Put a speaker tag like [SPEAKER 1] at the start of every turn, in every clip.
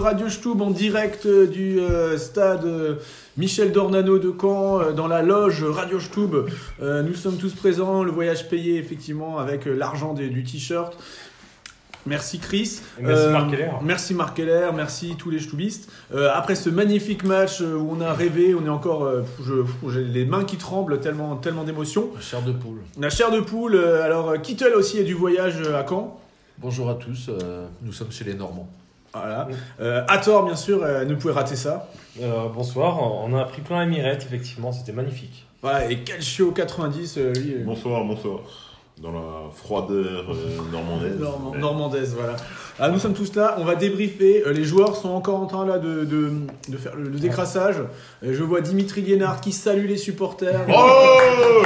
[SPEAKER 1] Radio Stub en direct euh, du euh, stade euh, Michel Dornano de Caen, euh, dans la loge Radio Stub. Euh, nous sommes tous présents, le voyage payé effectivement avec euh, l'argent des- du t-shirt. Merci Chris.
[SPEAKER 2] Et merci
[SPEAKER 1] Euh,
[SPEAKER 2] Marc Keller.
[SPEAKER 1] Merci Marc Heller, merci tous les Stubistes. Euh, après ce magnifique match euh, où on a rêvé, on est encore, euh, je- j'ai les mains qui tremblent tellement, tellement d'émotion.
[SPEAKER 3] Cher de poule.
[SPEAKER 1] La chair de poule, euh, alors euh, Kittel aussi est du voyage euh, à Caen.
[SPEAKER 3] Bonjour à tous, euh, nous sommes chez les Normands.
[SPEAKER 1] Voilà. Euh, à tort, bien sûr, euh, ne pouvez rater ça.
[SPEAKER 2] Euh, bonsoir, on a pris plein la mirette, effectivement, c'était magnifique.
[SPEAKER 1] Voilà, et Calcio 90, euh, lui. euh,
[SPEAKER 4] Bonsoir, bonsoir. Dans la froideur euh, normandaise.
[SPEAKER 1] Norm- Normandaise, voilà. Ah, nous sommes tous là, on va débriefer. Euh, les joueurs sont encore en train là de, de, de faire le, le décrassage. Euh, je vois Dimitri Liénard qui salue les supporters.
[SPEAKER 4] Oh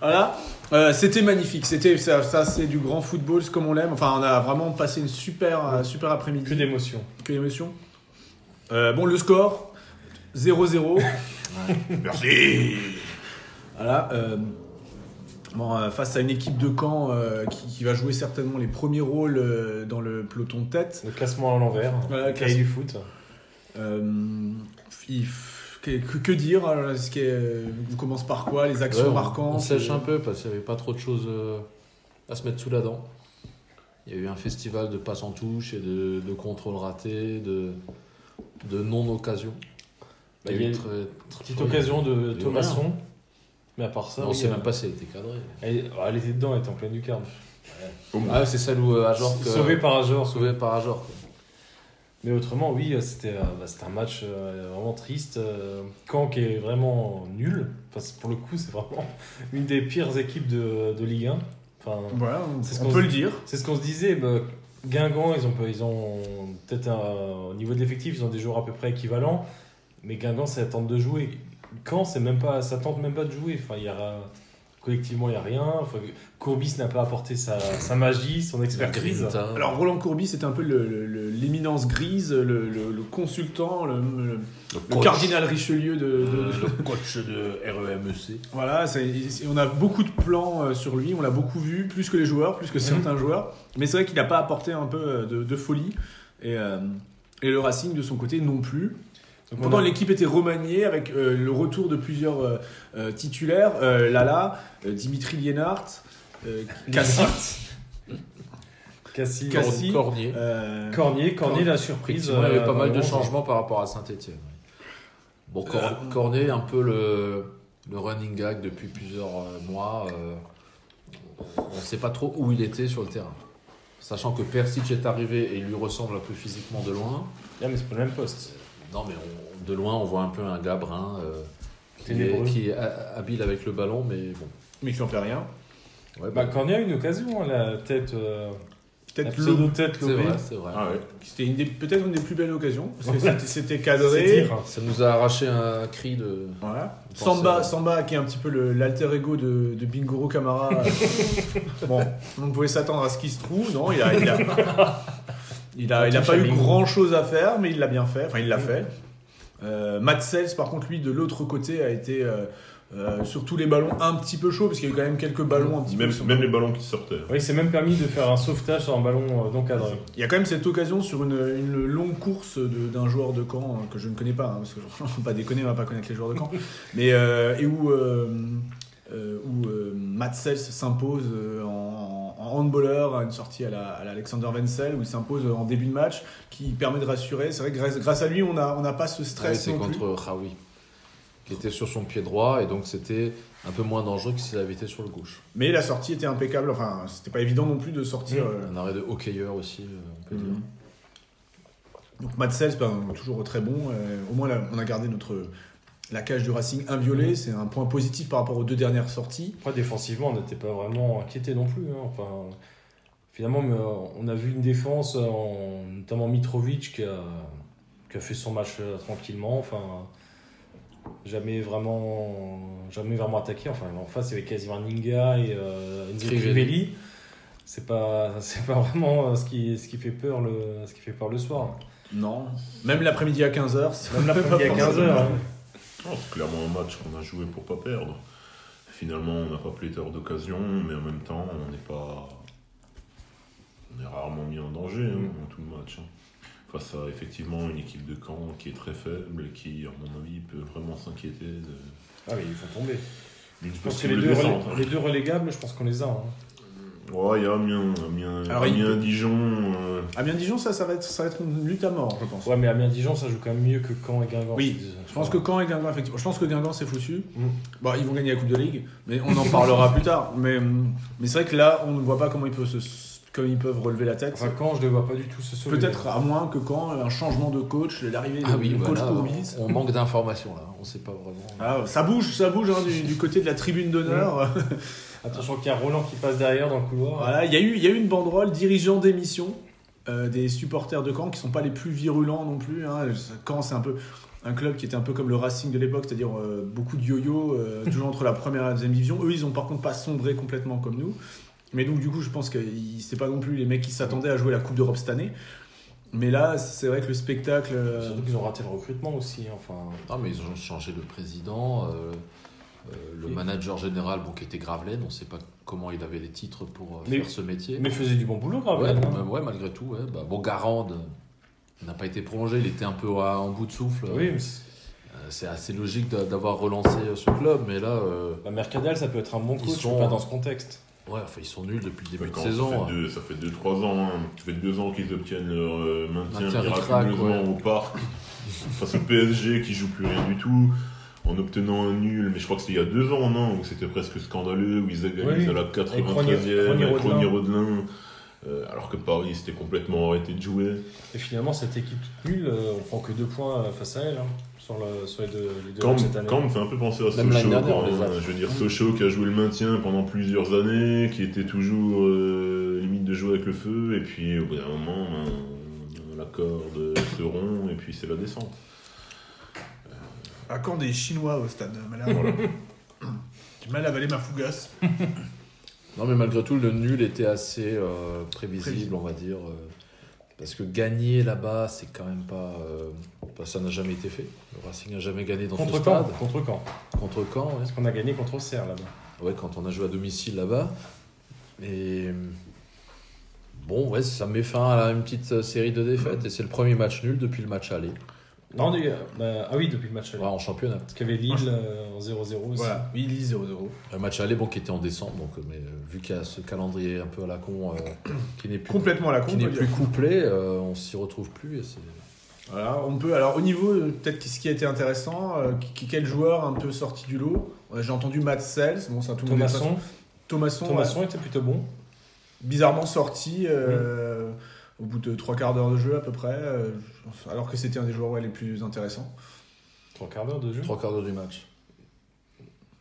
[SPEAKER 1] Voilà. Euh, c'était magnifique, c'était ça, ça c'est du grand football, c'est comme on l'aime. Enfin, on a vraiment passé une super, euh, super
[SPEAKER 2] Que
[SPEAKER 1] après-midi.
[SPEAKER 2] d'émotions.
[SPEAKER 1] Que d'émotion. Euh, bon, le score 0-0.
[SPEAKER 4] Merci
[SPEAKER 1] Voilà. euh, bon, euh, face à une équipe de Caen euh, qui, qui va jouer certainement les premiers rôles euh, dans le peloton de tête.
[SPEAKER 2] Le classement à l'envers,
[SPEAKER 1] Voilà,
[SPEAKER 2] le cahier
[SPEAKER 1] classe-
[SPEAKER 2] du foot.
[SPEAKER 1] Euh, il f- que, que- que dire alors, ce qui est, euh, On commence par quoi Les actions
[SPEAKER 3] Ouais, on-
[SPEAKER 1] marquantes
[SPEAKER 3] On sèche
[SPEAKER 1] euh,
[SPEAKER 3] un peu parce qu'il n'y avait pas trop de choses euh, à se mettre sous la dent. Il y a eu un festival de passes en touche et de, de contrôles ratés, de, de non-occasion.
[SPEAKER 2] Bah, il y a
[SPEAKER 3] eu
[SPEAKER 2] une
[SPEAKER 3] très- très-
[SPEAKER 2] Petite occasion de
[SPEAKER 3] Et
[SPEAKER 2] Thomasson, mais à part ça,
[SPEAKER 3] on
[SPEAKER 2] oui,
[SPEAKER 3] sait
[SPEAKER 2] euh,
[SPEAKER 3] hein. même pas si elle était cadrée.
[SPEAKER 2] elle, elle était dedans, elle était en plein du carme.
[SPEAKER 3] Ah, c'est celle où euh, Ajorque, euh,
[SPEAKER 2] Sauvée par Ajor.
[SPEAKER 3] sauvé par Ajorque.
[SPEAKER 2] Mais autrement, oui, euh, c'était euh, bah, c'était un match euh, vraiment triste. euh, Caen qui est vraiment nul. Enfin, c'est- pour le coup, c'est vraiment une des pires équipes de, de Ligue 1. Enfin,
[SPEAKER 1] Voilà, on,
[SPEAKER 2] C'est ce
[SPEAKER 1] on
[SPEAKER 2] qu'on
[SPEAKER 1] peut
[SPEAKER 2] se-
[SPEAKER 1] le dire.
[SPEAKER 2] C'est ce qu'on se disait. bah, Guingamp, ils ont, peu- ils ont peut-être un- au niveau de l'effectif, ils ont des joueurs à peu près équivalents. Mais Guingamp, ça tente de jouer. Caen, c'est même pas, ça tente même pas de jouer. Enfin, il y a, collectivement, il n'y a rien. Enfin, Courbis n'a pas apporté sa, sa magie, son expertise.
[SPEAKER 3] Grinta.
[SPEAKER 1] Alors Roland Courbis, c'était un peu le- le- le- l'éminence grise, le, le- le consultant, le, le- le
[SPEAKER 3] coach.
[SPEAKER 1] cardinal Richelieu de- de,
[SPEAKER 3] Euh, le coach de E REMEC.
[SPEAKER 1] Voilà, c'est- et on a beaucoup de plans euh, sur lui, on l'a beaucoup vu, plus que les joueurs, plus
[SPEAKER 2] Mhm.
[SPEAKER 1] que certains joueurs. Mais c'est vrai qu'il n'a pas apporté un peu euh, de, de folie. Et, euh, et le Racing, de son côté, non plus.
[SPEAKER 2] Donc,
[SPEAKER 1] Pourtant,
[SPEAKER 2] on a-
[SPEAKER 1] l'équipe était remaniée avec euh, le retour de plusieurs euh, euh, titulaires euh, Lala, euh, Dimitri Lienhardt, euh, Cassi.
[SPEAKER 2] Cassis,
[SPEAKER 1] Cassis. Si.
[SPEAKER 3] Cornier.
[SPEAKER 1] euh,
[SPEAKER 2] Cornier, Cornier, la surprise.
[SPEAKER 3] Effectivement, il y
[SPEAKER 2] euh,
[SPEAKER 3] avait pas mal de
[SPEAKER 2] vraiment,
[SPEAKER 3] changements par rapport à Saint-Etienne. Bon, Cor-
[SPEAKER 1] Euh,
[SPEAKER 3] Cornet est un peu le, le running gag depuis plusieurs euh, mois. euh, on ne sait pas trop où il était sur le terrain. Sachant que Persic est arrivé et il lui ressemble un peu physiquement de loin.
[SPEAKER 2] Ah, mais c'est pas le même poste.
[SPEAKER 3] Non, mais on- de loin, on voit un peu un gars brun euh, qui, est,
[SPEAKER 2] Ténébreux.
[SPEAKER 3] qui est ha- habile avec le ballon, mais bon.
[SPEAKER 1] mais qui n'en fait rien.
[SPEAKER 3] Ouais,
[SPEAKER 2] Bah,
[SPEAKER 3] bah,
[SPEAKER 2] Cornier a eu une occasion, hein, la tête. euh, la
[SPEAKER 1] Peut-être le-
[SPEAKER 2] pseudo-tête
[SPEAKER 3] c'est
[SPEAKER 2] lobée.
[SPEAKER 3] vrai, c'est vrai.
[SPEAKER 4] Ah ouais.
[SPEAKER 1] c'était une des- peut-être une des plus belles occasions. Parce que
[SPEAKER 2] Voilà.
[SPEAKER 1] c'était- c'était
[SPEAKER 2] C'est
[SPEAKER 1] cadré.
[SPEAKER 2] dire.
[SPEAKER 3] Ça nous a arraché un cri de.
[SPEAKER 1] Voilà.
[SPEAKER 3] Je pense,
[SPEAKER 1] Samba,
[SPEAKER 3] euh,
[SPEAKER 1] Samba, qui est un petit peu le- l'alter ego de, de Bingoro Camara. euh, bon, on pouvait s'attendre à ce qu'il se trouve. Non, il a, il a, il a, il a pas eu grand chose à faire, mais il l'a bien fait. Enfin, il l'a fait. Euh, Matt Sells, par contre, lui, de l'autre côté, a été euh, euh, sur tous les ballons un petit peu chaud, parce qu'il y a eu quand même quelques ballons un petit
[SPEAKER 4] Même,
[SPEAKER 1] peu.
[SPEAKER 4] même les ballons qui sortaient.
[SPEAKER 2] Oui, il s'est même permis de faire un sauvetage sur un ballon euh, non cadré.
[SPEAKER 1] Il y a quand même cette occasion sur une, une longue course de- d'un joueur de camp que je ne connais pas, hein, parce que je- on va pas déconner, on va pas connaître les joueurs de camp, mais euh, et où, euh, euh, où euh, Matt Sells s'impose euh, en, en handballeur à une sortie à la- à l'Alexander Wenzel, où il s'impose en début de match, qui permet de rassurer. C'est vrai que grâce, grâce à lui, on n'a on n'a pas ce
[SPEAKER 3] Ouais,
[SPEAKER 1] stress
[SPEAKER 3] Ah c'est
[SPEAKER 1] non plus.
[SPEAKER 3] contre Raoui, qui était sur son pied droit, et donc c'était un peu moins dangereux que s'il avait été sur le gauche.
[SPEAKER 1] Mais la sortie était impeccable, enfin, c'était pas évident non plus de sortir.
[SPEAKER 2] Mmh.
[SPEAKER 1] euh,
[SPEAKER 3] Un arrêt de hockeyeur aussi, euh, on peut
[SPEAKER 1] Mhm. Donc Matt Sells, ben, toujours très bon. Euh, au moins, là, on a gardé notre la cage du Racing inviolée. C'est un point positif par rapport aux deux dernières sorties.
[SPEAKER 2] Après, défensivement, on n'était pas vraiment inquiété non plus. hein. Enfin, finalement, mais, euh, on a vu une défense, euh, en- notamment Mitrovic, qui a, qui a fait son match euh, tranquillement. Enfin, jamais vraiment, jamais vraiment attaqué. Enfin, en face, il y avait quasiment Ninga et euh, Enzo
[SPEAKER 3] Crivelli.
[SPEAKER 2] Crivelli. C'est pas, c'est pas vraiment euh, ce qui, ce qui fait peur le, ce qui fait peur le soir.
[SPEAKER 1] Non. Même l'après-midi à 15h.
[SPEAKER 2] Même l'après-midi à 15 heures. hein.
[SPEAKER 4] Non, Oh, c'est clairement un match qu'on a joué pour pas perdre. Finalement, on n'a pas pléthore d'occasions, mais en même temps, on n'est pas. On est rarement mis en danger hein, dans tout le match. hein. face à effectivement une équipe de Caen qui est très faible et qui, à mon avis, peut vraiment s'inquiéter de-
[SPEAKER 2] Ah oui, ils vont tomber.
[SPEAKER 4] d'une
[SPEAKER 2] Je pense que les
[SPEAKER 4] possible
[SPEAKER 2] deux,
[SPEAKER 4] descente. hein.
[SPEAKER 2] relé- les deux relégables, je pense qu'on les a. hein.
[SPEAKER 4] Ouais, il y a Amiens, Amiens,
[SPEAKER 1] Alors, il-
[SPEAKER 4] Amiens Dijon. euh,
[SPEAKER 1] Amiens-Dijon, ça, ça, va être, ça va être une lutte à mort, je pense.
[SPEAKER 2] Ouais, mais Amiens-Dijon, ça joue quand même mieux que Caen et Guingamp.
[SPEAKER 1] Oui, Je pense que Caen et Guingamp, effectivement. Je pense que Guingamp, c'est foutu.
[SPEAKER 2] Mm.
[SPEAKER 1] Bon, ils vont gagner la Coupe de Ligue, mais on en parlera plus tard. Mais, hum, mais c'est vrai que là, on ne voit pas comment ils peuvent, se- comment ils peuvent relever la tête.
[SPEAKER 2] Enfin, Caen, je ne les vois pas du tout se sauver.
[SPEAKER 1] Peut-être à moins que quand un changement de coach, l'arrivée
[SPEAKER 3] Ah
[SPEAKER 1] de-
[SPEAKER 3] oui,
[SPEAKER 1] du coach
[SPEAKER 3] voilà,
[SPEAKER 1] Courbis.
[SPEAKER 3] on manque d'informations là, on sait pas vraiment.
[SPEAKER 1] Ah, ça bouge, ça bouge hein, du, du côté de la tribune d'honneur.
[SPEAKER 2] Attention qu'il y a Roland qui passe derrière dans le couloir.
[SPEAKER 1] voilà, il y a eu, il y a eu une banderole dirigeant d'émission euh, des supporters de Caen qui sont pas les plus virulents non plus. Hein. Caen, c'est un peu un club qui était un peu comme le Racing de l'époque, c'est-à-dire euh, beaucoup de yo-yo, euh, toujours entre la première et la deuxième division. Eux, ils ont par contre pas sombré complètement comme nous. Mais donc du coup, je pense que ils- c'est pas non plus les mecs qui s'attendaient à jouer la Coupe d'Europe cette année. Mais là, c'est vrai que le spectacle. euh,
[SPEAKER 2] Surtout qu'ils ont raté le recrutement aussi. hein, Enfin,
[SPEAKER 3] Non, mais ils ont changé le président, euh, euh, le
[SPEAKER 2] Et-
[SPEAKER 3] manager général, bon, qui était Gravelaine, on ne sait pas comment il avait les titres pour euh,
[SPEAKER 2] Mais-
[SPEAKER 3] faire ce métier.
[SPEAKER 2] mais faisait du bon boulot, grave.
[SPEAKER 3] ouais,
[SPEAKER 2] hein.
[SPEAKER 3] bah, ouais, malgré tout, ouais. Bah, bon, Garande euh, n'a pas été prolongé, il était un peu à- en bout de souffle.
[SPEAKER 2] bah, Oui, mais c'est-
[SPEAKER 3] Euh, C'est assez logique d'a- d'avoir relancé euh, ce club, mais là, euh,
[SPEAKER 2] bah, Mercadal, ça peut être un bon
[SPEAKER 3] Ils
[SPEAKER 2] coach,
[SPEAKER 3] sont-
[SPEAKER 2] mais pas dans ce contexte.
[SPEAKER 3] ouais, enfin, ils sont nuls depuis le début
[SPEAKER 4] Bah, Quand
[SPEAKER 3] de saison.
[SPEAKER 4] Ça fait,
[SPEAKER 3] hein.
[SPEAKER 4] deux, ça fait deux, trois ans. hein. Ça fait deux ans qu'ils obtiennent leur euh, maintien
[SPEAKER 3] Maintien du crack,
[SPEAKER 4] miraculeusement au parc. Face au PSG qui joue plus rien du tout. En obtenant un nul, mais je crois que c'était il y a deux ans, non Où c'était presque scandaleux, où ils
[SPEAKER 2] Oui.
[SPEAKER 4] égalisent à la
[SPEAKER 2] Et
[SPEAKER 4] 93e,
[SPEAKER 2] Cronier-
[SPEAKER 4] avec
[SPEAKER 2] Cronier-Rodelin.
[SPEAKER 4] Cronier Rodelin. Euh, alors que Paris s'était complètement arrêté de jouer.
[SPEAKER 2] Et finalement, cette équipe toute nulle, euh, on prend que deux points euh, face à elle hein, sur, le- sur les deux, les deux
[SPEAKER 4] Caen
[SPEAKER 2] matchs cette année.
[SPEAKER 4] Caen me fait un peu penser à
[SPEAKER 3] Même l'année
[SPEAKER 4] Sochaux.
[SPEAKER 3] dernière, Mmh.
[SPEAKER 4] quand
[SPEAKER 3] on les
[SPEAKER 4] même.
[SPEAKER 3] a.
[SPEAKER 4] Je veux dire, Sochaux qui a joué le maintien pendant plusieurs années, qui était toujours euh, limite de jouer avec le feu, et puis au bout d'un moment, ben, on- la corde se rompt, et puis c'est la descente.
[SPEAKER 1] À quand des Chinois au stade Malherbe J'ai mal avalé ma fougasse.
[SPEAKER 3] Non, mais malgré tout, le nul était assez euh, prévisible,
[SPEAKER 1] Prévisible.
[SPEAKER 3] on va dire. euh, parce que gagner là-bas, c'est quand même pas. euh, bah, ça n'a jamais été fait. Le Racing n'a jamais gagné dans ce
[SPEAKER 2] Contre Caen,
[SPEAKER 3] stade.
[SPEAKER 2] contre Caen.
[SPEAKER 3] Contre Caen, ouais.
[SPEAKER 2] Parce qu'on a gagné contre Auxerre là-bas.
[SPEAKER 3] Ouais, quand on a joué à domicile là-bas. Et bon, ouais, ça met fin à la- une petite euh, série de défaites. Et c'est le premier match nul depuis le match aller.
[SPEAKER 2] Non, du- euh, ah oui, depuis le match. aller.
[SPEAKER 3] Ouais, en championnat.
[SPEAKER 2] Parce qu'il y avait Lille euh, en 0-0 aussi.
[SPEAKER 1] Voilà, oui, il lit 0-0.
[SPEAKER 3] Le match aller, bon, qui était en décembre. Donc, euh, mais euh, vu qu'il y a ce calendrier un peu à la con euh, qui n'est plus,
[SPEAKER 1] Complètement à
[SPEAKER 2] bah,
[SPEAKER 1] la con.
[SPEAKER 3] qui
[SPEAKER 1] on
[SPEAKER 3] n'est
[SPEAKER 1] peut dire.
[SPEAKER 3] plus couplé, euh, on s'y retrouve plus. Et c'est-
[SPEAKER 1] Voilà, on peut. Alors, au niveau, euh, peut-être ce qui a été intéressant, euh, qui- quel joueur un peu sorti du lot Ouais, J'ai entendu Matt Sells, bon, ça tout le monde est pas-
[SPEAKER 2] Thomasson,
[SPEAKER 1] Thomasson, ouais.
[SPEAKER 2] Thomasson était plutôt bon.
[SPEAKER 1] bizarrement sorti euh, au bout de trois quarts d'heure de jeu à peu près, euh, alors que c'était un des joueurs ouais, les plus intéressants.
[SPEAKER 2] Trois quarts d'heure de jeu.
[SPEAKER 3] Trois quarts d'heure du match.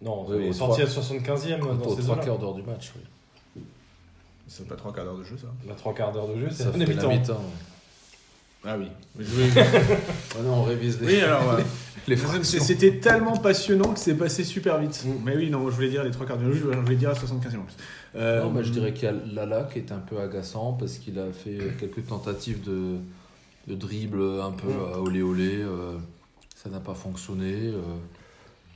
[SPEAKER 2] Non,
[SPEAKER 3] Oui,
[SPEAKER 2] il est
[SPEAKER 3] aux
[SPEAKER 2] sorti à 75e dans
[SPEAKER 3] Aux
[SPEAKER 2] ces
[SPEAKER 3] trois
[SPEAKER 2] eaux-là.
[SPEAKER 3] quarts d'heure du match, oui.
[SPEAKER 1] C'est pas trois quarts d'heure de jeu, ça
[SPEAKER 2] Bah, trois quarts d'heure de jeu, c'est
[SPEAKER 3] Ça
[SPEAKER 2] un
[SPEAKER 3] fait la
[SPEAKER 2] débutant.
[SPEAKER 3] mi-temps.
[SPEAKER 1] Ah oui. Oui,
[SPEAKER 3] Ah non, on révise les,
[SPEAKER 1] oui alors. ouais.
[SPEAKER 3] les
[SPEAKER 1] C'est vrai que c'est-
[SPEAKER 3] fractions.
[SPEAKER 1] C'était tellement passionnant que c'est passé super vite.
[SPEAKER 2] Mm.
[SPEAKER 1] Mais oui, non, je voulais dire les trois quarts de jeu, je voulais dire à 75 en plus. Euh,
[SPEAKER 3] Non, bah, je dirais qu'il y a Lala qui est un peu agaçant parce qu'il a fait quelques tentatives de, de dribble un peu
[SPEAKER 2] Mm.
[SPEAKER 3] à olé olé. euh, ça n'a pas fonctionné. euh.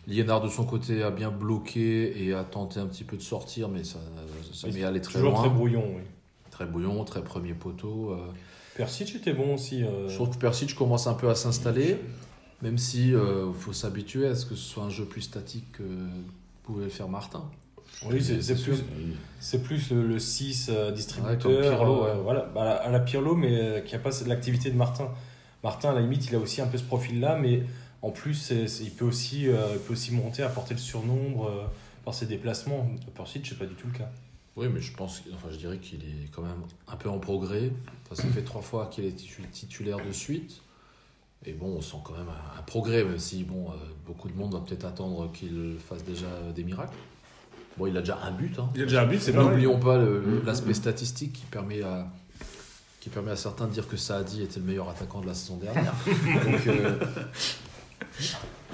[SPEAKER 3] Liénard de son côté a bien bloqué et a tenté un petit peu de sortir, mais ça, ça
[SPEAKER 2] Mais
[SPEAKER 3] met à aller très
[SPEAKER 2] Toujours
[SPEAKER 3] loin.
[SPEAKER 2] très
[SPEAKER 3] Très,
[SPEAKER 2] brouillon, oui.
[SPEAKER 3] bouillon, très premier poteau. euh.
[SPEAKER 2] Persic était bon aussi. euh,
[SPEAKER 3] Je trouve que Persic commence un peu à s'installer, même si euh, faut s'habituer à ce que ce soit un jeu plus statique que pouvait le faire Martin.
[SPEAKER 2] Oui, c'est c'est plus,
[SPEAKER 4] Ils
[SPEAKER 2] c'est plus le, le 6 euh, distributeur.
[SPEAKER 3] Ouais, comme Pirlo,
[SPEAKER 2] euh,
[SPEAKER 3] ouais.
[SPEAKER 2] voilà, bah, à la- à la Pirlo, mais euh, qui a pas cette- l'activité de Martin. Martin, à la limite, il a aussi un peu ce profil-là, mais en plus, c'est- c'est- il, peut aussi, euh, il peut aussi monter, apporter le surnombre euh, par ses déplacements. Persic, c'est pas du tout le cas.
[SPEAKER 3] Oui, mais je pense, enfin, je dirais qu'il est quand même un peu en progrès. Enfin, ça fait trois fois qu'il est titu- titulaire de suite. Et bon, on sent quand même un, un progrès, même si bon, euh, beaucoup de monde va peut-être attendre qu'il fasse déjà euh, des miracles. Bon, il a déjà un but. Hein.
[SPEAKER 1] Il a déjà un but, c'est pas mal.
[SPEAKER 3] N'oublions pas le-
[SPEAKER 1] Mhm.
[SPEAKER 3] l'aspect statistique qui permet à qui permet à certains de dire que Saadi était le meilleur attaquant de la saison dernière. Donc, euh,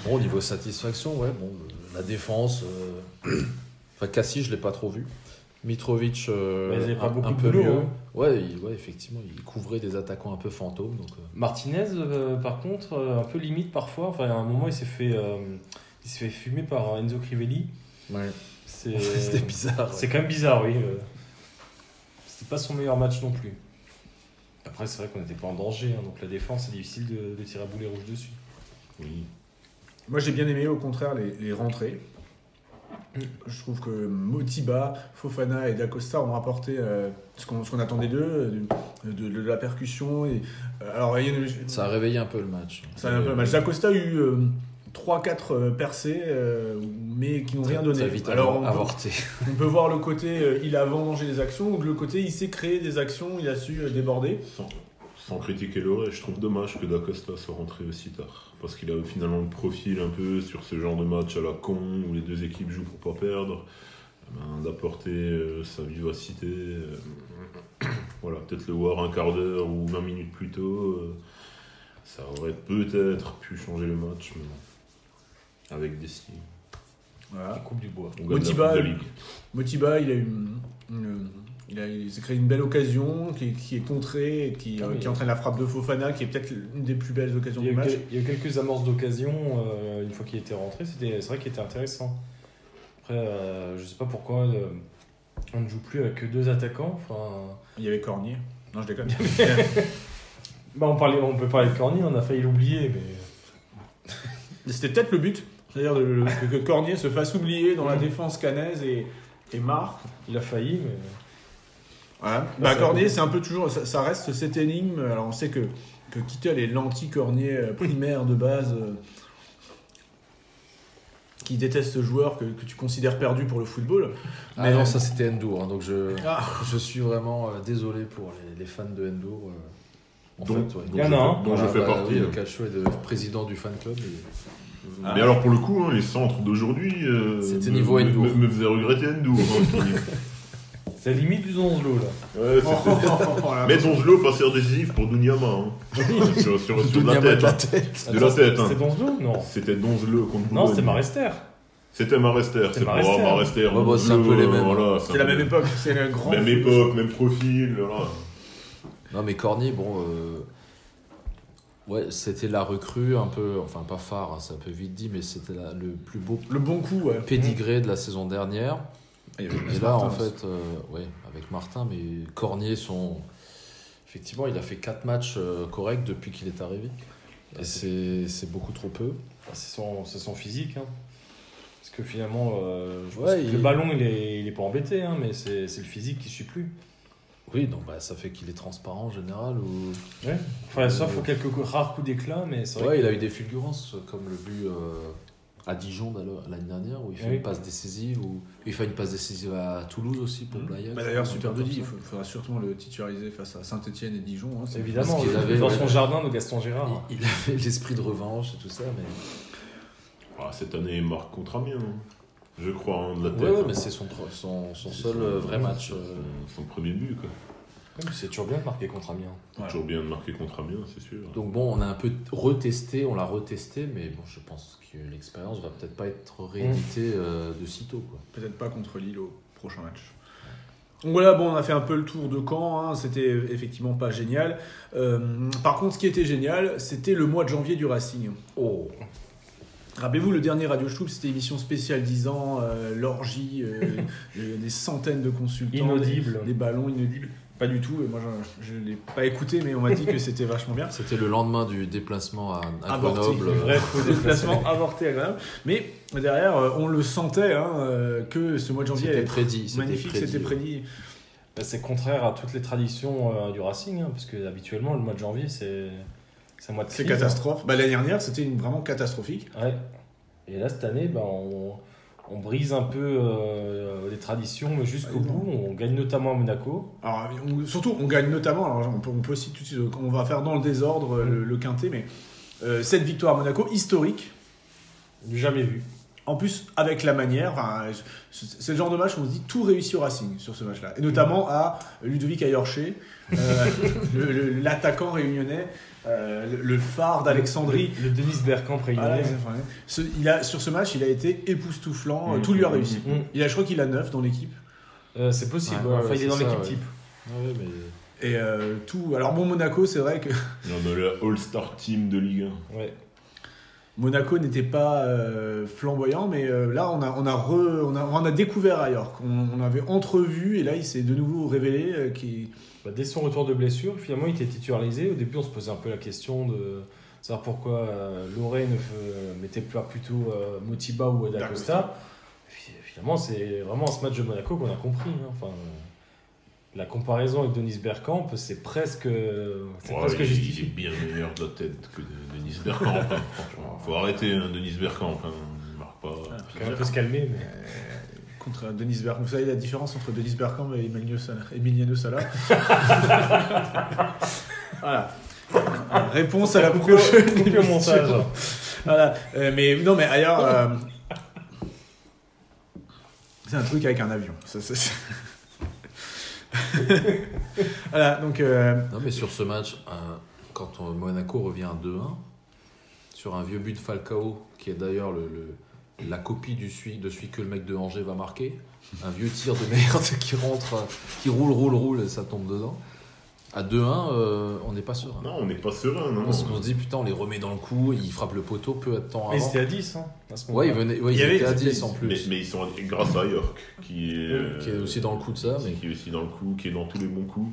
[SPEAKER 3] bon, au niveau satisfaction, ouais, bon, euh, la défense. euh, Enfin, Cassie, je l'ai pas trop vu. Mitrovic, euh,
[SPEAKER 2] Mais ils avaient pas
[SPEAKER 3] un,
[SPEAKER 2] beaucoup
[SPEAKER 3] un
[SPEAKER 2] de
[SPEAKER 3] peu
[SPEAKER 2] boulot,
[SPEAKER 3] mieux.
[SPEAKER 2] hein.
[SPEAKER 3] Ouais, il- ouais, effectivement, il couvrait des attaquants un peu fantômes. Donc, euh,
[SPEAKER 2] Martinez, euh, par contre, euh, un peu limite parfois. Enfin, à un moment, il s'est fait, euh, il s'est fait fumer par euh, Enzo Crivelli. C'est
[SPEAKER 3] euh, c'était bizarre. ouais.
[SPEAKER 2] euh. c'est quand même bizarre, oui. euh. C'était pas son meilleur match non plus. Après, c'est vrai qu'on n'était pas en danger, hein, donc la défense, c'est difficile de, de tirer à boulet rouge dessus.
[SPEAKER 4] Oui.
[SPEAKER 1] Moi, j'ai bien aimé, au contraire, les, les rentrées. Je trouve que Motiba, Fofana et Dacosta ont apporté euh, ce qu'on ce qu'on attendait d'eux, euh, de, de- de la percussion. Et, euh, alors, il y a une-
[SPEAKER 3] Ça a réveillé un peu le match. Euh,
[SPEAKER 1] ça a un peu le match. Dacosta a eu euh, 3-4 percées, euh, mais qui n'ont rien donné.
[SPEAKER 3] Très vite
[SPEAKER 1] alors,
[SPEAKER 3] alors,
[SPEAKER 1] on peut-
[SPEAKER 3] avorté.
[SPEAKER 1] On peut voir le côté euh, il a vendangé les actions ou de le côté il s'est créé des actions, il a su euh, déborder.
[SPEAKER 4] Sans, sans critiquer Loré, je trouve dommage que Da Costa soit rentré aussi tard. Parce qu'il a finalement le profil un peu sur ce genre de match à la con où les deux équipes jouent pour pas perdre. Eh ben, D'apporter euh, sa vivacité. euh, voilà, peut-être le voir un quart d'heure ou 20 minutes plus tôt. euh, ça aurait peut-être pu changer le match, mais non. Avec des signes.
[SPEAKER 1] Voilà.
[SPEAKER 2] Coupe du bois.
[SPEAKER 4] On gagne la
[SPEAKER 1] Motiba,
[SPEAKER 4] Coupe de la Ligue.
[SPEAKER 1] Motiba, il a eu une- une- il, a- il s'est créé une belle occasion qui, est- qui est contrée, et qui, euh,
[SPEAKER 2] Oui.
[SPEAKER 1] qui entraîne la frappe de Fofana, qui est peut-être une des plus belles occasions
[SPEAKER 2] Il y, a
[SPEAKER 1] du
[SPEAKER 2] eu
[SPEAKER 1] match.
[SPEAKER 2] quel- il y a eu quelques amorces d'occasion euh, une fois qu'il était rentré. C'était, c'est vrai qu'il était intéressant. Après, euh, je sais pas pourquoi euh, on ne joue plus avec que deux attaquants. Enfin,
[SPEAKER 1] Il y avait Cornier. Non, je déconne.
[SPEAKER 2] bah on parlait, on peut parler de Corny, on a failli l'oublier, mais
[SPEAKER 1] C'était peut-être le but, c'est-à-dire de- le- que, que Cornier se fasse oublier dans la défense canaise et, et marque.
[SPEAKER 2] il a failli. Mais...
[SPEAKER 1] Voilà.
[SPEAKER 2] Bah,
[SPEAKER 1] Bah,
[SPEAKER 2] ça
[SPEAKER 1] Cornier,
[SPEAKER 2] peut-
[SPEAKER 1] c'est un peu toujours. Ça, ça reste cette énigme. Alors, on sait que, que Kittel est l'anti-Cornier euh, primaire de base. euh, qui déteste ce joueur que, que tu considères perdu pour le football.
[SPEAKER 3] Ah
[SPEAKER 1] Mais-
[SPEAKER 3] non, ça c'était Endur. hein, donc je,
[SPEAKER 1] Ah.
[SPEAKER 3] je suis vraiment euh, désolé pour les, les fans de Endur. euh, en
[SPEAKER 4] Donc-
[SPEAKER 3] fait, ouais.
[SPEAKER 4] donc
[SPEAKER 2] Il y en
[SPEAKER 4] je
[SPEAKER 2] a
[SPEAKER 4] fais-
[SPEAKER 2] un.
[SPEAKER 4] dont je
[SPEAKER 3] Voilà,
[SPEAKER 4] fais
[SPEAKER 3] bah,
[SPEAKER 4] partie. euh.
[SPEAKER 3] oui, le Cacho est de- président du fan club. et-
[SPEAKER 1] Ah.
[SPEAKER 4] Mais alors pour le coup, hein, les centres d'aujourd'hui euh,
[SPEAKER 3] C'était
[SPEAKER 4] me-
[SPEAKER 3] niveau
[SPEAKER 4] me,
[SPEAKER 3] Ndour.
[SPEAKER 4] me, me faisaient regretter Ndour. hein, qui-
[SPEAKER 2] C'est la limite du Zonzlo là.
[SPEAKER 4] Ouais,
[SPEAKER 1] Oh,
[SPEAKER 4] c'était-
[SPEAKER 1] oh, oh, oh, la-
[SPEAKER 4] Ah, Mais Donzlo, passeur décisif pour Dunyama. Hein. sur sur, sur
[SPEAKER 3] Dunyama
[SPEAKER 4] la tête. hein.
[SPEAKER 3] tête.
[SPEAKER 4] De la tête. hein.
[SPEAKER 2] bah, C'est Zonzlo Non.
[SPEAKER 4] C'était Donzlo contre
[SPEAKER 2] Non,
[SPEAKER 4] Boulogne.
[SPEAKER 2] c'était Marester.
[SPEAKER 4] C'était Marester. C'est
[SPEAKER 2] Marester.
[SPEAKER 4] pas Marester.
[SPEAKER 3] Ouais, bon, c'est un
[SPEAKER 4] Donzlo,
[SPEAKER 3] peu les mêmes.
[SPEAKER 4] voilà,
[SPEAKER 1] C'est la même époque, c'est le grand.
[SPEAKER 4] Même époque, même profil. Voilà.
[SPEAKER 3] Non mais Corny, bon, euh, ouais, c'était la recrue un peu, enfin pas phare, hein, c'est un peu vite dit, mais c'était la- le plus beau
[SPEAKER 1] Le bon coup, ouais.
[SPEAKER 3] pédigré de la saison dernière.
[SPEAKER 1] Il y avait
[SPEAKER 3] Et
[SPEAKER 1] Blaise
[SPEAKER 3] là, en
[SPEAKER 1] Martin,
[SPEAKER 3] fait, euh, ouais, avec Martin, mais Cornier, son... effectivement, il a fait 4 matchs euh, corrects depuis qu'il est arrivé. Et c'est c'est beaucoup trop peu.
[SPEAKER 2] Bah, C'est son, c'est son physique. hein. Parce que finalement, euh, je pense
[SPEAKER 3] Ouais,
[SPEAKER 2] que
[SPEAKER 3] il-
[SPEAKER 2] le ballon, il est, il est pas embêté, hein, mais c'est, c'est le physique qui suit plus.
[SPEAKER 3] Oui, donc bah, ça fait qu'il est transparent en général. Ou...
[SPEAKER 2] Enfin, sauf quelques coups- rares coups d'éclat, mais c'est vrai
[SPEAKER 3] Ouais,
[SPEAKER 2] que-
[SPEAKER 3] il a eu des fulgurances, comme le but euh, à Dijon d'ailleurs, l'année dernière, où il fait
[SPEAKER 2] Oui.
[SPEAKER 3] une passe décisive, ou il fait une passe décisive à Toulouse aussi pour
[SPEAKER 2] Mhm.
[SPEAKER 3] l'Ajax.
[SPEAKER 1] Bah, D'ailleurs,
[SPEAKER 3] un
[SPEAKER 1] super
[SPEAKER 3] truc
[SPEAKER 1] Dodi, il
[SPEAKER 3] comme ça.
[SPEAKER 1] faut- faudra sûrement le titulariser face à Saint-Etienne et Dijon. hein, c'est-
[SPEAKER 2] Évidemment,
[SPEAKER 3] Parce qu'ils
[SPEAKER 2] euh,
[SPEAKER 3] avaient-
[SPEAKER 2] dans son jardin de Gaston Gérard.
[SPEAKER 3] Il, il avait l'esprit de revanche et tout ça, mais,
[SPEAKER 4] Ah, cette année, Marc contre Amiens. hein. Je crois, hein, de la tête.
[SPEAKER 3] ouais, ouais,
[SPEAKER 4] hein.
[SPEAKER 3] mais c'est son, tro- son, son
[SPEAKER 4] C'est
[SPEAKER 3] seul
[SPEAKER 4] son-
[SPEAKER 3] euh, vrai
[SPEAKER 4] son-
[SPEAKER 3] match.
[SPEAKER 4] Son,
[SPEAKER 3] euh,
[SPEAKER 4] son premier but. Quoi.
[SPEAKER 2] C'est toujours bien de marquer contre Amiens.
[SPEAKER 1] Ouais.
[SPEAKER 4] Toujours bien de marquer contre Amiens, c'est sûr.
[SPEAKER 3] Donc bon, on a un peu retesté, on l'a retesté, mais bon, je pense que l'expérience va peut-être pas être
[SPEAKER 1] Mm.
[SPEAKER 3] rééditée euh, de sitôt. Quoi.
[SPEAKER 1] Peut-être pas contre Lille au prochain match. Donc voilà, bon, on a fait un peu le tour de Caen, hein, c'était effectivement pas génial. Euh, par contre, ce qui était génial, c'était le mois de janvier du Racing.
[SPEAKER 3] Oh,
[SPEAKER 1] Rappelez-vous, le dernier Radio Schloub, c'était émission spéciale 10 ans, euh, l'orgie, euh, euh, des centaines de consultants.
[SPEAKER 2] Inaudible.
[SPEAKER 1] Des, des ballons inaudibles. Pas du tout, et moi je- je ne l'ai pas écouté, mais on m'a dit que c'était vachement bien.
[SPEAKER 3] c'était le lendemain du déplacement à, à
[SPEAKER 1] Avorté.
[SPEAKER 3] Grenoble.
[SPEAKER 2] Bref,
[SPEAKER 1] Le placement avorté à Grenoble. Mais derrière, euh, on le sentait hein, euh, que ce mois de janvier
[SPEAKER 3] C'était
[SPEAKER 1] était
[SPEAKER 3] prédit. c'était
[SPEAKER 1] magnifique, c'était
[SPEAKER 3] ouais.
[SPEAKER 1] prédit.
[SPEAKER 2] bah, c'est contraire à toutes les traditions euh, du Racing, hein, parce que habituellement, le mois de janvier, c'est, c'est un mois de
[SPEAKER 1] C'est
[SPEAKER 2] crise, hein.
[SPEAKER 1] catastrophe. Bah, L'année dernière, c'était une- vraiment catastrophique.
[SPEAKER 2] Ouais. Et là, cette année, bah, on, on brise un peu euh, les traditions, mais jusqu'au
[SPEAKER 1] Ah,
[SPEAKER 2] bout, on gagne notamment à Monaco.
[SPEAKER 1] Alors, on- surtout, on gagne notamment. Alors, on peut, on peut aussi tout de suite, on va faire dans le désordre euh, le, le quintet, mais euh, cette victoire à Monaco historique.
[SPEAKER 2] Du Jamais vu.
[SPEAKER 1] En plus, avec la manière, enfin, euh, c'est c'est le genre de match où on se dit tout réussi au Racing sur ce match-là. Et notamment à Ludovic Ayorché, euh, le- le- l'attaquant réunionnais, euh, le- le phare d'Alexandrie.
[SPEAKER 2] Le, le Denis Bergkamp réunionnais.
[SPEAKER 1] Voilà, enfin, ce- il a, sur ce match, il a été époustouflant. euh,
[SPEAKER 4] Mmh.
[SPEAKER 1] Tout lui a réussi.
[SPEAKER 2] Mmh.
[SPEAKER 1] Il a, je crois qu'il a 9 dans l'équipe.
[SPEAKER 2] Euh, c'est possible,
[SPEAKER 3] Ouais, ouais,
[SPEAKER 2] enfin,
[SPEAKER 3] ouais,
[SPEAKER 2] il est dans
[SPEAKER 3] c'est
[SPEAKER 2] l'équipe
[SPEAKER 3] ça, ouais.
[SPEAKER 2] type.
[SPEAKER 3] Ah Ouais, mais...
[SPEAKER 1] Et euh, tout. Alors, bon, Monaco, c'est vrai que
[SPEAKER 4] Non, mais la All-Star Team de Ligue 1.
[SPEAKER 2] Ouais.
[SPEAKER 1] Monaco n'était pas euh, flamboyant, mais euh, là, on a, on, a re- on, a, on a découvert ailleurs, qu'on on avait entrevu, et là, il s'est de nouveau révélé euh, qui.
[SPEAKER 2] Bah, dès son retour de blessure, finalement, il était titularisé. Au début, on se posait un peu la question de savoir pourquoi euh, Loré ne fe- mettait pas plutôt euh, Motiba ou Ada
[SPEAKER 1] Da
[SPEAKER 2] Costa. Fi- Finalement, c'est vraiment à ce match de Monaco qu'on a compris. hein. Enfin, euh, la comparaison avec Denis Bergkamp, c'est presque, c'est
[SPEAKER 4] Ouais,
[SPEAKER 2] presque
[SPEAKER 4] il, il
[SPEAKER 2] justifié.
[SPEAKER 4] est bien meilleur de la tête que de- Denis Bergkamp. hein, franchement, faut arrêter hein, Denis Bergkamp. Hein. Il marque pas.
[SPEAKER 2] Quand même, on peut se calmer, mais
[SPEAKER 1] Euh, Contre Denis Bergkamp. Vous savez la différence entre Denis Bergkamp et Emiliano Sala- Emiliano Sala Voilà. Euh, Réponse à la prochaine.
[SPEAKER 2] coupé au
[SPEAKER 1] émission.
[SPEAKER 2] montage.
[SPEAKER 1] Voilà. Euh, mais non, mais ailleurs. euh, C'est un truc avec un avion. Ça, ça, ça. voilà, donc. euh,
[SPEAKER 3] Non, mais sur ce match, euh, quand on- Monaco revient à 2-1, sur un vieux but de Falcao, qui est d'ailleurs le, le- la copie du celui, de celui que le mec de Angers va marquer, un vieux tir de merde qui rentre, euh, qui roule, roule, roule, et ça tombe dedans. À 2-1, euh, on n'est pas serein.
[SPEAKER 4] Non, on n'est pas serein. Non,
[SPEAKER 3] Parce qu'on se dit, putain, on les remet dans le coup, ils frappent le poteau peu de temps
[SPEAKER 2] Mais
[SPEAKER 3] avant.
[SPEAKER 2] c'était à 10. hein, à ce
[SPEAKER 3] Ouais, ils,
[SPEAKER 2] moment-là.
[SPEAKER 3] venaient, ouais,
[SPEAKER 1] Il y
[SPEAKER 3] ils
[SPEAKER 1] avait-
[SPEAKER 3] étaient à 10
[SPEAKER 1] c'était-
[SPEAKER 3] en
[SPEAKER 4] mais,
[SPEAKER 3] plus.
[SPEAKER 4] mais ils sont grâce à York, qui est, euh,
[SPEAKER 3] Qui est aussi dans le coup de ça, mais
[SPEAKER 4] qui est aussi dans le coup, qui est dans tous les bons coups.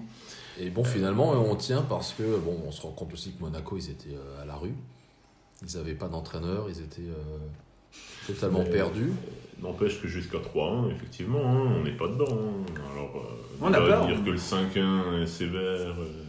[SPEAKER 3] Et bon, finalement, euh, on tient parce que, bon, on se rend compte aussi que Monaco, ils étaient euh, à la rue. Ils n'avaient pas d'entraîneur, ils étaient euh, totalement
[SPEAKER 4] Mais-
[SPEAKER 3] perdus.
[SPEAKER 4] N'empêche que jusqu'à 3-1, effectivement, hein, on n'est pas dedans. hein. Alors, euh,
[SPEAKER 1] On a
[SPEAKER 4] déjà,
[SPEAKER 1] peur.
[SPEAKER 4] dire que le 5-1 est sévère, euh,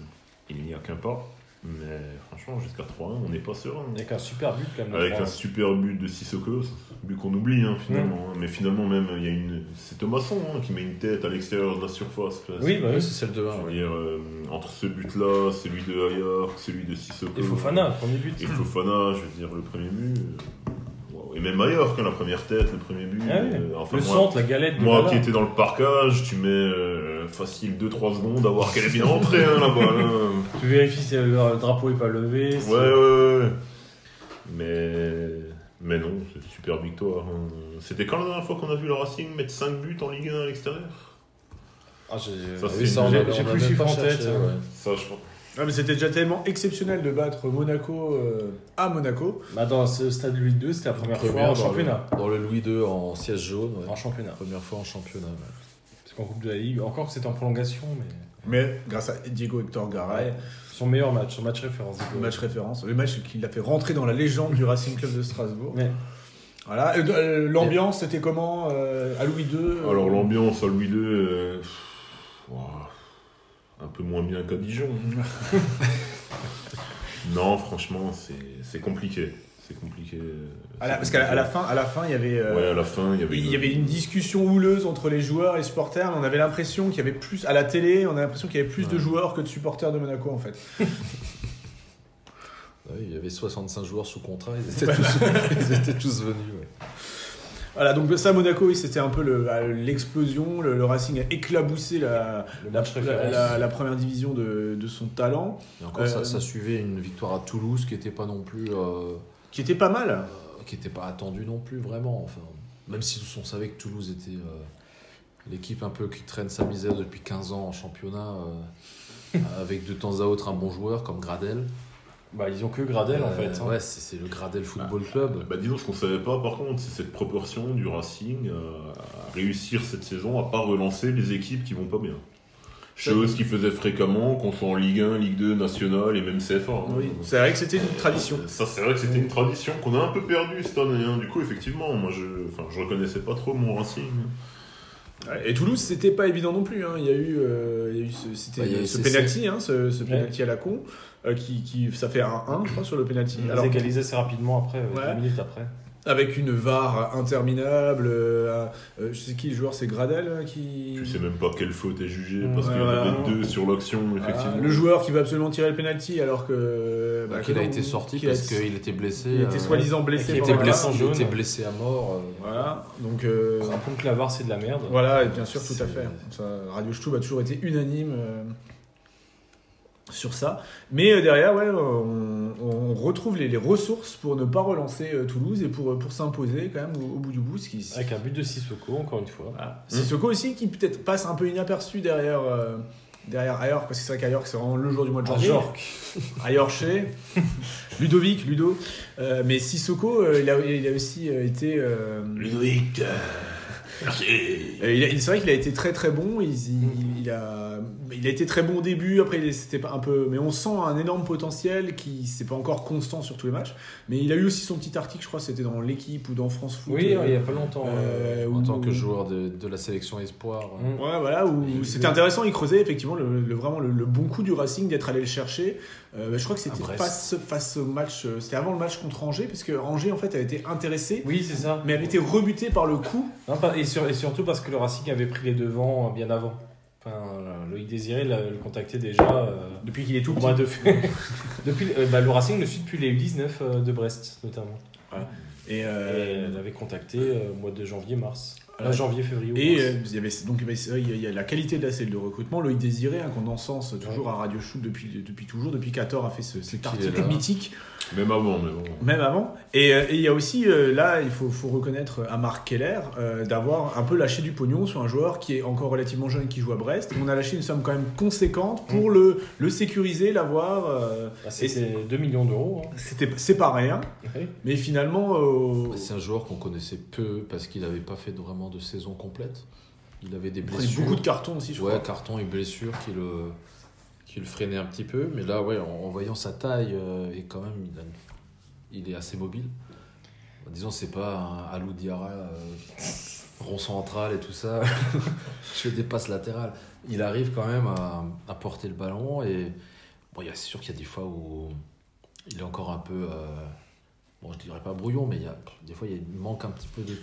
[SPEAKER 4] il n'y a qu'un pas. Mais franchement, jusqu'à 3-1, on n'est pas serein.
[SPEAKER 2] Avec un super but, quand même.
[SPEAKER 4] Avec
[SPEAKER 2] Enfin,
[SPEAKER 4] un super but de Sissoko, but qu'on oublie hein, finalement. hein. Mais finalement, même, il y a une. C'est Thomasson hein, qui met une tête à l'extérieur de la surface. parce
[SPEAKER 2] Oui,
[SPEAKER 4] que,
[SPEAKER 2] bah oui.
[SPEAKER 3] c'est celle de
[SPEAKER 4] je
[SPEAKER 3] 1.
[SPEAKER 4] veux dire, euh, entre ce but-là, celui de Ayork, celui de Sissoko.
[SPEAKER 2] Et Fofana, premier but.
[SPEAKER 4] Et Fofana, je veux dire, le premier but. euh, waouh. Et même Ayork, hein, la première tête, le premier but.
[SPEAKER 2] Ah ouais.
[SPEAKER 4] euh, enfin,
[SPEAKER 2] le
[SPEAKER 4] moi,
[SPEAKER 2] centre, la galette de
[SPEAKER 4] Moi
[SPEAKER 2] Bala.
[SPEAKER 4] qui étais dans le parcage, tu mets euh, facile 2-3 secondes à voir qu'elle est bien rentrée hein, là-bas. hein.
[SPEAKER 2] Tu vérifies si le euh, drapeau n'est pas levé. si-
[SPEAKER 4] Ouais, ouais, ouais. Mais, mais non, c'est une super victoire. hein. C'était quand la dernière fois qu'on a vu le Racing mettre 5 buts en Ligue 1 à l'extérieur
[SPEAKER 2] Ah, j'ai-
[SPEAKER 4] Ça,
[SPEAKER 2] oui,
[SPEAKER 4] c'est
[SPEAKER 2] ça,
[SPEAKER 4] une-
[SPEAKER 2] on
[SPEAKER 4] j'ai-
[SPEAKER 2] avait- j'ai plus le chiffre en tête. euh,
[SPEAKER 4] Ça, je pense.
[SPEAKER 1] ah, mais c'était déjà tellement exceptionnel de battre Monaco euh, à Monaco.
[SPEAKER 2] Bah, dans ce stade Louis II, c'était la première, fois en championnat.
[SPEAKER 3] Dans le Louis II en siège jaune. ouais.
[SPEAKER 2] En championnat.
[SPEAKER 3] Première fois en championnat. ouais.
[SPEAKER 2] Parce qu'en Coupe de la Ligue, encore que c'était en prolongation, mais
[SPEAKER 1] Mais grâce à Diego Hector Garay,
[SPEAKER 2] son meilleur match, son match référence.
[SPEAKER 1] le match référence, le match qui l'a fait rentrer dans la légende du Racing Club de Strasbourg.
[SPEAKER 2] Ouais.
[SPEAKER 1] Voilà. Et, euh, L'ambiance, c'était comment euh, à Louis II euh,
[SPEAKER 4] Alors l'ambiance à Louis II, euh, pff, ouah, un peu moins bien qu'à Dijon. non, franchement, c'est c'est compliqué. C'est compliqué. euh,
[SPEAKER 1] à la-
[SPEAKER 4] c'est
[SPEAKER 1] parce qu'à la, à la
[SPEAKER 4] compliqué.
[SPEAKER 1] fin, à la fin, il y avait. euh,
[SPEAKER 4] Ouais, à la fin, il y avait
[SPEAKER 1] Il y avait une discussion houleuse entre les joueurs et les supporters, mais on avait l'impression qu'il y avait plus à la télé, on a l'impression qu'il y avait plus de
[SPEAKER 3] Ouais.
[SPEAKER 1] joueurs que de supporters de Monaco en fait.
[SPEAKER 3] Ouais, Ah il y avait 65 joueurs sous contrat, ils étaient tous, ils étaient tous venus. ouais.
[SPEAKER 1] Voilà, donc ça Monaco, oui, c'était un peu le- euh, l'explosion, le, le Racing a éclaboussé la,
[SPEAKER 2] Le
[SPEAKER 1] la,
[SPEAKER 2] match
[SPEAKER 1] la-
[SPEAKER 2] référence.
[SPEAKER 1] la- la première division de, de son talent,
[SPEAKER 3] Et encore,
[SPEAKER 1] Euh,
[SPEAKER 3] ça, ça suivait une victoire à Toulouse qui n'était pas non plus. euh,
[SPEAKER 1] qui était pas mal.
[SPEAKER 3] euh, qui n'était pas attendu non plus vraiment. Enfin, même si on savait que Toulouse était euh, l'équipe un peu qui traîne sa misère depuis 15 ans en championnat, euh, avec de temps à autre un bon joueur comme Gradel.
[SPEAKER 2] Bah, ils ont que Gradel, en
[SPEAKER 3] Euh,
[SPEAKER 2] fait. hein.
[SPEAKER 3] Ouais, c'est c'est le Gradel Football Club.
[SPEAKER 4] Bah disons ce qu'on savait pas par contre, c'est cette proportion du Racing euh, à réussir cette saison à pas relancer les équipes qui vont pas bien. Chose qu'ils faisaient fréquemment, qu'on soit en Ligue 1, Ligue 2, National et même CFA. hein.
[SPEAKER 1] Oui, c'est vrai que c'était une tradition.
[SPEAKER 4] Ça c'est vrai que c'était une tradition qu'on a un peu perdue cette année. hein. Du coup effectivement, moi je, enfin, je reconnaissais pas trop mon Racing.
[SPEAKER 1] Et Toulouse, c'était pas évident non plus. hein. Il y a eu, euh, il y a eu ce, c'était
[SPEAKER 3] Bah, il y a eu
[SPEAKER 1] ce
[SPEAKER 3] CC.
[SPEAKER 1] penalty, hein, ce, ce
[SPEAKER 2] Ouais.
[SPEAKER 1] penalty à la con, euh, qui, qui- ça fait un 1 je crois sur le penalty.
[SPEAKER 3] Mm.
[SPEAKER 2] Ils
[SPEAKER 1] Alors,
[SPEAKER 2] égalisaient assez rapidement après, euh,
[SPEAKER 1] Ouais.
[SPEAKER 2] deux minutes après.
[SPEAKER 1] Avec une VAR interminable. euh, euh, je sais qui le joueur, c'est Gradel euh, qui.
[SPEAKER 4] Tu sais même pas quelle faute est jugée
[SPEAKER 2] Ouais,
[SPEAKER 4] parce qu'il y en
[SPEAKER 1] voilà.
[SPEAKER 4] avait deux sur l'action
[SPEAKER 1] Ah,
[SPEAKER 4] effectivement.
[SPEAKER 1] le joueur qui va absolument tirer le penalty alors que. bah,
[SPEAKER 3] Donc
[SPEAKER 1] que
[SPEAKER 3] il a
[SPEAKER 1] non,
[SPEAKER 3] été sorti
[SPEAKER 1] qu'il a-
[SPEAKER 3] parce qu'il était blessé.
[SPEAKER 1] Il était
[SPEAKER 3] euh,
[SPEAKER 1] soi-disant blessé.
[SPEAKER 2] Et qui
[SPEAKER 3] il
[SPEAKER 1] pendant
[SPEAKER 3] était
[SPEAKER 1] le
[SPEAKER 3] blessé,
[SPEAKER 1] match.
[SPEAKER 3] il
[SPEAKER 2] jaune.
[SPEAKER 3] était blessé à mort. euh.
[SPEAKER 1] Voilà. Donc. euh,
[SPEAKER 2] On compte que la VAR, c'est de la merde.
[SPEAKER 1] voilà, et bien sûr, tout à
[SPEAKER 3] C'est-
[SPEAKER 1] fait. Ça, Radio Stub a toujours été unanime euh, sur ça. Mais euh, derrière, ouais, on, on retrouve les, les ressources pour ne pas relancer euh, Toulouse et pour, pour s'imposer quand même au, au bout du bout, ce qui,
[SPEAKER 2] Avec un but de Sissoko, encore une fois.
[SPEAKER 1] Voilà. Sissoko aussi qui peut-être passe un peu inaperçu derrière, euh, derrière Ayork, parce que c'est vrai qu'Ayork, c'est vraiment le jour du mois de janvier.
[SPEAKER 2] Jork.
[SPEAKER 1] Ayorché, Ludovic, Ludo. Euh, mais Sissoko, euh, il, a, il a aussi euh, été. euh,
[SPEAKER 4] Ludovic Merci
[SPEAKER 1] euh, il a- il- c'est vrai qu'il a été très très bon. Il, il- il a, il a été très bon au début. Après, il est- c'était pas un peu. Mais on sent un énorme potentiel qui c'est pas encore constant sur tous les matchs. Mais il a eu aussi son petit article, je crois, c'était dans l'équipe ou dans France Foot.
[SPEAKER 2] Oui,
[SPEAKER 1] euh,
[SPEAKER 2] il y a pas longtemps.
[SPEAKER 1] euh,
[SPEAKER 3] En
[SPEAKER 1] où-
[SPEAKER 3] tant que joueur de, de la sélection espoir. euh,
[SPEAKER 2] Mm.
[SPEAKER 1] Ouais, voilà, où
[SPEAKER 3] Il-
[SPEAKER 1] c'était intéressant, il creusait effectivement le, le- vraiment le, le bon coup du Racing d'être allé le chercher. Euh, je crois que c'était
[SPEAKER 3] À Brest.
[SPEAKER 1] face, face au match, euh, c'était avant le match contre Angers, parce que Angers en fait avait été intéressé,
[SPEAKER 2] Oui, c'est ça.
[SPEAKER 1] mais avait été rebuté par le coup.
[SPEAKER 2] Non, pas- et, sur- et surtout parce que le Racing avait pris les devants euh, bien avant. Enfin, euh, Loïc Désiré l'a- le contactait déjà. euh,
[SPEAKER 1] Depuis qu'il est
[SPEAKER 2] au mois de fait. depuis, euh, bah, le Racing le suit depuis les U19 euh, de Brest, notamment.
[SPEAKER 1] Et,
[SPEAKER 2] Et
[SPEAKER 1] euh,
[SPEAKER 2] elle l'avait contacté euh, au mois de janvier-mars.
[SPEAKER 1] Ouais.
[SPEAKER 2] Là, janvier, février. ou
[SPEAKER 1] et
[SPEAKER 2] mars.
[SPEAKER 1] euh, il y avait donc il y avait- c'est vrai, il y a- il y a la qualité de la cellule de recrutement, Loïc Désiré, hein, qu'on encense toujours à Radio Shoot depuis, depuis toujours, depuis 14 a fait ce, cet
[SPEAKER 3] qu'il est
[SPEAKER 1] article
[SPEAKER 3] là.
[SPEAKER 1] mythique.
[SPEAKER 4] Même avant, mais bon.
[SPEAKER 1] Même avant. Et euh, et il y a aussi, euh, là, il faut, faut reconnaître à Marc Keller euh, d'avoir un peu lâché du pognon sur un joueur qui est encore relativement jeune, qui joue à Brest. On a lâché une somme quand même conséquente pour
[SPEAKER 3] Mm.
[SPEAKER 1] le, le sécuriser, l'avoir. euh,
[SPEAKER 2] Bah, C'était 2 millions d'euros. hein.
[SPEAKER 1] c'était c'est pas rien,
[SPEAKER 2] Ouais.
[SPEAKER 1] mais finalement. euh,
[SPEAKER 3] C'est un joueur qu'on connaissait peu parce qu'il n'avait pas fait de- vraiment de saison complète. Il avait des
[SPEAKER 1] il prenait
[SPEAKER 3] blessures.
[SPEAKER 1] beaucoup de cartons aussi, je
[SPEAKER 3] ouais,
[SPEAKER 1] crois.
[SPEAKER 3] carton et blessure qui le, qui le freinait un petit peu. Mais là, ouais, en, en voyant sa taille, euh, et quand même, il, a une- il est assez mobile. Disons, c'est pas un Alou Diarra, euh, rond central et tout ça. Je dépasse latéral. Il arrive quand même à, à porter le ballon. Et bon, il y a- c'est sûr qu'il y a des fois où il est encore un peu. euh, bon, je dirais pas brouillon, mais il y a, des fois, il manque un petit peu de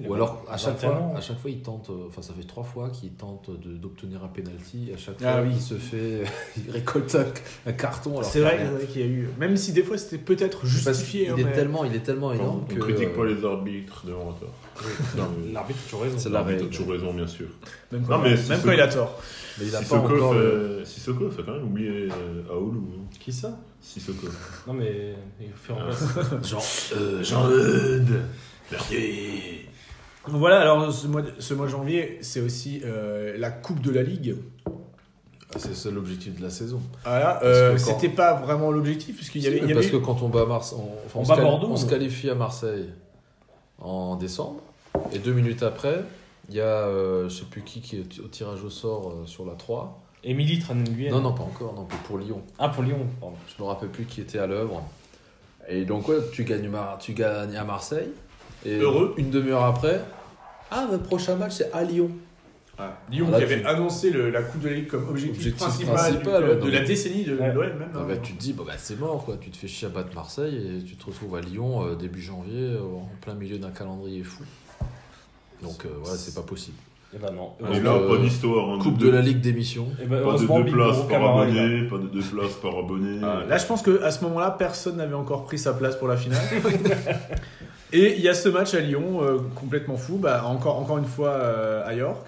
[SPEAKER 2] Il
[SPEAKER 3] ou
[SPEAKER 2] avait
[SPEAKER 3] alors, à chaque,
[SPEAKER 2] 21
[SPEAKER 3] fois,
[SPEAKER 2] ans.
[SPEAKER 3] à chaque fois, il tente, euh, enfin, ça fait trois fois qu'il tente de- d'obtenir un penalty. À chaque fois,
[SPEAKER 1] Ah oui.
[SPEAKER 3] il se fait, il récolte un, un carton. alors
[SPEAKER 1] Oh, C'est
[SPEAKER 3] qu'il
[SPEAKER 1] vrai,
[SPEAKER 3] a-
[SPEAKER 1] c'est vrai qu'il y a eu. Même si des fois c'était peut-être
[SPEAKER 3] je sais pas,
[SPEAKER 1] justifié. hein,
[SPEAKER 3] il, est
[SPEAKER 1] mais-
[SPEAKER 3] tellement, il est tellement énorme
[SPEAKER 4] on
[SPEAKER 3] que.
[SPEAKER 4] critique pas les arbitres devant tort.
[SPEAKER 2] L'arbitre, a toujours raison.
[SPEAKER 3] C'est la
[SPEAKER 4] L'arbitre a
[SPEAKER 3] règle.
[SPEAKER 4] toujours raison, bien sûr.
[SPEAKER 1] Même quand,
[SPEAKER 4] Non, mais si
[SPEAKER 1] même
[SPEAKER 4] ce-
[SPEAKER 1] quand il a tort.
[SPEAKER 3] Mais il a pas
[SPEAKER 4] Sissoko,
[SPEAKER 3] encore.
[SPEAKER 4] fait-
[SPEAKER 3] le-
[SPEAKER 4] Sissoko fait euh, quand même oublier euh, Aoulou. hein.
[SPEAKER 2] Qui ça
[SPEAKER 4] Sissoko.
[SPEAKER 2] Non, mais il fait en
[SPEAKER 4] Ah.
[SPEAKER 2] place.
[SPEAKER 3] Genre, euh, genre,
[SPEAKER 4] Jean-Eudes Merci
[SPEAKER 1] Donc voilà, alors ce mois de, ce mois de janvier, c'est aussi euh, la Coupe de la Ligue.
[SPEAKER 3] ah, c'est ça l'objectif de la saison.
[SPEAKER 1] Voilà,
[SPEAKER 3] Parce
[SPEAKER 1] euh,
[SPEAKER 3] que quand-
[SPEAKER 1] c'était pas vraiment l'objectif, puisqu'il y avait. il y
[SPEAKER 3] parce
[SPEAKER 1] avait-
[SPEAKER 3] que quand on bat Marseille, on, enfin,
[SPEAKER 2] On
[SPEAKER 3] on
[SPEAKER 2] bat
[SPEAKER 3] se quali-
[SPEAKER 2] Bordeaux,
[SPEAKER 3] on se
[SPEAKER 2] mais-
[SPEAKER 1] hein.
[SPEAKER 3] qualifie à Marseille en décembre. Et deux minutes après, il y a, euh, je sais plus qui, qui est au tirage au sort euh, sur la 3.
[SPEAKER 2] Émilie Tranenguyen.
[SPEAKER 3] Non, non, pas encore, non, pour Lyon.
[SPEAKER 2] Ah, pour Lyon, pardon.
[SPEAKER 3] Je me rappelle plus qui était à l'œuvre. Et donc, ouais, tu gagnes, Mar- tu gagnes à Marseille. Et
[SPEAKER 1] Heureux.
[SPEAKER 3] Une demi-heure après, ah, le prochain match, c'est à Lyon.
[SPEAKER 1] Ah, Lyon
[SPEAKER 3] Voilà,
[SPEAKER 1] qui avait
[SPEAKER 3] tu-
[SPEAKER 1] annoncé le- la Coupe de la Ligue comme objectif,
[SPEAKER 3] Objectif
[SPEAKER 1] principal,
[SPEAKER 3] principal,
[SPEAKER 1] du-
[SPEAKER 3] ouais,
[SPEAKER 1] de
[SPEAKER 3] non,
[SPEAKER 1] la
[SPEAKER 3] mais-
[SPEAKER 1] décennie de
[SPEAKER 2] Ouais.
[SPEAKER 1] l'OM même.
[SPEAKER 3] Ah
[SPEAKER 1] hein.
[SPEAKER 3] bah, tu te dis, bon, bah, c'est mort, quoi. Tu te fais chier à battre Marseille et tu te retrouves à Lyon euh, début janvier, euh, en plein milieu d'un calendrier fou. Donc, euh, voilà, c'est pas possible.
[SPEAKER 2] Eh ben non.
[SPEAKER 3] Ah,
[SPEAKER 4] Et
[SPEAKER 3] Donc,
[SPEAKER 4] là,
[SPEAKER 3] euh,
[SPEAKER 4] pas d'histoire. hein,
[SPEAKER 3] Coupe de la Ligue d'émission.
[SPEAKER 2] Eh ben,
[SPEAKER 4] Pas de
[SPEAKER 2] heureusement,
[SPEAKER 4] deux
[SPEAKER 2] Big
[SPEAKER 4] places
[SPEAKER 2] Bro
[SPEAKER 4] par
[SPEAKER 2] Camara, il a-
[SPEAKER 4] abonné, pas de deux places par abonné.
[SPEAKER 1] Ah, Là, je pense que à ce moment-là, personne n'avait encore pris sa place pour la finale. Et il y a ce match à Lyon, euh, complètement fou, bah, encore, encore une fois euh, à York.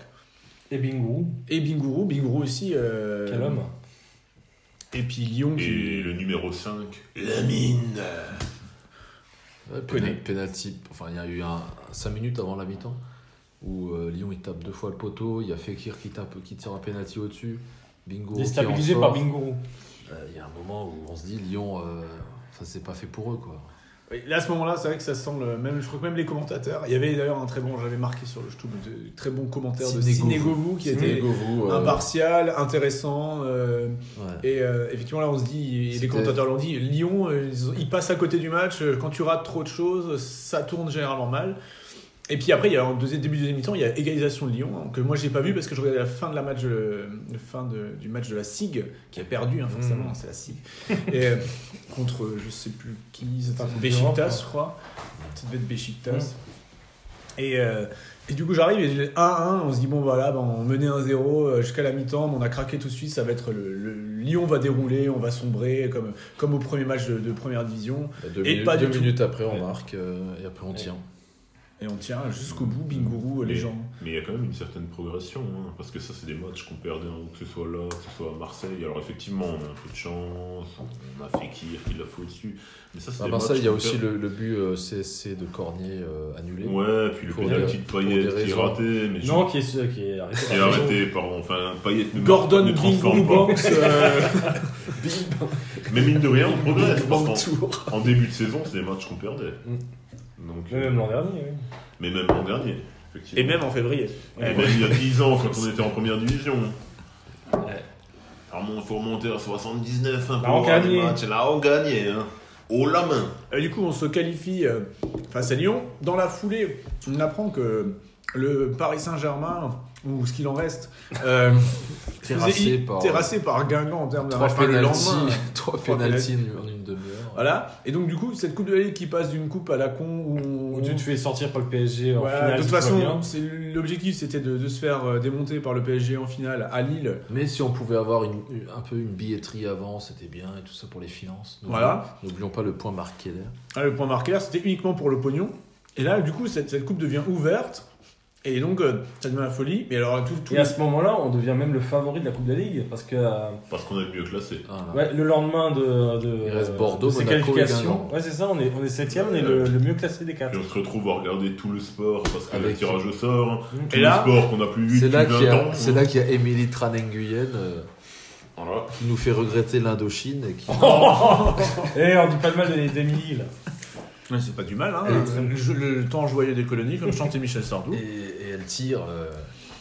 [SPEAKER 2] Et Bingourou,
[SPEAKER 1] Et Bingourou, Bingourou aussi. euh,
[SPEAKER 2] quel homme.
[SPEAKER 1] Et puis Lyon qui.
[SPEAKER 4] Et le numéro 5, Lamine
[SPEAKER 3] Ouais,
[SPEAKER 1] Connais.
[SPEAKER 3] pénal- penalty. Enfin, il y a eu un 5 minutes avant la mi-temps où euh, Lyon il tape deux fois le poteau. Il y a Fekir qui tape, qui tire un penalty au-dessus. Bingo. qui en
[SPEAKER 2] Déstabilisé
[SPEAKER 3] sort.
[SPEAKER 2] par Bingourou.
[SPEAKER 3] Euh, Il y a un moment où on se dit Lyon, euh, ça c'est pas fait pour eux quoi.
[SPEAKER 1] Oui, Là, à ce moment-là, c'est vrai que ça semble. Même, je crois que même les commentateurs. Il y avait d'ailleurs un très bon, j'avais marqué sur le Stub, de- très bon commentaire de
[SPEAKER 3] Sinégovou.
[SPEAKER 1] Sinégovou qui était Ah,
[SPEAKER 3] Gourou, euh,
[SPEAKER 1] bah. impartial, intéressant. euh,
[SPEAKER 3] ouais.
[SPEAKER 1] Et euh, effectivement, là, on se dit, et les
[SPEAKER 3] C'était-
[SPEAKER 1] commentateurs l'ont dit, Lyon, euh, ils, ont- ils passent à côté du match. euh, Quand tu rates trop de choses, ça tourne généralement mal. Et puis après, il y a en deuxième, début deuxième mi-temps, il y a égalisation de Lyon, hein, que moi j'ai pas vu parce que je regardais la fin de la match, euh, la fin de- du match de la SIG, qui a perdu, hein, forcément,
[SPEAKER 2] Mm.
[SPEAKER 1] c'est la SIG. Et, euh, contre, euh, je sais plus qui, c'était
[SPEAKER 2] C'était
[SPEAKER 1] Besiktas,
[SPEAKER 2] l'Europe,
[SPEAKER 1] je crois. Ça devait être Besiktas.
[SPEAKER 2] Mm.
[SPEAKER 1] Et, euh, et du coup, j'arrive et j'ai 1-1. On se dit, bon, voilà, ben, on menait 1-0 euh, jusqu'à la mi-temps. mais On a craqué tout de suite. Ça va être le, le- Lyon va dérouler, on va sombrer comme, comme au premier match de, de première division.
[SPEAKER 3] Bah, deux
[SPEAKER 1] et
[SPEAKER 3] minutes,
[SPEAKER 1] pas du
[SPEAKER 3] deux
[SPEAKER 1] tout.
[SPEAKER 3] minutes après on
[SPEAKER 2] Ouais.
[SPEAKER 3] marque euh, et après on
[SPEAKER 2] Ouais.
[SPEAKER 3] tient.
[SPEAKER 1] Et on tient jusqu'au bout, Bingourou, les
[SPEAKER 4] Mais-
[SPEAKER 1] gens.
[SPEAKER 4] Mais il y a quand même une certaine progression, hein, parce que ça, c'est des matchs qu'on perdait, hein, que ce soit là, que ce soit à Marseille. Alors, effectivement, on a un peu de chance, on a Fekir qui l'a faux dessus. Mais ça, c'est
[SPEAKER 3] À
[SPEAKER 4] des
[SPEAKER 3] Marseille, il y a
[SPEAKER 4] matchs qu'on
[SPEAKER 3] aussi
[SPEAKER 4] perd-
[SPEAKER 3] le, le but euh, CSC de Cornier euh, annulé.
[SPEAKER 4] Ouais, puis le
[SPEAKER 3] Pour
[SPEAKER 4] pénalty
[SPEAKER 3] des-
[SPEAKER 4] de
[SPEAKER 3] pour des
[SPEAKER 4] Payet qui est
[SPEAKER 3] raisons.
[SPEAKER 4] raté, mais
[SPEAKER 2] Non, qui est, qui est arrêté.
[SPEAKER 4] je- qui
[SPEAKER 2] par
[SPEAKER 4] est
[SPEAKER 2] la maison.
[SPEAKER 4] arrêté, pardon. Enfin, Payet ne,
[SPEAKER 1] Gordon
[SPEAKER 4] ne
[SPEAKER 1] Bingourou
[SPEAKER 4] transforme pas.
[SPEAKER 1] Box. euh,
[SPEAKER 3] hein.
[SPEAKER 4] Mais mine de rien, on progresse. parce qu'en-
[SPEAKER 1] Bantour.
[SPEAKER 4] en début de saison, c'est des matchs qu'on perdait.
[SPEAKER 2] Mm.
[SPEAKER 4] Donc, euh,
[SPEAKER 2] Mais Même l'an dernier, oui.
[SPEAKER 4] mais même l'an dernier,
[SPEAKER 1] Et
[SPEAKER 4] effectivement.
[SPEAKER 1] même eh ben, en février.
[SPEAKER 3] Eh
[SPEAKER 4] Et
[SPEAKER 3] ben,
[SPEAKER 4] même il y a 10 ans, quand on était en première division. Alors, il faut remonter à 79 hein,
[SPEAKER 2] Là,
[SPEAKER 4] pour
[SPEAKER 2] on
[SPEAKER 4] avoir des
[SPEAKER 2] gagnait.
[SPEAKER 4] matchs. Là, on gagnait. Hein. Haut la main.
[SPEAKER 1] Et Euh, du coup, on se qualifie euh, face à Lyon. Dans la foulée, on apprend que le Paris Saint-Germain, ou ce qu'il en reste, euh,
[SPEAKER 3] Terrassé
[SPEAKER 1] faisait-
[SPEAKER 3] par-
[SPEAKER 1] terrassé par Guingamp en termes de
[SPEAKER 3] Trois
[SPEAKER 1] enfin, le
[SPEAKER 3] pénaltys,
[SPEAKER 1] lendemain.
[SPEAKER 3] trois
[SPEAKER 1] Trois
[SPEAKER 3] pénaltys en une demi-heure.
[SPEAKER 1] Voilà. Et donc, du coup, cette Coupe de la Ligue qui passe d'une coupe à la con où on-
[SPEAKER 2] Ou tu te fais sortir par le PSG en
[SPEAKER 1] Voilà,
[SPEAKER 2] finale.
[SPEAKER 1] de toute
[SPEAKER 2] si tout va bien.
[SPEAKER 1] façon, c'est- l'objectif c'était de, de se faire euh, démonter par le PSG en finale à Lille.
[SPEAKER 3] Mais si on pouvait avoir une- une- un peu une billetterie avant, c'était bien et tout ça pour les finances. N'oublions-
[SPEAKER 1] Voilà.
[SPEAKER 3] N'oublions pas le point marqué là.
[SPEAKER 1] Ah, le point marqué là, c'était uniquement pour le pognon. Et là, du coup, cette, cette coupe devient ouverte. Et donc, euh, ça devient la folie. Mais alors, tout, tout
[SPEAKER 2] Et à ce moment-là, on devient même le favori de la Coupe de la Ligue. Parce que euh,
[SPEAKER 4] Parce qu'on est le mieux classé.
[SPEAKER 3] Ah, là.
[SPEAKER 2] ouais, le lendemain de, de,
[SPEAKER 3] Il reste Bordeaux,
[SPEAKER 2] de ces
[SPEAKER 3] Monaco et
[SPEAKER 2] qualifications,
[SPEAKER 3] Guingamp.
[SPEAKER 2] ouais, c'est ça, on est, on est septième, on est le, le mieux classé des quatre.
[SPEAKER 4] Puis on se retrouve à regarder tout le sport parce que le
[SPEAKER 3] Avec-
[SPEAKER 4] tirage au sort,
[SPEAKER 2] Mm.
[SPEAKER 4] tout
[SPEAKER 1] Et
[SPEAKER 4] le
[SPEAKER 1] là,
[SPEAKER 4] sport qu'on a plus vu
[SPEAKER 3] C'est
[SPEAKER 4] depuis
[SPEAKER 3] là
[SPEAKER 4] 20
[SPEAKER 3] qu'il y
[SPEAKER 4] ans.
[SPEAKER 3] a- c'est là qu'il y a Émilie Tranenguyen euh,
[SPEAKER 4] Voilà.
[SPEAKER 3] qui nous fait regretter l'Indochine et qui.
[SPEAKER 2] Eh, on dit pas de mal des- d'Emilie, là.
[SPEAKER 1] Mais c'est pas du mal, hein.
[SPEAKER 2] Et-
[SPEAKER 1] Le, jeu- le temps joyeux des colonies, comme chantait Michel Sardou.
[SPEAKER 3] Et, et elle tire. euh,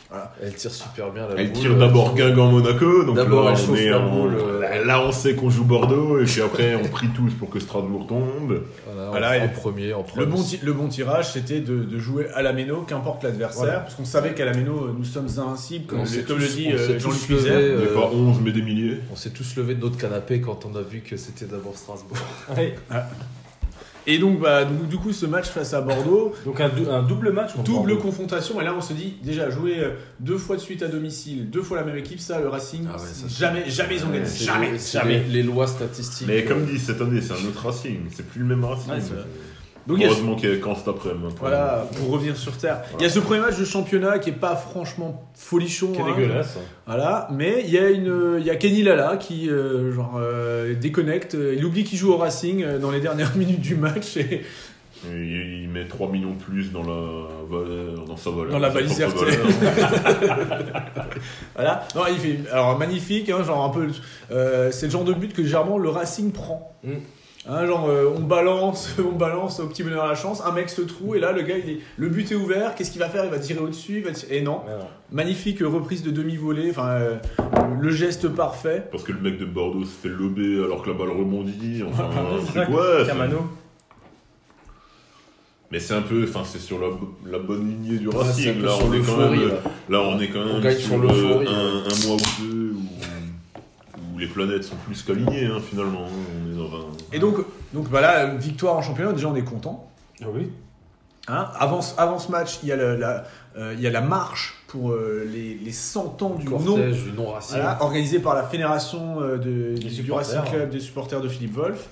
[SPEAKER 3] voilà, Elle tire super bien la
[SPEAKER 4] Elle
[SPEAKER 3] boule,
[SPEAKER 4] tire
[SPEAKER 3] euh,
[SPEAKER 4] d'abord Guingamp Monaco, donc
[SPEAKER 3] D'abord,
[SPEAKER 4] là,
[SPEAKER 3] elle
[SPEAKER 4] on
[SPEAKER 3] chauffe
[SPEAKER 4] est
[SPEAKER 3] la
[SPEAKER 4] en-
[SPEAKER 3] boule, euh.
[SPEAKER 4] là, là, on sait qu'on joue Bordeaux, et puis après on prie tous pour que Strasbourg tombe.
[SPEAKER 3] Voilà, en-
[SPEAKER 1] Voilà,
[SPEAKER 3] en,
[SPEAKER 1] et-
[SPEAKER 3] premier, en
[SPEAKER 1] Le
[SPEAKER 3] premier.
[SPEAKER 1] bon, ti- le bon tirage, c'était de, de jouer à la méno, qu'importe l'adversaire.
[SPEAKER 2] Voilà.
[SPEAKER 1] Parce qu'on savait qu'à la méno, euh, nous sommes invincibles, comme,
[SPEAKER 3] On
[SPEAKER 1] le-
[SPEAKER 3] s'est
[SPEAKER 1] comme
[SPEAKER 3] tous-
[SPEAKER 1] le dit
[SPEAKER 3] on s'est
[SPEAKER 1] euh,
[SPEAKER 3] tous
[SPEAKER 1] Jean-Luc
[SPEAKER 3] levés,
[SPEAKER 1] Luzet.
[SPEAKER 4] On n'est
[SPEAKER 3] Euh.
[SPEAKER 4] pas 11, mais des milliers.
[SPEAKER 3] On s'est tous levé de notre canapé quand on a vu que c'était d'abord Strasbourg.
[SPEAKER 2] Ouais.
[SPEAKER 1] Et donc, bah, du, du coup, ce match face à Bordeaux,
[SPEAKER 2] Donc un, dou- un double match. on
[SPEAKER 1] double
[SPEAKER 2] parle.
[SPEAKER 1] confrontation. Et là, on se dit, déjà, jouer euh, deux fois de suite à domicile, deux fois la même équipe, ça, le Racing,
[SPEAKER 3] Ah ouais, ça, c'est-
[SPEAKER 1] jamais, jamais ils ont gagné.
[SPEAKER 3] C'est
[SPEAKER 1] Jamais,
[SPEAKER 3] les- c'est
[SPEAKER 1] jamais.
[SPEAKER 3] Les, les lois statistiques.
[SPEAKER 4] Mais
[SPEAKER 3] euh,
[SPEAKER 4] comme dit cette année, c'est un autre Racing, c'est plus le même Racing.
[SPEAKER 1] Ouais, c'est vrai. Donc, il y a ce-
[SPEAKER 4] Heureusement qu'il y a quand cet après-midi. hein, pour
[SPEAKER 1] Voilà, pour revenir sur Terre. Il y a ce premier match de championnat qui est pas franchement folichon.
[SPEAKER 2] Qui est
[SPEAKER 1] hein.
[SPEAKER 2] dégueulasse.
[SPEAKER 1] Voilà, mais il y a une, il y a Kenny Lala qui euh, genre euh, déconnecte, euh, il oublie qu'il joue au Racing euh, dans les dernières minutes du match et
[SPEAKER 4] nous. Il, il met 3 millions de plus dans la valeur, dans sa valeur.
[SPEAKER 1] Dans la
[SPEAKER 4] sa
[SPEAKER 1] balise
[SPEAKER 4] propre
[SPEAKER 1] RTL.
[SPEAKER 4] valeur.
[SPEAKER 1] voilà. Non, il fait alors magnifique, hein, genre un peu, euh, c'est le genre de but que généralement le Racing prend.
[SPEAKER 2] Mm.
[SPEAKER 1] Hein, genre euh, on balance, on balance au petit bonheur à la chance, un mec se trouve et là le gars il est, le but est ouvert, qu'est-ce qu'il va faire Il va tirer au-dessus, il va tirer- et non.
[SPEAKER 2] Voilà.
[SPEAKER 1] Magnifique reprise de demi-volée, enfin euh, le geste parfait.
[SPEAKER 4] Parce que le mec de Bordeaux se fait lober alors que la balle rebondit. Enfin,
[SPEAKER 3] Ah,
[SPEAKER 4] un
[SPEAKER 2] C'est
[SPEAKER 4] truc,
[SPEAKER 2] ça,
[SPEAKER 4] ouais. c'est-
[SPEAKER 2] Camano.
[SPEAKER 4] Mais c'est un peu, enfin, c'est sur la, la bonne lignée du
[SPEAKER 3] ouais, c'est euh, un
[SPEAKER 4] Racing.
[SPEAKER 3] peu
[SPEAKER 4] Là,
[SPEAKER 3] sur euh,
[SPEAKER 4] on est quand
[SPEAKER 3] l'euphorie,
[SPEAKER 4] même. euh,
[SPEAKER 3] là.
[SPEAKER 4] Là, on est quand même
[SPEAKER 3] On gagne
[SPEAKER 4] sur,
[SPEAKER 3] sur l'euphorie,
[SPEAKER 4] euh, un, un mois ou deux où, où les planètes sont plus qu'alignées, hein, finalement. On est dans un...
[SPEAKER 1] Et donc, donc bah là, victoire en championnat, déjà on est content.
[SPEAKER 2] Ah Oui.
[SPEAKER 1] Hein avant, ce- avant ce match, il y a, le- la, euh, il y a la marche pour euh, les, les 100 ans du nom.
[SPEAKER 3] cortège du non-racisme.
[SPEAKER 1] Voilà, organisée par la fédération euh, de,
[SPEAKER 2] Des
[SPEAKER 1] du
[SPEAKER 2] supporters,
[SPEAKER 1] Racing Club
[SPEAKER 2] hein.
[SPEAKER 1] des supporters de Philippe Wolff.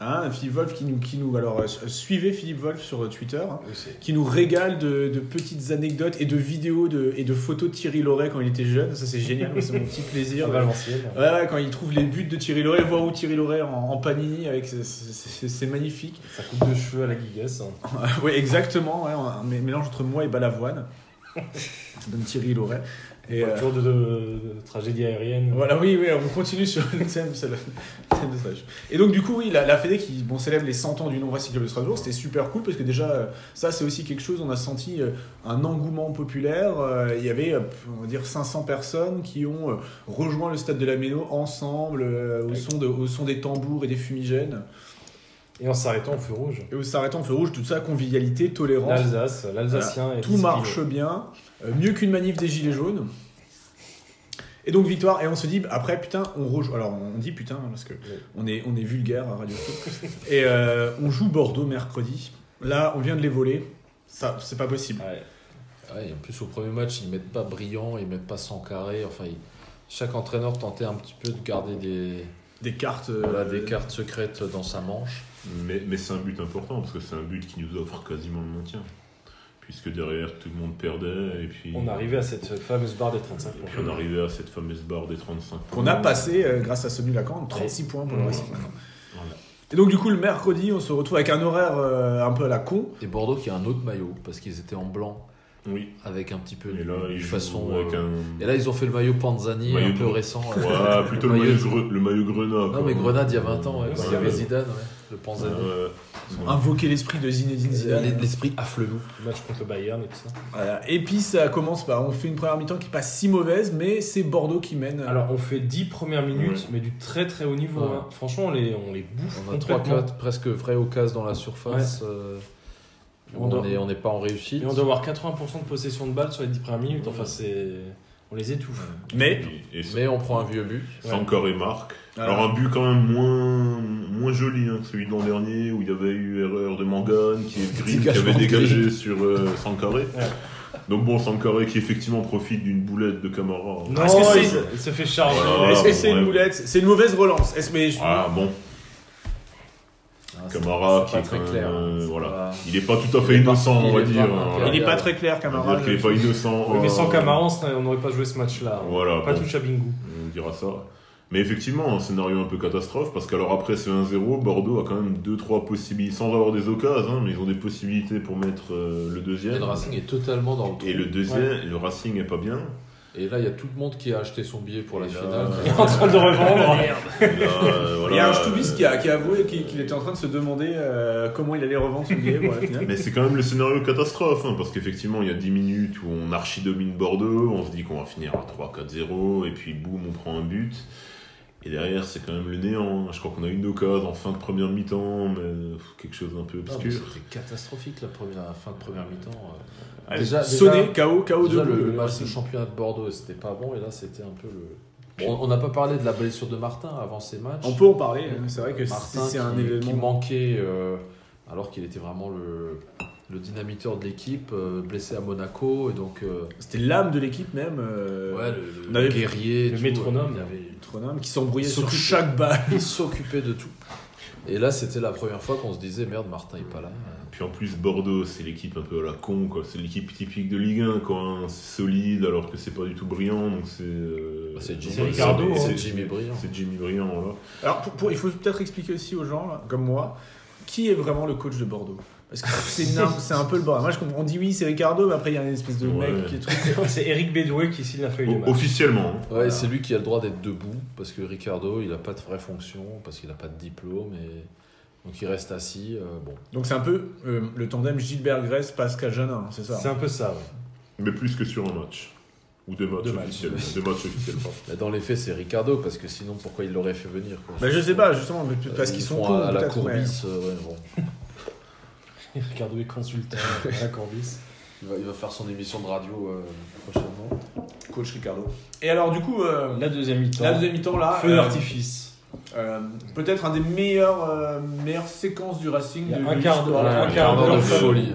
[SPEAKER 1] Hein, Philippe Wolff qui nous, qui nous alors euh, suivez Philippe Wolff sur euh, Twitter, hein,
[SPEAKER 2] Oui, c'est-
[SPEAKER 1] qui nous régale de, de petites anecdotes et de vidéos de, et de photos de Thierry Loret quand il était jeune. Ça c'est génial, c'est mon petit plaisir.
[SPEAKER 2] c'est Valenciennes.
[SPEAKER 1] Ouais, ouais, quand il trouve les buts de Thierry Loret, voir où Thierry Loret en, en panini, avec ses- ses- ses- c'est magnifique.
[SPEAKER 2] Sa coupe de cheveux à la Gigas. hein.
[SPEAKER 1] oui, exactement, ouais, un mé- mélange entre moi et Balavoine. Ça donne Thierry Loret. Et, euh,
[SPEAKER 2] Toujours de, de- de tragédie aérienne.
[SPEAKER 1] voilà, oui, oui, on continue sur le thème, c'est le le thème de Strasbourg. Et donc, du coup, oui, la, la Fédé qui bon, célèbre les 100 ans du non Racing Club de Strasbourg, c'était super cool parce que déjà, euh, ça, c'est aussi quelque chose, on a senti euh, un engouement populaire. euh, Il y avait, euh, on va dire, 500 personnes qui ont euh, rejoint le stade de la Méno ensemble euh, au, son de- au son des tambours et des fumigènes.
[SPEAKER 2] Et en s'arrêtant au feu rouge.
[SPEAKER 1] Et au s'arrêtant au feu rouge, tout ça, convivialité, tolérance.
[SPEAKER 2] L'Alsace, l'Alsacien. est
[SPEAKER 1] Tout
[SPEAKER 2] discipliné.
[SPEAKER 1] marche bien, euh, mieux qu'une manif des gilets jaunes. Et donc victoire, et on se dit bah, après putain on rejoue. Alors on dit putain hein, parce que on est on est vulgaire à Radio Foot. et euh, on joue Bordeaux mercredi. Là on vient de les voler, ça c'est pas possible.
[SPEAKER 2] Ouais.
[SPEAKER 3] Ouais, et en plus, au premier match, ils mettent pas brillant, ils mettent pas sans carré. Enfin, ils- chaque entraîneur tentait un petit peu de garder des,
[SPEAKER 1] Des cartes, euh,
[SPEAKER 3] voilà, Bah, des cartes secrètes dans sa manche.
[SPEAKER 4] Mais, mais c'est un but important parce que c'est un but qui nous offre quasiment le maintien. puisque derrière tout le monde perdait et puis
[SPEAKER 2] On arrivait à cette fameuse barre des 35
[SPEAKER 4] et
[SPEAKER 2] points.
[SPEAKER 4] puis on arrivait à cette fameuse barre des 35
[SPEAKER 1] Qu'on
[SPEAKER 4] points.
[SPEAKER 1] a passé euh, grâce à ce nul à Caen, 36 points pour le
[SPEAKER 2] Ouais.
[SPEAKER 1] Racing.
[SPEAKER 4] Voilà.
[SPEAKER 1] Et donc du coup le mercredi on se retrouve avec un horaire euh, un peu à la con.
[SPEAKER 3] Et Bordeaux qui a un autre maillot, parce qu'ils étaient en blanc,
[SPEAKER 4] Oui.
[SPEAKER 3] avec un petit peu
[SPEAKER 4] Et là,
[SPEAKER 3] de
[SPEAKER 4] ils
[SPEAKER 3] façon.
[SPEAKER 4] jouent avec
[SPEAKER 3] euh,
[SPEAKER 4] un.
[SPEAKER 3] Et là, ils ont fait le maillot Panzani,
[SPEAKER 4] Maillot
[SPEAKER 3] un peu
[SPEAKER 4] de-
[SPEAKER 3] récent.
[SPEAKER 4] Ouais,
[SPEAKER 3] euh,
[SPEAKER 4] plutôt le maillot, gre- le maillot Grenade.
[SPEAKER 3] Non,
[SPEAKER 4] quoi.
[SPEAKER 3] mais Grenade, il y a 20 ans, ouais, quand il y
[SPEAKER 4] Ouais.
[SPEAKER 3] avait Zidane, ouais, le
[SPEAKER 4] Ouais,
[SPEAKER 3] Panzani.
[SPEAKER 4] ouais.
[SPEAKER 1] Invoquer l'esprit de Zinedine Zidane.
[SPEAKER 3] L- L'esprit affle-nous.
[SPEAKER 2] Le match contre le Bayern et tout ça.
[SPEAKER 1] Voilà. Et puis ça commence par on fait une première mi-temps qui est pas si mauvaise mais c'est Bordeaux qui mène.
[SPEAKER 2] Alors, on fait 10 premières minutes,
[SPEAKER 4] Ouais.
[SPEAKER 2] mais du très très haut niveau.
[SPEAKER 3] Ouais.
[SPEAKER 2] hein. Franchement, on les, on les bouffe.
[SPEAKER 3] On a
[SPEAKER 2] complètement.
[SPEAKER 3] 3-4 presque vrai au casse dans la surface. euh,
[SPEAKER 2] On doit-
[SPEAKER 3] on est- on n'est pas en réussite.
[SPEAKER 2] Et on doit avoir 80% de possession de balles sur les 10 premières minutes. Enfin, c'est. On les étouffe.
[SPEAKER 1] mais
[SPEAKER 4] Et, et sans-
[SPEAKER 3] Mais on prend un vieux but.
[SPEAKER 4] sans corps et marque.
[SPEAKER 1] Alors-
[SPEAKER 4] Alors,
[SPEAKER 2] Ah.
[SPEAKER 4] un but quand même moins, moins joli hein, que celui de l'an dernier où il y avait eu erreur de Mangane qui est Green qui
[SPEAKER 3] Dégagement
[SPEAKER 4] avait
[SPEAKER 3] de
[SPEAKER 4] dégagé sur euh, Sankaré.
[SPEAKER 2] Ouais.
[SPEAKER 4] Donc bon, Sankaré qui effectivement profite d'une boulette de Camara.
[SPEAKER 2] Non,
[SPEAKER 1] Est-ce que c'est-
[SPEAKER 2] il, se- il se fait charger.
[SPEAKER 4] Voilà.
[SPEAKER 1] Est-ce que c'est
[SPEAKER 4] euh, ouais.
[SPEAKER 1] une boulette C'est une mauvaise relance. Est-ce mais je-
[SPEAKER 4] Ah bon,
[SPEAKER 3] Ah, c'est-
[SPEAKER 4] Camara
[SPEAKER 3] c'est
[SPEAKER 4] qui
[SPEAKER 3] pas
[SPEAKER 4] est
[SPEAKER 3] très
[SPEAKER 4] quand
[SPEAKER 3] clair. hein.
[SPEAKER 4] même, euh,
[SPEAKER 3] C'est
[SPEAKER 4] voilà.
[SPEAKER 3] pas-
[SPEAKER 4] Il est pas tout à fait
[SPEAKER 3] Il est pas-
[SPEAKER 4] innocent,
[SPEAKER 3] il
[SPEAKER 4] on va
[SPEAKER 3] est
[SPEAKER 4] dire.
[SPEAKER 3] pas-
[SPEAKER 4] hein,
[SPEAKER 3] il
[SPEAKER 4] voilà.
[SPEAKER 1] il n'est pas très clair
[SPEAKER 4] On va
[SPEAKER 1] Camara.
[SPEAKER 4] dire qu'il est pas innocent.
[SPEAKER 2] Oui, mais sans
[SPEAKER 4] euh,
[SPEAKER 2] Camara, on n'aurait pas joué ce match-là.
[SPEAKER 4] Voilà,
[SPEAKER 2] Pas
[SPEAKER 4] bon.
[SPEAKER 2] touché à Bingo.
[SPEAKER 4] On dira ça. Mais effectivement, un scénario un peu catastrophe, parce qu'alors après ce 1-0, Bordeaux a quand même 2-3 possibilités, sans avoir des occasions, hein, mais ils ont des possibilités pour mettre euh, le
[SPEAKER 3] Et
[SPEAKER 4] deuxième.
[SPEAKER 3] le Racing est totalement dans le trou.
[SPEAKER 4] Et le deuxième, le Racing est pas bien.
[SPEAKER 3] Et là, il y a tout le monde qui a acheté son billet pour la
[SPEAKER 4] Et là, euh,
[SPEAKER 3] finale.
[SPEAKER 2] Il est en train de revendre.
[SPEAKER 4] Et là, euh,
[SPEAKER 1] Il y a
[SPEAKER 4] voilà,
[SPEAKER 1] un Stubis qui a, qui a avoué qu'il qu'il était en train de se demander euh, comment il allait revendre son billet pour la finale.
[SPEAKER 4] Mais c'est quand même le scénario catastrophe, hein, parce qu'effectivement, il y a 10 minutes où on archi-domine Bordeaux, on se dit qu'on va finir à 3-4-0, et puis boum, on prend un but. Et derrière, c'est quand même le néant. Je crois qu'on a une occasion en fin de première mi-temps, mais euh, quelque chose d'un peu
[SPEAKER 3] Ah, mais
[SPEAKER 4] obscur.
[SPEAKER 3] C'était catastrophique la, première, la fin de première mi-temps. euh.
[SPEAKER 1] Allez,
[SPEAKER 3] Déjà-
[SPEAKER 1] sonné, KO, KO
[SPEAKER 3] Déjà,
[SPEAKER 1] de
[SPEAKER 3] le, le match de championnat de Bordeaux, c'était pas bon. Et là, c'était un peu le. Bon, on n'a pas parlé de la blessure de Martin avant ces matchs.
[SPEAKER 1] On peut en parler, hein. c'est vrai que c'est
[SPEAKER 3] Martin
[SPEAKER 1] c'est un
[SPEAKER 3] qui,
[SPEAKER 1] événement.
[SPEAKER 3] qui manquait euh, alors qu'il était vraiment le, le dynamiteur de l'équipe, euh, blessé à Monaco. Et donc, euh,
[SPEAKER 1] C'était l'âme de l'équipe même, euh,
[SPEAKER 3] ouais, le,
[SPEAKER 1] on avait-
[SPEAKER 3] guerrier, et
[SPEAKER 2] le
[SPEAKER 3] tout,
[SPEAKER 2] métronome.
[SPEAKER 3] euh, il,
[SPEAKER 1] le Tronhomme, qui s'embrouillait
[SPEAKER 3] Il
[SPEAKER 1] sur
[SPEAKER 3] s'occupe-
[SPEAKER 1] chaque balle.
[SPEAKER 3] avait- il s'occupait de tout. Et là, c'était la première fois qu'on se disait merde, Martin est pas là.
[SPEAKER 4] Puis en plus, Bordeaux, c'est l'équipe un peu à la con, quoi. C'est l'équipe typique de Ligue 1, quoi. hein. C'est solide, alors que c'est pas du tout brillant, donc c'est. euh,
[SPEAKER 3] Bah, c'est Jimmy,
[SPEAKER 2] C'est Ricardo,
[SPEAKER 3] c'est
[SPEAKER 2] hein.
[SPEAKER 3] Jimmy Briand.
[SPEAKER 4] C'est Jimmy Brillant, voilà.
[SPEAKER 1] Alors pour- pour- il faut peut-être expliquer aussi aux gens, là, comme moi, qui est vraiment le coach de Bordeaux parce que c'est nar- c'est un peu le bordel. Moi, je comprends- on dit oui, c'est Ricardo, mais après, il y a une espèce de
[SPEAKER 4] Ouais.
[SPEAKER 1] mec qui est truc.
[SPEAKER 2] C'est Eric Bédoué qui signe la feuille de
[SPEAKER 4] O-
[SPEAKER 2] match.
[SPEAKER 4] officiellement. hein.
[SPEAKER 3] Ouais, c'est lui qui a le droit d'être debout parce que Ricardo, il n'a pas de vraie fonction, parce qu'il n'a pas de diplôme et donc il reste assis. euh, bon,
[SPEAKER 1] Donc, c'est un peu euh, le tandem Gilbert-Grèce, Pascal Janin, c'est ça
[SPEAKER 2] C'est un peu ça, ouais.
[SPEAKER 4] Mais plus que sur un match. Ou deux matchs
[SPEAKER 3] Deux matchs.
[SPEAKER 4] officiels. Deux matchs officiels, pardon.
[SPEAKER 3] Mais dans les faits, c'est Ricardo parce que sinon, pourquoi il l'aurait fait venir quoi
[SPEAKER 1] Bah, je sais pas, justement, mais
[SPEAKER 3] Euh,
[SPEAKER 1] parce
[SPEAKER 3] ils
[SPEAKER 1] qu'ils sont
[SPEAKER 3] font
[SPEAKER 1] cons,
[SPEAKER 3] à, à la
[SPEAKER 1] peut-être, mais-
[SPEAKER 3] courbisse. euh, ouais, bon.
[SPEAKER 2] Ricardo est consultant à la Corbis.
[SPEAKER 3] il, va, il va faire son émission de radio euh, prochainement.
[SPEAKER 1] Coach Ricardo. Et alors, du coup, euh,
[SPEAKER 2] La deuxième mi-temps.
[SPEAKER 1] la deuxième mi-temps, là,
[SPEAKER 2] Feu
[SPEAKER 1] euh,
[SPEAKER 2] d'artifice.
[SPEAKER 1] euh, peut-être un des meilleurs, euh, meilleures séquences du Racing.
[SPEAKER 2] Il y a
[SPEAKER 1] de
[SPEAKER 2] un quart
[SPEAKER 1] l'histoire.
[SPEAKER 2] d'heure,
[SPEAKER 3] Voilà,
[SPEAKER 2] un
[SPEAKER 3] un
[SPEAKER 2] quart
[SPEAKER 3] quart d'heure de
[SPEAKER 4] d'heure.
[SPEAKER 3] folie.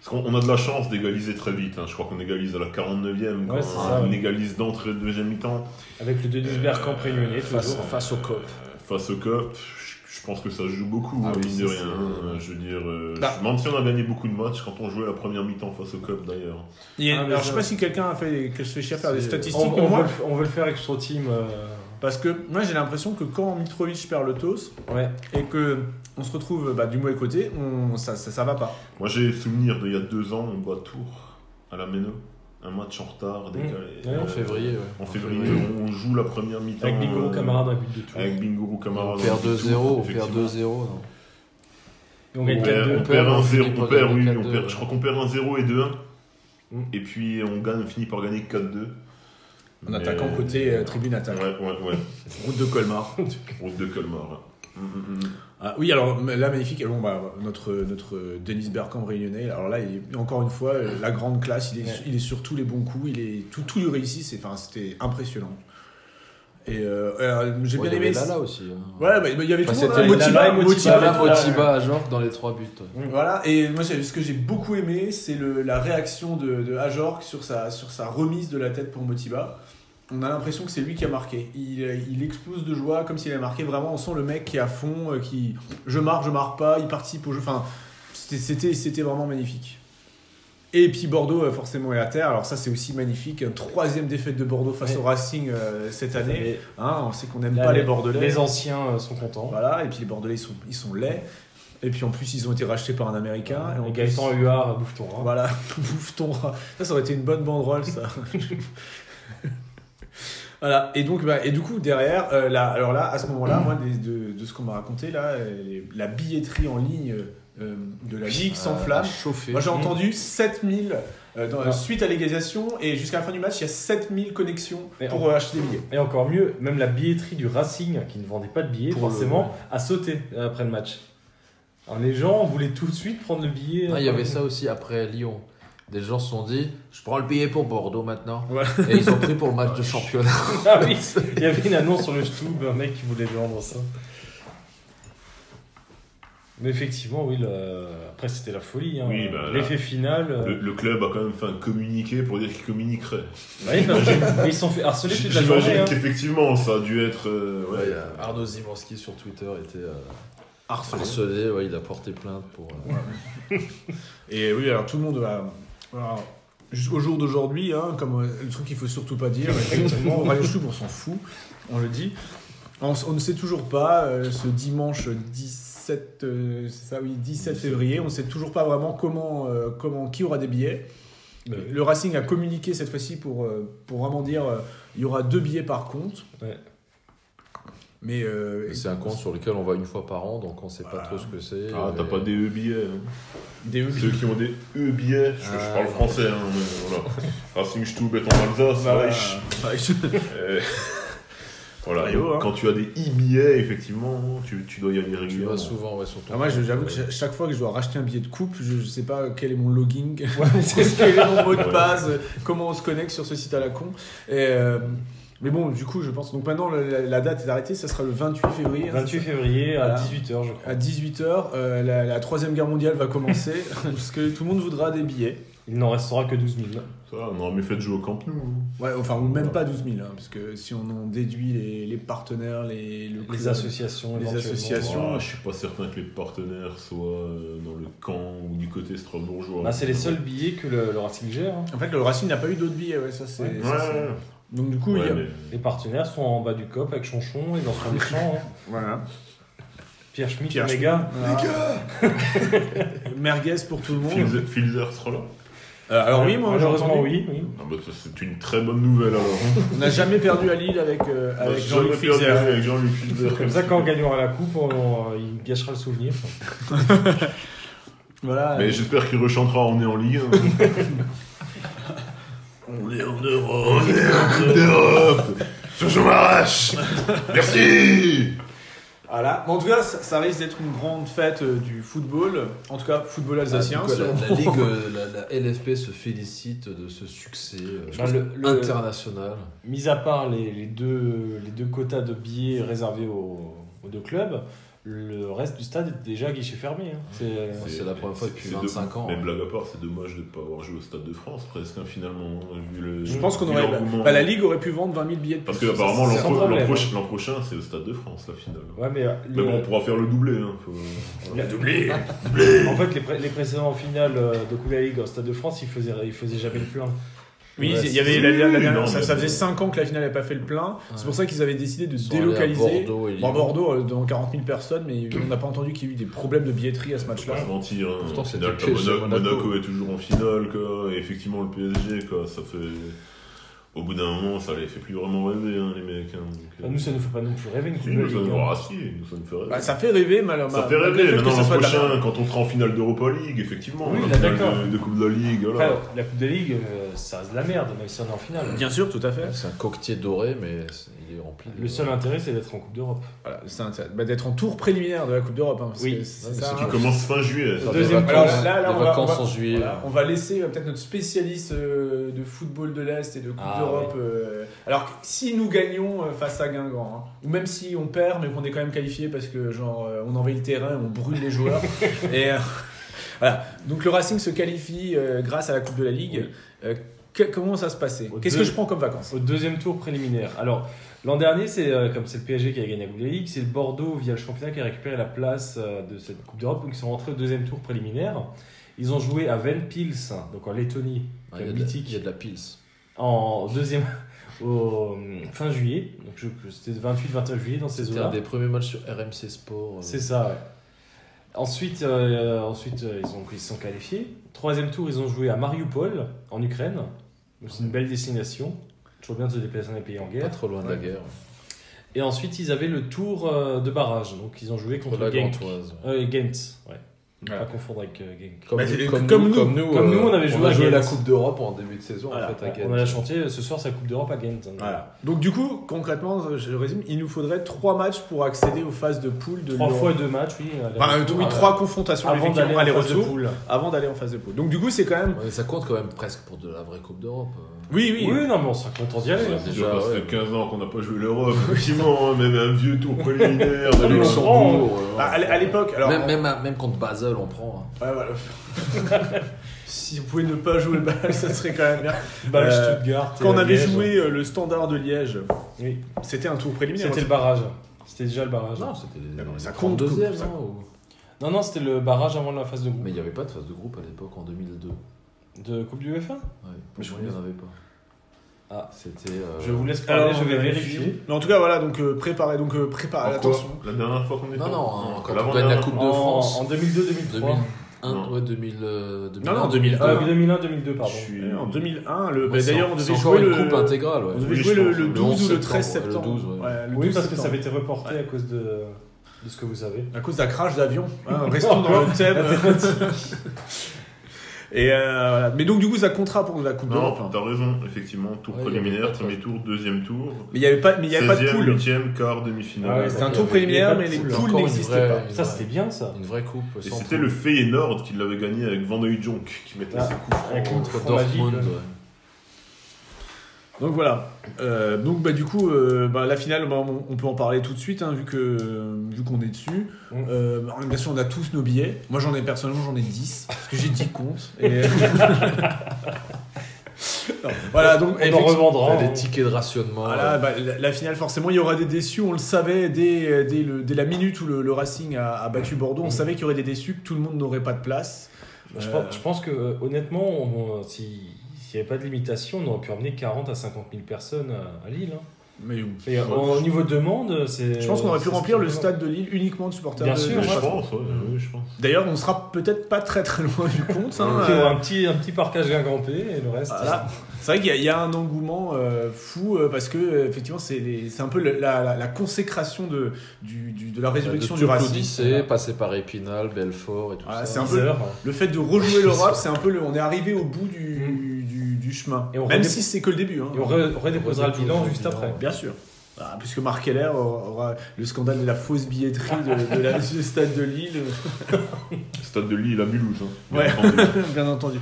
[SPEAKER 4] Parce qu'on on a de la chance d'égaliser très vite. hein. Je crois qu'on égalise à la 49e. quand
[SPEAKER 2] Ouais, c'est ça,
[SPEAKER 4] on
[SPEAKER 2] ouais.
[SPEAKER 4] égalise d'entrée de deuxième mi-temps.
[SPEAKER 2] Avec le Denis Bergkamp réunionnais,
[SPEAKER 3] Face,
[SPEAKER 2] toujours.
[SPEAKER 3] face au cop.
[SPEAKER 4] Face au COP, je- je pense que ça joue beaucoup,
[SPEAKER 3] Ah
[SPEAKER 4] hein,
[SPEAKER 3] oui,
[SPEAKER 4] mine
[SPEAKER 3] ça,
[SPEAKER 4] de rien.
[SPEAKER 3] c'est-
[SPEAKER 4] hein. Je veux dire, euh,
[SPEAKER 1] Bah.
[SPEAKER 4] je- même si on a gagné beaucoup de matchs quand on jouait la première mi-temps face au COP d'ailleurs.
[SPEAKER 1] Il y a-
[SPEAKER 2] Ah, mais
[SPEAKER 1] alors, je sais
[SPEAKER 2] ça-
[SPEAKER 1] pas si quelqu'un a fait, que se fait chier à faire des
[SPEAKER 3] C'est-
[SPEAKER 1] statistiques.
[SPEAKER 2] On, on
[SPEAKER 1] mais moi,
[SPEAKER 2] veut le, on veut le faire extra team. euh,
[SPEAKER 1] Parce que moi, j'ai l'impression que quand Mitrovic perd le toss
[SPEAKER 2] Ouais.
[SPEAKER 1] et que on se retrouve bah, du mauvais côté, on, ça, ça, ça va pas.
[SPEAKER 4] Moi j'ai souvenir d'il y a deux ans, on bat Tours à la Méno. Un match en retard, décalé.
[SPEAKER 2] Ouais,
[SPEAKER 3] En
[SPEAKER 4] Euh,
[SPEAKER 3] février. ouais.
[SPEAKER 4] En février, on joue la première mi-temps.
[SPEAKER 2] Avec Bingo
[SPEAKER 4] euh,
[SPEAKER 2] Camara d'un but de tout.
[SPEAKER 4] Avec Bingourou Camara.
[SPEAKER 3] On
[SPEAKER 4] dans
[SPEAKER 3] perd
[SPEAKER 4] le but
[SPEAKER 3] 2-0.
[SPEAKER 4] Tours,
[SPEAKER 3] On perd
[SPEAKER 4] effectivement.
[SPEAKER 3] 2-0. non.
[SPEAKER 2] on gagne
[SPEAKER 4] On
[SPEAKER 2] 4-2.
[SPEAKER 4] perd, on
[SPEAKER 3] on
[SPEAKER 4] perd
[SPEAKER 3] perd,
[SPEAKER 4] un
[SPEAKER 3] on
[SPEAKER 4] 0,
[SPEAKER 3] finit
[SPEAKER 4] on
[SPEAKER 3] par
[SPEAKER 4] perd,
[SPEAKER 3] gagner
[SPEAKER 4] oui,
[SPEAKER 3] 4-2,
[SPEAKER 4] on perd, je crois qu'on perd un 0 et 2 1.
[SPEAKER 2] Mm.
[SPEAKER 4] Et puis on gagne, on finit par gagner 4-2.
[SPEAKER 1] En
[SPEAKER 4] Mais-
[SPEAKER 1] attaquant côté euh, tribune attaque.
[SPEAKER 4] Ouais, ouais, ouais.
[SPEAKER 1] Route de Colmar.
[SPEAKER 4] Route de Colmar. Mm, mm, mm.
[SPEAKER 1] Ah, oui, alors là, magnifique. Bon, bah, notre, notre euh, Denis Bergkamp réunionnais, alors là, il est- encore une fois, euh, la grande classe, il est,
[SPEAKER 2] Ouais.
[SPEAKER 1] il est sur tous les bons coups, il est, tout, tout lui réussit, c'est- enfin, c'était impressionnant. Et euh, euh, j'ai
[SPEAKER 3] Ouais,
[SPEAKER 1] bien
[SPEAKER 3] il y
[SPEAKER 1] aimé.
[SPEAKER 3] avait Lala aussi. hein.
[SPEAKER 1] Ouais, mais mais il y avait
[SPEAKER 3] Enfin,
[SPEAKER 1] tout le monde,
[SPEAKER 3] c'était
[SPEAKER 1] hein,
[SPEAKER 2] Lala et Motiba.
[SPEAKER 3] Lala,
[SPEAKER 2] Lala, ouais.
[SPEAKER 3] Motiba, à genre dans les trois buts. ouais.
[SPEAKER 1] Voilà, et moi j'ai- ce que j'ai beaucoup aimé, c'est le- la réaction de, de Ajork sur sa, sur sa remise de la tête pour Motiba. On a l'impression que c'est lui qui a marqué. Il, il explose de joie comme s'il avait marqué. Vraiment, on sent le mec qui est à fond, euh, qui je marque, je marque pas, il participe au jeu. Enfin, c'était- c'était c'était vraiment magnifique. Et puis Bordeaux, euh, forcément, est à terre. Alors ça, c'est aussi magnifique. Un troisième défaite de Bordeaux face
[SPEAKER 2] Ouais.
[SPEAKER 1] au Racing euh, cette année.
[SPEAKER 2] Mais
[SPEAKER 1] Hein, on sait qu'on n'aime
[SPEAKER 2] là,
[SPEAKER 1] pas les Bordelais.
[SPEAKER 2] Les anciens euh, sont contents.
[SPEAKER 1] Voilà, et puis les Bordelais, ils sont, ils sont laids. Et puis en plus, ils ont été rachetés par un Américain. et en
[SPEAKER 2] et
[SPEAKER 1] plus-
[SPEAKER 2] Gaëtan Huard hein. bouffe ton rat.
[SPEAKER 1] Voilà, bouffe ton rat. Ça, ça aurait été une bonne banderole, ça. voilà, et donc, bah, et du coup, derrière, euh, là, alors là, à ce moment-là, moi, des- de, de ce qu'on m'a raconté, là, euh, les- la billetterie en ligne euh, de la
[SPEAKER 2] Ah,
[SPEAKER 1] Ligue sans flamme.
[SPEAKER 3] Euh, Chauffé.
[SPEAKER 1] Moi, j'ai
[SPEAKER 2] Mhm.
[SPEAKER 1] entendu 7000 euh, dans-
[SPEAKER 2] Ah.
[SPEAKER 1] euh, suite à l'égalisation, et jusqu'à la fin du match, il y a 7000 connexions
[SPEAKER 2] Mais
[SPEAKER 1] pour euh, acheter des billets.
[SPEAKER 2] Et encore mieux, même la billetterie du Racing, qui ne vendait pas de billets,
[SPEAKER 3] Pour le-
[SPEAKER 2] forcément, a sauté après le match. Alors, les gens voulaient tout de suite prendre le billet. euh,
[SPEAKER 3] Ah, il y avait ça aussi après Lyon. Des gens se sont dit, je prends le billet pour Bordeaux maintenant.
[SPEAKER 1] Voilà.
[SPEAKER 3] Et ils ont pris pour le match de championnat.
[SPEAKER 2] Ah oui, il y avait une annonce sur le Stub, un mec qui voulait vendre ça. Mais effectivement, oui, le- après c'était la folie. hein.
[SPEAKER 4] Oui, bah, là.
[SPEAKER 2] L'effet final. euh,
[SPEAKER 4] Le, le club a quand même fait un communiqué pour dire qu'il communiquerait.
[SPEAKER 2] ouais, bah, mais ils se sont fait harceler toute la journée.
[SPEAKER 4] J'imagine
[SPEAKER 2] hein.
[SPEAKER 4] qu'effectivement, ça a dû être. euh, ouais,
[SPEAKER 3] Arnaud Zimanski sur Twitter était euh,
[SPEAKER 1] Harcelé.
[SPEAKER 3] harcelé. Ouais, il a porté plainte pour. euh,
[SPEAKER 1] Et oui, alors tout le monde va. voilà, Jusqu'au jour d'aujourd'hui, hein, comme euh, le truc qu'il faut surtout pas dire, effectivement, Radio Scoop, on s'en fout, on le dit. On, s- on ne sait toujours pas, euh, ce dimanche 17, euh, c'est ça, oui, 17 février, on ne sait toujours pas vraiment comment, euh, comment qui aura des billets.
[SPEAKER 2] Bah oui.
[SPEAKER 1] Le Racing a communiqué cette fois-ci pour, euh, pour vraiment dire euh, il y aura deux billets par compte.
[SPEAKER 2] Ouais.
[SPEAKER 1] Mais euh,
[SPEAKER 3] C'est un compte sur lequel on va une fois par an, donc on sait pas trop ce que c'est.
[SPEAKER 4] Ah, t'as
[SPEAKER 3] mais-
[SPEAKER 4] pas des e-billets. hein.
[SPEAKER 1] euh, des
[SPEAKER 4] Ceux qui ont des e-billets, je, je
[SPEAKER 3] Ah,
[SPEAKER 4] parle
[SPEAKER 3] ouais.
[SPEAKER 4] français, hein, mais voilà. Racing Stube est en Alsace,
[SPEAKER 1] Bah,
[SPEAKER 4] wesh.
[SPEAKER 1] ouais.
[SPEAKER 4] Euh, Voilà,
[SPEAKER 1] Rio, hein.
[SPEAKER 4] quand tu as des e-billets, effectivement, tu, tu dois y aller
[SPEAKER 3] Tu
[SPEAKER 4] régulièrement.
[SPEAKER 3] vas souvent, ouais, sur ton
[SPEAKER 1] Ah, moi, je-
[SPEAKER 3] compte.
[SPEAKER 1] j'avoue que cha- chaque fois que je dois racheter un billet de coupe, je, je sais pas quel est mon logging,
[SPEAKER 2] Ouais, c'est ça.
[SPEAKER 1] quel est mon mot de
[SPEAKER 4] Ouais.
[SPEAKER 1] passe, euh, comment on se connecte sur ce site à la con. Et, euh, mais bon, du coup, je pense. Donc maintenant, la, la- la date est arrêtée, ça sera le 28 février. hein,
[SPEAKER 2] 28 février à
[SPEAKER 1] Voilà.
[SPEAKER 2] 18h, je
[SPEAKER 1] À
[SPEAKER 2] crois.
[SPEAKER 1] 18h, la, la troisième guerre mondiale va commencer, parce que tout le monde voudra des billets.
[SPEAKER 2] Il n'en restera que 12 000.
[SPEAKER 4] Ça, on aurait mieux fait de jouer au Camp Nou.
[SPEAKER 1] Ouais, enfin, ou même pas 12 000, hein, parce que si on en déduit les, les partenaires, les, le
[SPEAKER 2] Les
[SPEAKER 1] club-
[SPEAKER 2] associations,
[SPEAKER 1] les
[SPEAKER 2] éventuellement.
[SPEAKER 1] associations.
[SPEAKER 4] Ah, je suis pas certain que les partenaires soient euh, dans le camp ou du côté strasbourgeois.
[SPEAKER 2] Bah, c'est les seuls billets que le, le Racing gère. hein.
[SPEAKER 1] En fait, le Racing n'a pas eu d'autres billets, ouais, ça c'est.
[SPEAKER 4] Ouais,
[SPEAKER 1] ça, c'est-
[SPEAKER 4] ouais,
[SPEAKER 1] Donc du coup, il y
[SPEAKER 4] ouais,
[SPEAKER 1] a-
[SPEAKER 4] mais-
[SPEAKER 2] Les partenaires sont en bas du COP avec Chanchon, ils en
[SPEAKER 1] Ah
[SPEAKER 2] sont méchants. hein.
[SPEAKER 1] Voilà.
[SPEAKER 2] Pierre Schmitt,
[SPEAKER 1] Pierre
[SPEAKER 2] les gars.
[SPEAKER 1] Les gars Ah. Merguez pour tout le monde.
[SPEAKER 4] Filzer- Filzer sera là.
[SPEAKER 1] Euh, alors oui, moi,
[SPEAKER 2] malheureusement,
[SPEAKER 1] j'entends
[SPEAKER 2] oui. oui.
[SPEAKER 4] Ah bah, ça, c'est une très bonne nouvelle alors.
[SPEAKER 1] On n'a jamais perdu à Lille avec, euh, avec
[SPEAKER 4] J'ai
[SPEAKER 1] Jean-Luc
[SPEAKER 4] jamais perdu
[SPEAKER 1] Filzer.
[SPEAKER 4] Avec Jean-Luc Filzer.
[SPEAKER 2] Comme ça, quand on gagnera la coupe, on- on- il gâchera le souvenir.
[SPEAKER 1] Voilà.
[SPEAKER 4] Mais
[SPEAKER 1] euh,
[SPEAKER 4] j'espère qu'il rechantera On est en Ligue. hein. on est en Europe. On est en Coupe d'Europe. Je m'arrache. Merci.
[SPEAKER 1] voilà. Mais en tout cas, ça, ça risque d'être une grande fête euh, du football. En tout cas, football
[SPEAKER 3] Ah,
[SPEAKER 1] alsacien.
[SPEAKER 3] du coup, la,
[SPEAKER 1] selon-
[SPEAKER 3] la Ligue, euh, la, la LFP se félicite de ce succès euh,
[SPEAKER 1] Ah,
[SPEAKER 2] Bah, le- le-
[SPEAKER 3] international.
[SPEAKER 2] Mis à part les, les deux, les deux quotas de billets réservés aux, aux deux clubs, le reste du stade est déjà à guichet fermé. hein. C'est-
[SPEAKER 3] Ouais, C'est la première fois depuis
[SPEAKER 4] c'est- c'est
[SPEAKER 3] 25 ans.
[SPEAKER 4] Mais
[SPEAKER 3] hein.
[SPEAKER 4] blague à part, c'est dommage de ne pas avoir joué au Stade de France presque, hein, finalement. hein, vu le-
[SPEAKER 1] Je pense qu'on
[SPEAKER 4] vu
[SPEAKER 1] aurait.
[SPEAKER 4] l'engouement.
[SPEAKER 1] bah, la Ligue aurait pu vendre 20 000 billets de plus.
[SPEAKER 4] Parce que apparemment,
[SPEAKER 2] c'est
[SPEAKER 4] l'an
[SPEAKER 2] sans
[SPEAKER 4] pro- l'an
[SPEAKER 2] problème.
[SPEAKER 4] prochain, l'an prochain, c'est au Stade de France, la finale.
[SPEAKER 2] Ouais, mais, euh,
[SPEAKER 4] Mais
[SPEAKER 2] le-
[SPEAKER 4] bon, on pourra faire le doublé. Hein, faut- voilà.
[SPEAKER 2] en fait, les, pré- les précédents finales euh, de Coupe de la Ligue au Stade de France, ils faisaient, ils faisaient jamais le plein.
[SPEAKER 1] Oui,
[SPEAKER 3] Ouais,
[SPEAKER 1] il y avait
[SPEAKER 4] c'est-
[SPEAKER 1] la, la- la- la-
[SPEAKER 4] Non,
[SPEAKER 1] ça,
[SPEAKER 4] mais-
[SPEAKER 1] ça faisait 5 ans que la finale n'avait pas fait le plein. C'est pour ça qu'ils avaient décidé de
[SPEAKER 3] Ils sont allés à
[SPEAKER 1] délocaliser.
[SPEAKER 3] Bordeaux et
[SPEAKER 1] Bon,
[SPEAKER 3] Lyon.
[SPEAKER 1] Bordeaux, euh, dans 40 000 personnes, mais on n'a pas entendu qu'il y ait eu des problèmes de billetterie à ce
[SPEAKER 4] Faut
[SPEAKER 1] match-là.
[SPEAKER 4] pas se mentir, hein,
[SPEAKER 3] Pourtant,
[SPEAKER 4] au
[SPEAKER 3] c'était
[SPEAKER 4] final,
[SPEAKER 3] le
[SPEAKER 4] t'as
[SPEAKER 3] PSG,
[SPEAKER 4] Monaco,
[SPEAKER 3] Monaco.
[SPEAKER 4] Monaco est toujours en finale, quoi, et effectivement le PSG, quoi, ça fait... Au bout d'un moment, ça les fait plus vraiment rêver, hein, les mecs. hein, donc,
[SPEAKER 2] Enfin,
[SPEAKER 4] euh,
[SPEAKER 2] Ah, nous, ça nous fait pas non plus rêver une
[SPEAKER 4] si,
[SPEAKER 2] Coupe de la
[SPEAKER 4] nous, ça
[SPEAKER 2] Ligue.
[SPEAKER 4] nous
[SPEAKER 2] hein.
[SPEAKER 4] ah, si, nous, ça nous fait rêver.
[SPEAKER 1] Bah, ça fait rêver, malheureusement.
[SPEAKER 4] ça fait
[SPEAKER 1] malgré le
[SPEAKER 4] rêver,
[SPEAKER 1] fait que ça
[SPEAKER 4] maintenant l'an
[SPEAKER 1] soit de la
[SPEAKER 4] prochain,
[SPEAKER 1] merde.
[SPEAKER 4] quand on sera en finale d'Europa League, effectivement,
[SPEAKER 2] Oui,
[SPEAKER 4] en
[SPEAKER 2] là,
[SPEAKER 4] finale
[SPEAKER 2] d'accord.
[SPEAKER 4] de, de Coupe de la Ligue,
[SPEAKER 2] Après,
[SPEAKER 4] voilà.
[SPEAKER 2] la Coupe de la Ligue, euh, ça reste de la merde, même si on est en finale.
[SPEAKER 1] Bien sûr, tout à fait.
[SPEAKER 3] C'est un coquetier doré, mais c'est- il est rempli. de-
[SPEAKER 2] Le seul intérêt, c'est d'être en Coupe d'Europe.
[SPEAKER 1] Voilà, c'est intéressant. Bah, d'être en tour préliminaire de la Coupe d'Europe. hein, parce
[SPEAKER 2] Oui.
[SPEAKER 1] que c'est
[SPEAKER 3] Ouais, mais
[SPEAKER 1] ça,
[SPEAKER 3] c'est
[SPEAKER 1] hein.
[SPEAKER 4] Qui commence fin juillet. ça.
[SPEAKER 3] Enfin,
[SPEAKER 2] Deuxième
[SPEAKER 3] les vacances,
[SPEAKER 1] Alors là, là,
[SPEAKER 3] les
[SPEAKER 1] on va-
[SPEAKER 3] vacances
[SPEAKER 1] on va-
[SPEAKER 3] en juillet. hein.
[SPEAKER 1] Voilà, on va laisser euh, peut-être notre spécialiste euh, de football de l'Est et de Coupe
[SPEAKER 2] Ah,
[SPEAKER 1] d'Europe. euh, alors, que si nous gagnons euh, face à Guingamp, hein, ou même si on perd, mais qu'on est quand même qualifié parce que, genre, euh, on envahit le terrain, on brûle les joueurs. et euh, voilà. Donc, le Racing se qualifie euh, grâce à la Coupe de la Ligue. Euh, que- comment ça se passait
[SPEAKER 2] Au
[SPEAKER 1] Qu'est-ce
[SPEAKER 2] deux-
[SPEAKER 1] que je prends comme vacances
[SPEAKER 2] au deuxième tour préliminaire. Alors, l'an dernier, c'est euh, comme c'est le PSG qui a gagné la Coupe de la Ligue, c'est le Bordeaux via le championnat qui a récupéré la place euh, de cette Coupe d'Europe, donc ils sont rentrés au deuxième tour préliminaire. Ils ont joué à Venpils, donc en Lettonie,
[SPEAKER 3] Ah,
[SPEAKER 2] qui est
[SPEAKER 3] Il y, a de la-
[SPEAKER 2] mythique,
[SPEAKER 3] il y a de la pils.
[SPEAKER 2] en deuxième, au euh, fin juillet. Donc je- c'était 28-21 juillet dans ces
[SPEAKER 3] C'était un
[SPEAKER 2] eaux-là.
[SPEAKER 3] des premiers matchs sur RMC Sport. euh,
[SPEAKER 2] C'est ça, ouais. Ensuite, euh, ensuite euh, ils, ont, ils se sont qualifiés. Troisième tour, ils ont joué à Mariupol, en Ukraine. Donc, C'est une belle destination. Toujours bien de se déplacer dans les pays en
[SPEAKER 3] Pas
[SPEAKER 2] guerre.
[SPEAKER 3] trop loin de la guerre.
[SPEAKER 2] Et ensuite, ils avaient le tour euh, de barrage. Donc, ils ont joué
[SPEAKER 3] Contre
[SPEAKER 2] contre
[SPEAKER 3] la
[SPEAKER 2] Genk.
[SPEAKER 3] Gantoise.
[SPEAKER 2] Euh, Ghent, ouais.
[SPEAKER 1] Ouais.
[SPEAKER 2] Pas confondre avec euh, Genk.
[SPEAKER 3] Comme,
[SPEAKER 1] Bah, c'est-
[SPEAKER 3] comme
[SPEAKER 1] comme nous.
[SPEAKER 3] comme nous,
[SPEAKER 2] Comme
[SPEAKER 3] euh,
[SPEAKER 2] nous, on avait joué
[SPEAKER 3] a
[SPEAKER 2] à
[SPEAKER 3] joué la
[SPEAKER 2] Ghent.
[SPEAKER 3] Coupe d'Europe en début de saison.
[SPEAKER 2] Voilà,
[SPEAKER 3] en fait, à
[SPEAKER 2] on-
[SPEAKER 3] Ghent.
[SPEAKER 2] on a la chanté ce soir, c'est la Coupe d'Europe à Ghent.
[SPEAKER 1] Voilà. Donc du coup, concrètement, je résume, il nous faudrait trois matchs pour accéder aux phases de poule de
[SPEAKER 2] Trois
[SPEAKER 1] l'Euro.
[SPEAKER 2] fois deux matchs, oui. à la-
[SPEAKER 1] Enfin, euh, oui,
[SPEAKER 2] à-
[SPEAKER 1] trois confrontations
[SPEAKER 2] avant d'aller
[SPEAKER 1] effectivement,
[SPEAKER 2] en phase de
[SPEAKER 1] aller-retour,
[SPEAKER 2] poule.
[SPEAKER 1] avant d'aller en phase de poule. Donc du coup, c'est quand même.
[SPEAKER 3] Ouais, ça compte quand même presque pour de la vraie Coupe d'Europe. euh.
[SPEAKER 1] Oui, oui.
[SPEAKER 2] Oui, non, mais on sera content d'y aller.
[SPEAKER 3] Ouais.
[SPEAKER 2] hein.
[SPEAKER 4] C'est
[SPEAKER 3] Déjà,
[SPEAKER 4] sûr, parce que
[SPEAKER 3] ouais.
[SPEAKER 4] 15 ans qu'on n'a pas joué l'Europe, effectivement, hein, même un vieux tour préliminaire de
[SPEAKER 2] Ah, mais on
[SPEAKER 4] Luxembourg.
[SPEAKER 2] prend,
[SPEAKER 3] euh,
[SPEAKER 1] Bah, à l- à l'époque, alors.
[SPEAKER 3] même, même, à- même contre Basel, on prend. hein.
[SPEAKER 1] Ouais, voilà. si vous pouvez ne pas jouer le bal, ça serait quand même bien.
[SPEAKER 2] Bâle,
[SPEAKER 1] Euh,
[SPEAKER 2] Stuttgart,
[SPEAKER 1] Quand on avait
[SPEAKER 2] Liège.
[SPEAKER 1] joué euh, le Standard de Liège,
[SPEAKER 2] Oui.
[SPEAKER 1] c'était un tour préliminaire.
[SPEAKER 2] C'était le barrage. C'était déjà le barrage.
[SPEAKER 3] Non, c'était les,
[SPEAKER 1] D'accord, mais ça
[SPEAKER 3] les
[SPEAKER 1] compte,
[SPEAKER 3] 32e,
[SPEAKER 1] ça
[SPEAKER 3] hein,
[SPEAKER 1] compte.
[SPEAKER 3] ou-
[SPEAKER 2] Non, non, c'était le barrage avant la phase de groupe.
[SPEAKER 3] Mais il n'y avait pas de phase de groupe à l'époque en 2002. Ouais,
[SPEAKER 2] De Coupe du UEFA
[SPEAKER 3] pour
[SPEAKER 1] je
[SPEAKER 3] moi, il n'y en avait pas.
[SPEAKER 2] Ah.
[SPEAKER 3] C'était. euh,
[SPEAKER 2] Je vous laisse parler,
[SPEAKER 1] Alors,
[SPEAKER 2] je vais
[SPEAKER 1] on
[SPEAKER 2] vérifier.
[SPEAKER 1] Mais en tout cas, voilà, donc euh, préparez, donc euh, préparez,
[SPEAKER 4] En
[SPEAKER 1] attention.
[SPEAKER 4] quoi La dernière fois qu'on était
[SPEAKER 3] Non, non, hein, quand on gagne
[SPEAKER 4] l'avant-dernière
[SPEAKER 3] la Coupe
[SPEAKER 2] En,
[SPEAKER 3] de France.
[SPEAKER 2] en 2002-2003.
[SPEAKER 3] 2001,
[SPEAKER 4] Non.
[SPEAKER 3] ouais, 2000, euh, 2001,
[SPEAKER 1] non,
[SPEAKER 3] 2002.
[SPEAKER 2] Euh, 2001-2002,
[SPEAKER 1] Je
[SPEAKER 2] pardon.
[SPEAKER 1] suis en 2001, le...
[SPEAKER 3] Ouais,
[SPEAKER 1] bah,
[SPEAKER 3] c'est
[SPEAKER 1] d'ailleurs,
[SPEAKER 3] en-
[SPEAKER 1] on
[SPEAKER 3] c'est
[SPEAKER 1] devait
[SPEAKER 3] encore
[SPEAKER 1] jouer
[SPEAKER 3] une
[SPEAKER 1] le.
[SPEAKER 3] coupe intégrale. ouais.
[SPEAKER 1] On devait
[SPEAKER 4] Oui,
[SPEAKER 1] jouer
[SPEAKER 4] je
[SPEAKER 1] le,
[SPEAKER 4] pense,
[SPEAKER 1] le
[SPEAKER 4] le
[SPEAKER 1] 12 ou
[SPEAKER 3] 11
[SPEAKER 1] le 13
[SPEAKER 3] septembre,
[SPEAKER 1] septembre.
[SPEAKER 3] le 12, ouais.
[SPEAKER 1] le
[SPEAKER 2] Oui,
[SPEAKER 1] 12
[SPEAKER 2] parce que ça
[SPEAKER 1] septembre.
[SPEAKER 2] avait été reporté à cause de, de ce que vous savez.
[SPEAKER 1] À cause d'un crash d'avion. hein, restons dans le thème. Et euh, voilà. Mais donc, du coup, ça comptera pour la Coupe d'Europe.
[SPEAKER 4] Non,
[SPEAKER 1] hein.
[SPEAKER 4] t'as raison, effectivement. Tour
[SPEAKER 3] Ouais, il y
[SPEAKER 4] préliminaire,
[SPEAKER 3] avait pas de
[SPEAKER 4] premier tour, deuxième tour.
[SPEAKER 1] Mais il n'y avait pas, mais il y avait pas de
[SPEAKER 4] 16e,
[SPEAKER 1] poule.
[SPEAKER 4] 8e, quart,
[SPEAKER 2] Ah ouais,
[SPEAKER 4] demi-finale.
[SPEAKER 1] C'est un
[SPEAKER 2] Il y
[SPEAKER 1] tour
[SPEAKER 2] avait-
[SPEAKER 1] préliminaire,
[SPEAKER 2] il y
[SPEAKER 1] mais
[SPEAKER 2] avait
[SPEAKER 1] les
[SPEAKER 2] pas de
[SPEAKER 3] C'est
[SPEAKER 1] poules
[SPEAKER 3] encore une
[SPEAKER 1] n'existaient
[SPEAKER 3] vraie-
[SPEAKER 1] pas.
[SPEAKER 3] une
[SPEAKER 2] Ça,
[SPEAKER 3] vraie-
[SPEAKER 2] c'était bien, ça.
[SPEAKER 3] Une vraie coupe.
[SPEAKER 4] Et
[SPEAKER 3] sans
[SPEAKER 4] c'était
[SPEAKER 3] trou.
[SPEAKER 4] le Feyenoord qui l'avait gagné avec Van Hooydonk qui mettait
[SPEAKER 2] Ah.
[SPEAKER 4] ses coups francs.
[SPEAKER 2] Avec
[SPEAKER 3] contre
[SPEAKER 2] contre la
[SPEAKER 3] Dortmund.
[SPEAKER 2] Ligue.
[SPEAKER 3] ouais.
[SPEAKER 1] Donc voilà. Euh, donc bah, du coup, euh, bah, la finale, bah, on, on peut en parler tout de suite, hein, vu que euh, vu qu'on est dessus.
[SPEAKER 2] Mm.
[SPEAKER 1] Euh, bah, bien sûr, on a tous nos billets. Moi, j'en ai personnellement, j'en ai 10, parce que j'ai 10 comptes. Et... Non, voilà, donc
[SPEAKER 2] On en
[SPEAKER 1] effectivement-
[SPEAKER 2] revendra.
[SPEAKER 3] T'as
[SPEAKER 2] hein.
[SPEAKER 3] des tickets de rationnement. euh,
[SPEAKER 1] Voilà,
[SPEAKER 2] Euh,
[SPEAKER 3] ouais.
[SPEAKER 1] bah, la, la finale, forcément, il y aura des déçus. On le savait dès, dès, le- dès la minute où le, le Racing a, a battu Bordeaux. On savait qu'il y aurait des déçus, que tout le monde n'aurait pas de place.
[SPEAKER 2] Mm. Bah, Je,
[SPEAKER 1] Euh,
[SPEAKER 2] pense, je pense que, euh, honnêtement, on- on- si- s'il n'y avait pas de limitation, on aurait pu emmener 40 à 50 000 personnes à, à Lille. hein.
[SPEAKER 1] mais
[SPEAKER 2] Et, euh, au niveau de demande, c'est.
[SPEAKER 1] je pense qu'on aurait pu
[SPEAKER 2] c'est-
[SPEAKER 1] remplir le
[SPEAKER 2] c'est-
[SPEAKER 1] stade de Lille uniquement de supporters.
[SPEAKER 2] Bien
[SPEAKER 1] de-
[SPEAKER 2] sûr,
[SPEAKER 1] de
[SPEAKER 4] Mais Je
[SPEAKER 1] Strasbourg.
[SPEAKER 4] pense, ouais, oui, je pense.
[SPEAKER 1] D'ailleurs, on sera peut-être pas très très loin du compte. hein.
[SPEAKER 2] Donc, il y
[SPEAKER 1] Euh,
[SPEAKER 2] aura un petit, un petit parcage grimpé et le reste.
[SPEAKER 1] voilà. C'est vrai qu'il y a- il y, a un engouement euh, fou euh, parce que euh, effectivement, c'est les- c'est un peu le- la, la- la consécration de, du- du- de la résurrection
[SPEAKER 3] de
[SPEAKER 1] du
[SPEAKER 3] tout
[SPEAKER 1] Racing.
[SPEAKER 3] l'Odyssée, passer par Épinal, Belfort et tout
[SPEAKER 1] Voilà,
[SPEAKER 3] ça.
[SPEAKER 1] c'est un peu-
[SPEAKER 2] Heures.
[SPEAKER 1] Le fait de rejouer l'Europe, c'est un peu le. On est arrivé au bout du, du, du chemin.
[SPEAKER 2] Mm. Et on
[SPEAKER 1] Même
[SPEAKER 2] redé-
[SPEAKER 1] si c'est que le début. hein.
[SPEAKER 2] Et on re- redéposera le bilan juste après.
[SPEAKER 1] Bien sûr. Ah, puisque Marc Heller aura le scandale de la fausse billetterie de, de la, du stade de Lille,
[SPEAKER 4] Stade de Lille à Mulhouse. hein. Bien
[SPEAKER 1] Ouais.
[SPEAKER 4] entendu.
[SPEAKER 1] bien entendu.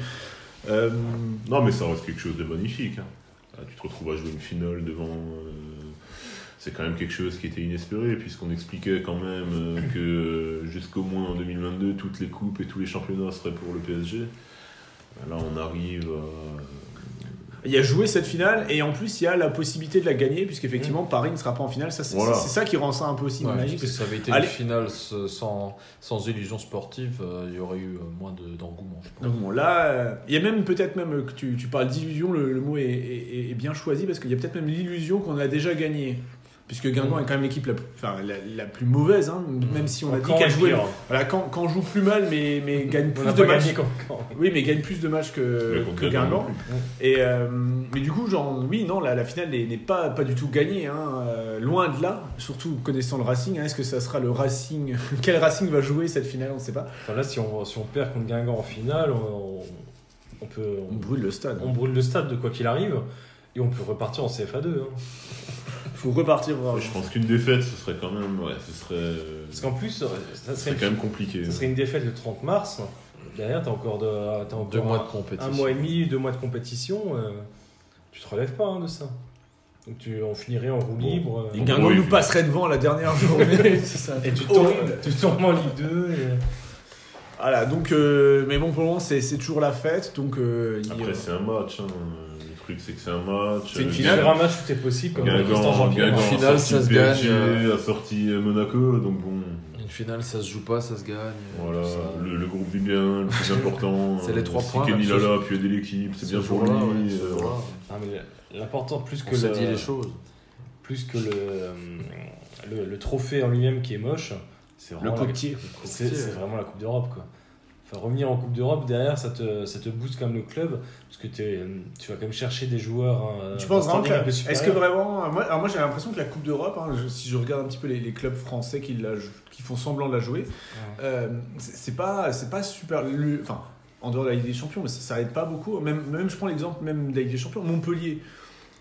[SPEAKER 1] Euh,
[SPEAKER 4] Non, mais ça reste quelque chose de magnifique. hein. Ah, tu te retrouves à jouer une finale devant. euh, c'est quand même quelque chose qui était inespéré, puisqu'on expliquait quand même euh, que jusqu'au moins en 2022, toutes les coupes et tous les championnats seraient pour le PSG. Là, on arrive à.
[SPEAKER 1] il y a joué cette finale et en plus il y a la possibilité de la gagner
[SPEAKER 2] Mm.
[SPEAKER 1] puisqu'effectivement Paris ne sera pas en finale. Ça, c'est
[SPEAKER 4] Voilà.
[SPEAKER 1] c'est ça qui rend ça un peu aussi
[SPEAKER 3] Ouais,
[SPEAKER 1] magique.
[SPEAKER 3] si ça avait été
[SPEAKER 1] Allez.
[SPEAKER 3] une finale ce- sans, sans illusion sportive, euh, il y aurait eu euh, moins de- d'engouement, je pense.
[SPEAKER 1] Donc bon, là, euh, il y a même peut-être même euh, que tu, tu parles d'illusion, le, le mot est, est- est bien choisi parce qu'il y a peut-être même l'illusion qu'on a déjà gagnée. Puisque
[SPEAKER 2] Mm.
[SPEAKER 1] Guingamp est quand même l'équipe la, plus- enfin, la, la plus mauvaise, hein, même si on a dit
[SPEAKER 2] Caen
[SPEAKER 1] qu'elle
[SPEAKER 2] est
[SPEAKER 1] jouait.
[SPEAKER 2] Mm. pire. Mm.
[SPEAKER 1] Voilà, quand, joue plus mal, mais, mais gagne
[SPEAKER 2] On
[SPEAKER 1] plus
[SPEAKER 2] n'a
[SPEAKER 1] de
[SPEAKER 2] pas
[SPEAKER 1] matchs.
[SPEAKER 2] gagné quand.
[SPEAKER 1] Oui, mais gagne plus de matchs que,
[SPEAKER 4] Mais contre
[SPEAKER 1] Euh, que Guingamp.
[SPEAKER 4] Guingamp.
[SPEAKER 1] Et, euh, mais du coup, genre, oui, non, la, la finale n'est n'est pas, pas du tout gagnée. hein, euh, loin de là, surtout connaissant le Racing. hein, Est-ce que ça sera le Racing Quel Racing va jouer cette finale On ne sait pas.
[SPEAKER 2] Enfin, là, si on, si on perd contre Guingamp en finale, on, on- on peut,
[SPEAKER 3] Mm.
[SPEAKER 1] On
[SPEAKER 2] on,
[SPEAKER 1] brûle le stade.
[SPEAKER 2] on brûle le stade de quoi qu'il arrive et on peut repartir en CFA2. hein.
[SPEAKER 1] faut repartir. voir.
[SPEAKER 4] Je pense qu'une défaite, ce serait quand même. Ouais, ce serait. euh,
[SPEAKER 2] Parce qu'en plus, euh, ça
[SPEAKER 4] ce
[SPEAKER 2] serait,
[SPEAKER 4] serait quand même compliqué.
[SPEAKER 2] ça serait une défaite le 30 mars. Derrière, t'as encore, de, t'as encore
[SPEAKER 3] Deux mois de
[SPEAKER 2] un,
[SPEAKER 3] compétition.
[SPEAKER 2] mois et demi, deux mois de compétition. euh, tu te relèves pas hein, de ça. Donc tu, on finirait en roue
[SPEAKER 4] Bon.
[SPEAKER 2] libre. euh,
[SPEAKER 1] Et
[SPEAKER 4] Bon,
[SPEAKER 1] Guingamp
[SPEAKER 4] oui,
[SPEAKER 1] nous
[SPEAKER 4] oui.
[SPEAKER 1] passerait devant la dernière journée. C'est ça.
[SPEAKER 2] et tu tournes,
[SPEAKER 1] Horrible.
[SPEAKER 2] tu tournes en Ligue 2. et-
[SPEAKER 1] Voilà, donc, euh, mais bon, pour le moment, c'est c'est toujours la fête. Donc, euh, il-
[SPEAKER 4] Après, c'est un match. hein. Le truc, c'est que c'est un match.
[SPEAKER 1] C'est une
[SPEAKER 4] Euh,
[SPEAKER 1] finale.
[SPEAKER 2] Sur un match, tout est possible. Comme
[SPEAKER 4] Guingamp,
[SPEAKER 2] Tristan Jean-Pierre.
[SPEAKER 4] Guingamp
[SPEAKER 3] Une finale,
[SPEAKER 4] a sorti
[SPEAKER 3] ça se
[SPEAKER 4] PSG,
[SPEAKER 3] gagne, euh.
[SPEAKER 4] a sorti Monaco, donc bon.
[SPEAKER 3] Une finale, ça se joue pas, ça se gagne.
[SPEAKER 4] Voilà,
[SPEAKER 3] tout ça.
[SPEAKER 4] le, le groupe vit bien, le plus important. euh,
[SPEAKER 3] C'est les trois
[SPEAKER 4] si
[SPEAKER 3] points,
[SPEAKER 4] Kenny
[SPEAKER 3] même
[SPEAKER 4] Lala a pu aider l'équipe, c'est
[SPEAKER 3] Ce
[SPEAKER 4] bien pour lui.
[SPEAKER 3] jour-là, ouais, ce
[SPEAKER 4] euh,
[SPEAKER 3] jour-là,
[SPEAKER 4] voilà.
[SPEAKER 2] Ah, mais l'important, plus que
[SPEAKER 3] On s'est
[SPEAKER 2] le-
[SPEAKER 3] dit les choses.
[SPEAKER 2] plus que le, euh, le, le trophée en lui-même qui est moche, c'est
[SPEAKER 1] Le
[SPEAKER 2] vraiment, la,
[SPEAKER 1] coquetier.
[SPEAKER 2] c'est- c'est vraiment la Coupe d'Europe. quoi. Enfin, revenir en Coupe d'Europe, derrière, ça te, ça te booste quand même le club, parce que t'es- tu vas quand même chercher des joueurs. hein,
[SPEAKER 1] Tu
[SPEAKER 2] d'un
[SPEAKER 1] penses vraiment
[SPEAKER 2] standing
[SPEAKER 1] que.
[SPEAKER 2] un peu
[SPEAKER 1] Est-ce que
[SPEAKER 2] supérieur.
[SPEAKER 1] vraiment. euh, Moi, alors moi j'ai l'impression que la Coupe d'Europe, hein, je- si je regarde un petit peu les, les clubs français qui, la jou- qui font semblant de la jouer,
[SPEAKER 2] Ouais.
[SPEAKER 1] euh, c'est c'est pas, c'est pas super. lu- Enfin, en dehors de la Ligue des Champions, mais ça, ça aide pas beaucoup. Même, même je prends l'exemple même de la Ligue des Champions. Montpellier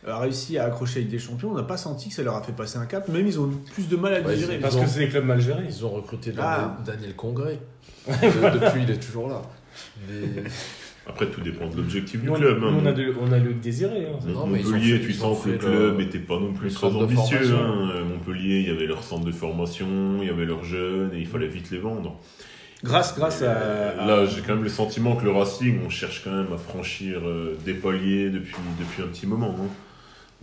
[SPEAKER 1] a réussi à accrocher la Ligue des Champions, on n'a pas senti que ça leur a fait passer un cap. Même ils ont eu plus de mal à le
[SPEAKER 3] Ouais,
[SPEAKER 1] digérer.
[SPEAKER 3] ils-
[SPEAKER 2] Parce
[SPEAKER 3] ont-
[SPEAKER 2] que c'est des clubs mal gérés.
[SPEAKER 3] Ils ont recruté
[SPEAKER 1] Ah.
[SPEAKER 3] Daniel, Daniel Congré. De- depuis, il est toujours là. Mais-
[SPEAKER 4] Après, tout dépend de l'objectif du
[SPEAKER 2] Nous, on,
[SPEAKER 4] club. hein.
[SPEAKER 2] nous, on a, de- on a le désiré. hein.
[SPEAKER 4] Donc,
[SPEAKER 3] Non, mais ils ont
[SPEAKER 4] Montpellier,
[SPEAKER 3] fait-
[SPEAKER 4] tu
[SPEAKER 3] ils ont
[SPEAKER 4] sens que le
[SPEAKER 3] fait
[SPEAKER 4] club
[SPEAKER 3] le-
[SPEAKER 4] n'était pas non plus
[SPEAKER 3] le
[SPEAKER 4] très
[SPEAKER 3] centre de
[SPEAKER 4] ambitieux.
[SPEAKER 3] formation.
[SPEAKER 4] hein. Montpellier, il y avait leur centre de formation, il y avait leurs jeunes, et il fallait vite les vendre.
[SPEAKER 1] Grâce, grâce
[SPEAKER 4] Et,
[SPEAKER 1] à.
[SPEAKER 4] euh,
[SPEAKER 1] à-
[SPEAKER 4] Là, j'ai quand même le sentiment que le Racing, on cherche quand même à franchir euh, des paliers depuis, depuis un petit moment. hein.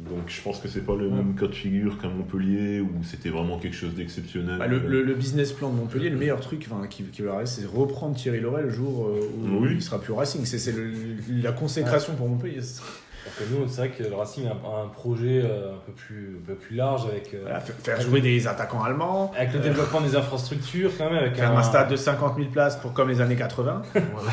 [SPEAKER 4] Donc je pense que c'est pas le
[SPEAKER 2] Ouais.
[SPEAKER 4] même cas de figure qu'à Montpellier, où c'était vraiment quelque chose d'exceptionnel.
[SPEAKER 1] Bah, le, le- le business plan de Montpellier, le meilleur truc enfin, qui, qui va rester, c'est reprendre Thierry Laurel le jour euh, où
[SPEAKER 4] Oui.
[SPEAKER 1] il sera plus au Racing. C'est c'est le- la consécration pour Montpellier.
[SPEAKER 2] Alors que nous, c'est vrai que le Racing a un, a un projet euh, un, peu plus, un peu plus large avec, euh,
[SPEAKER 1] Voilà, faire- faire jouer des attaquants allemands, euh,
[SPEAKER 2] avec le développement des infrastructures, quand même. Avec
[SPEAKER 1] faire un stade de 50 000 places pour comme les années 80,
[SPEAKER 3] Voilà.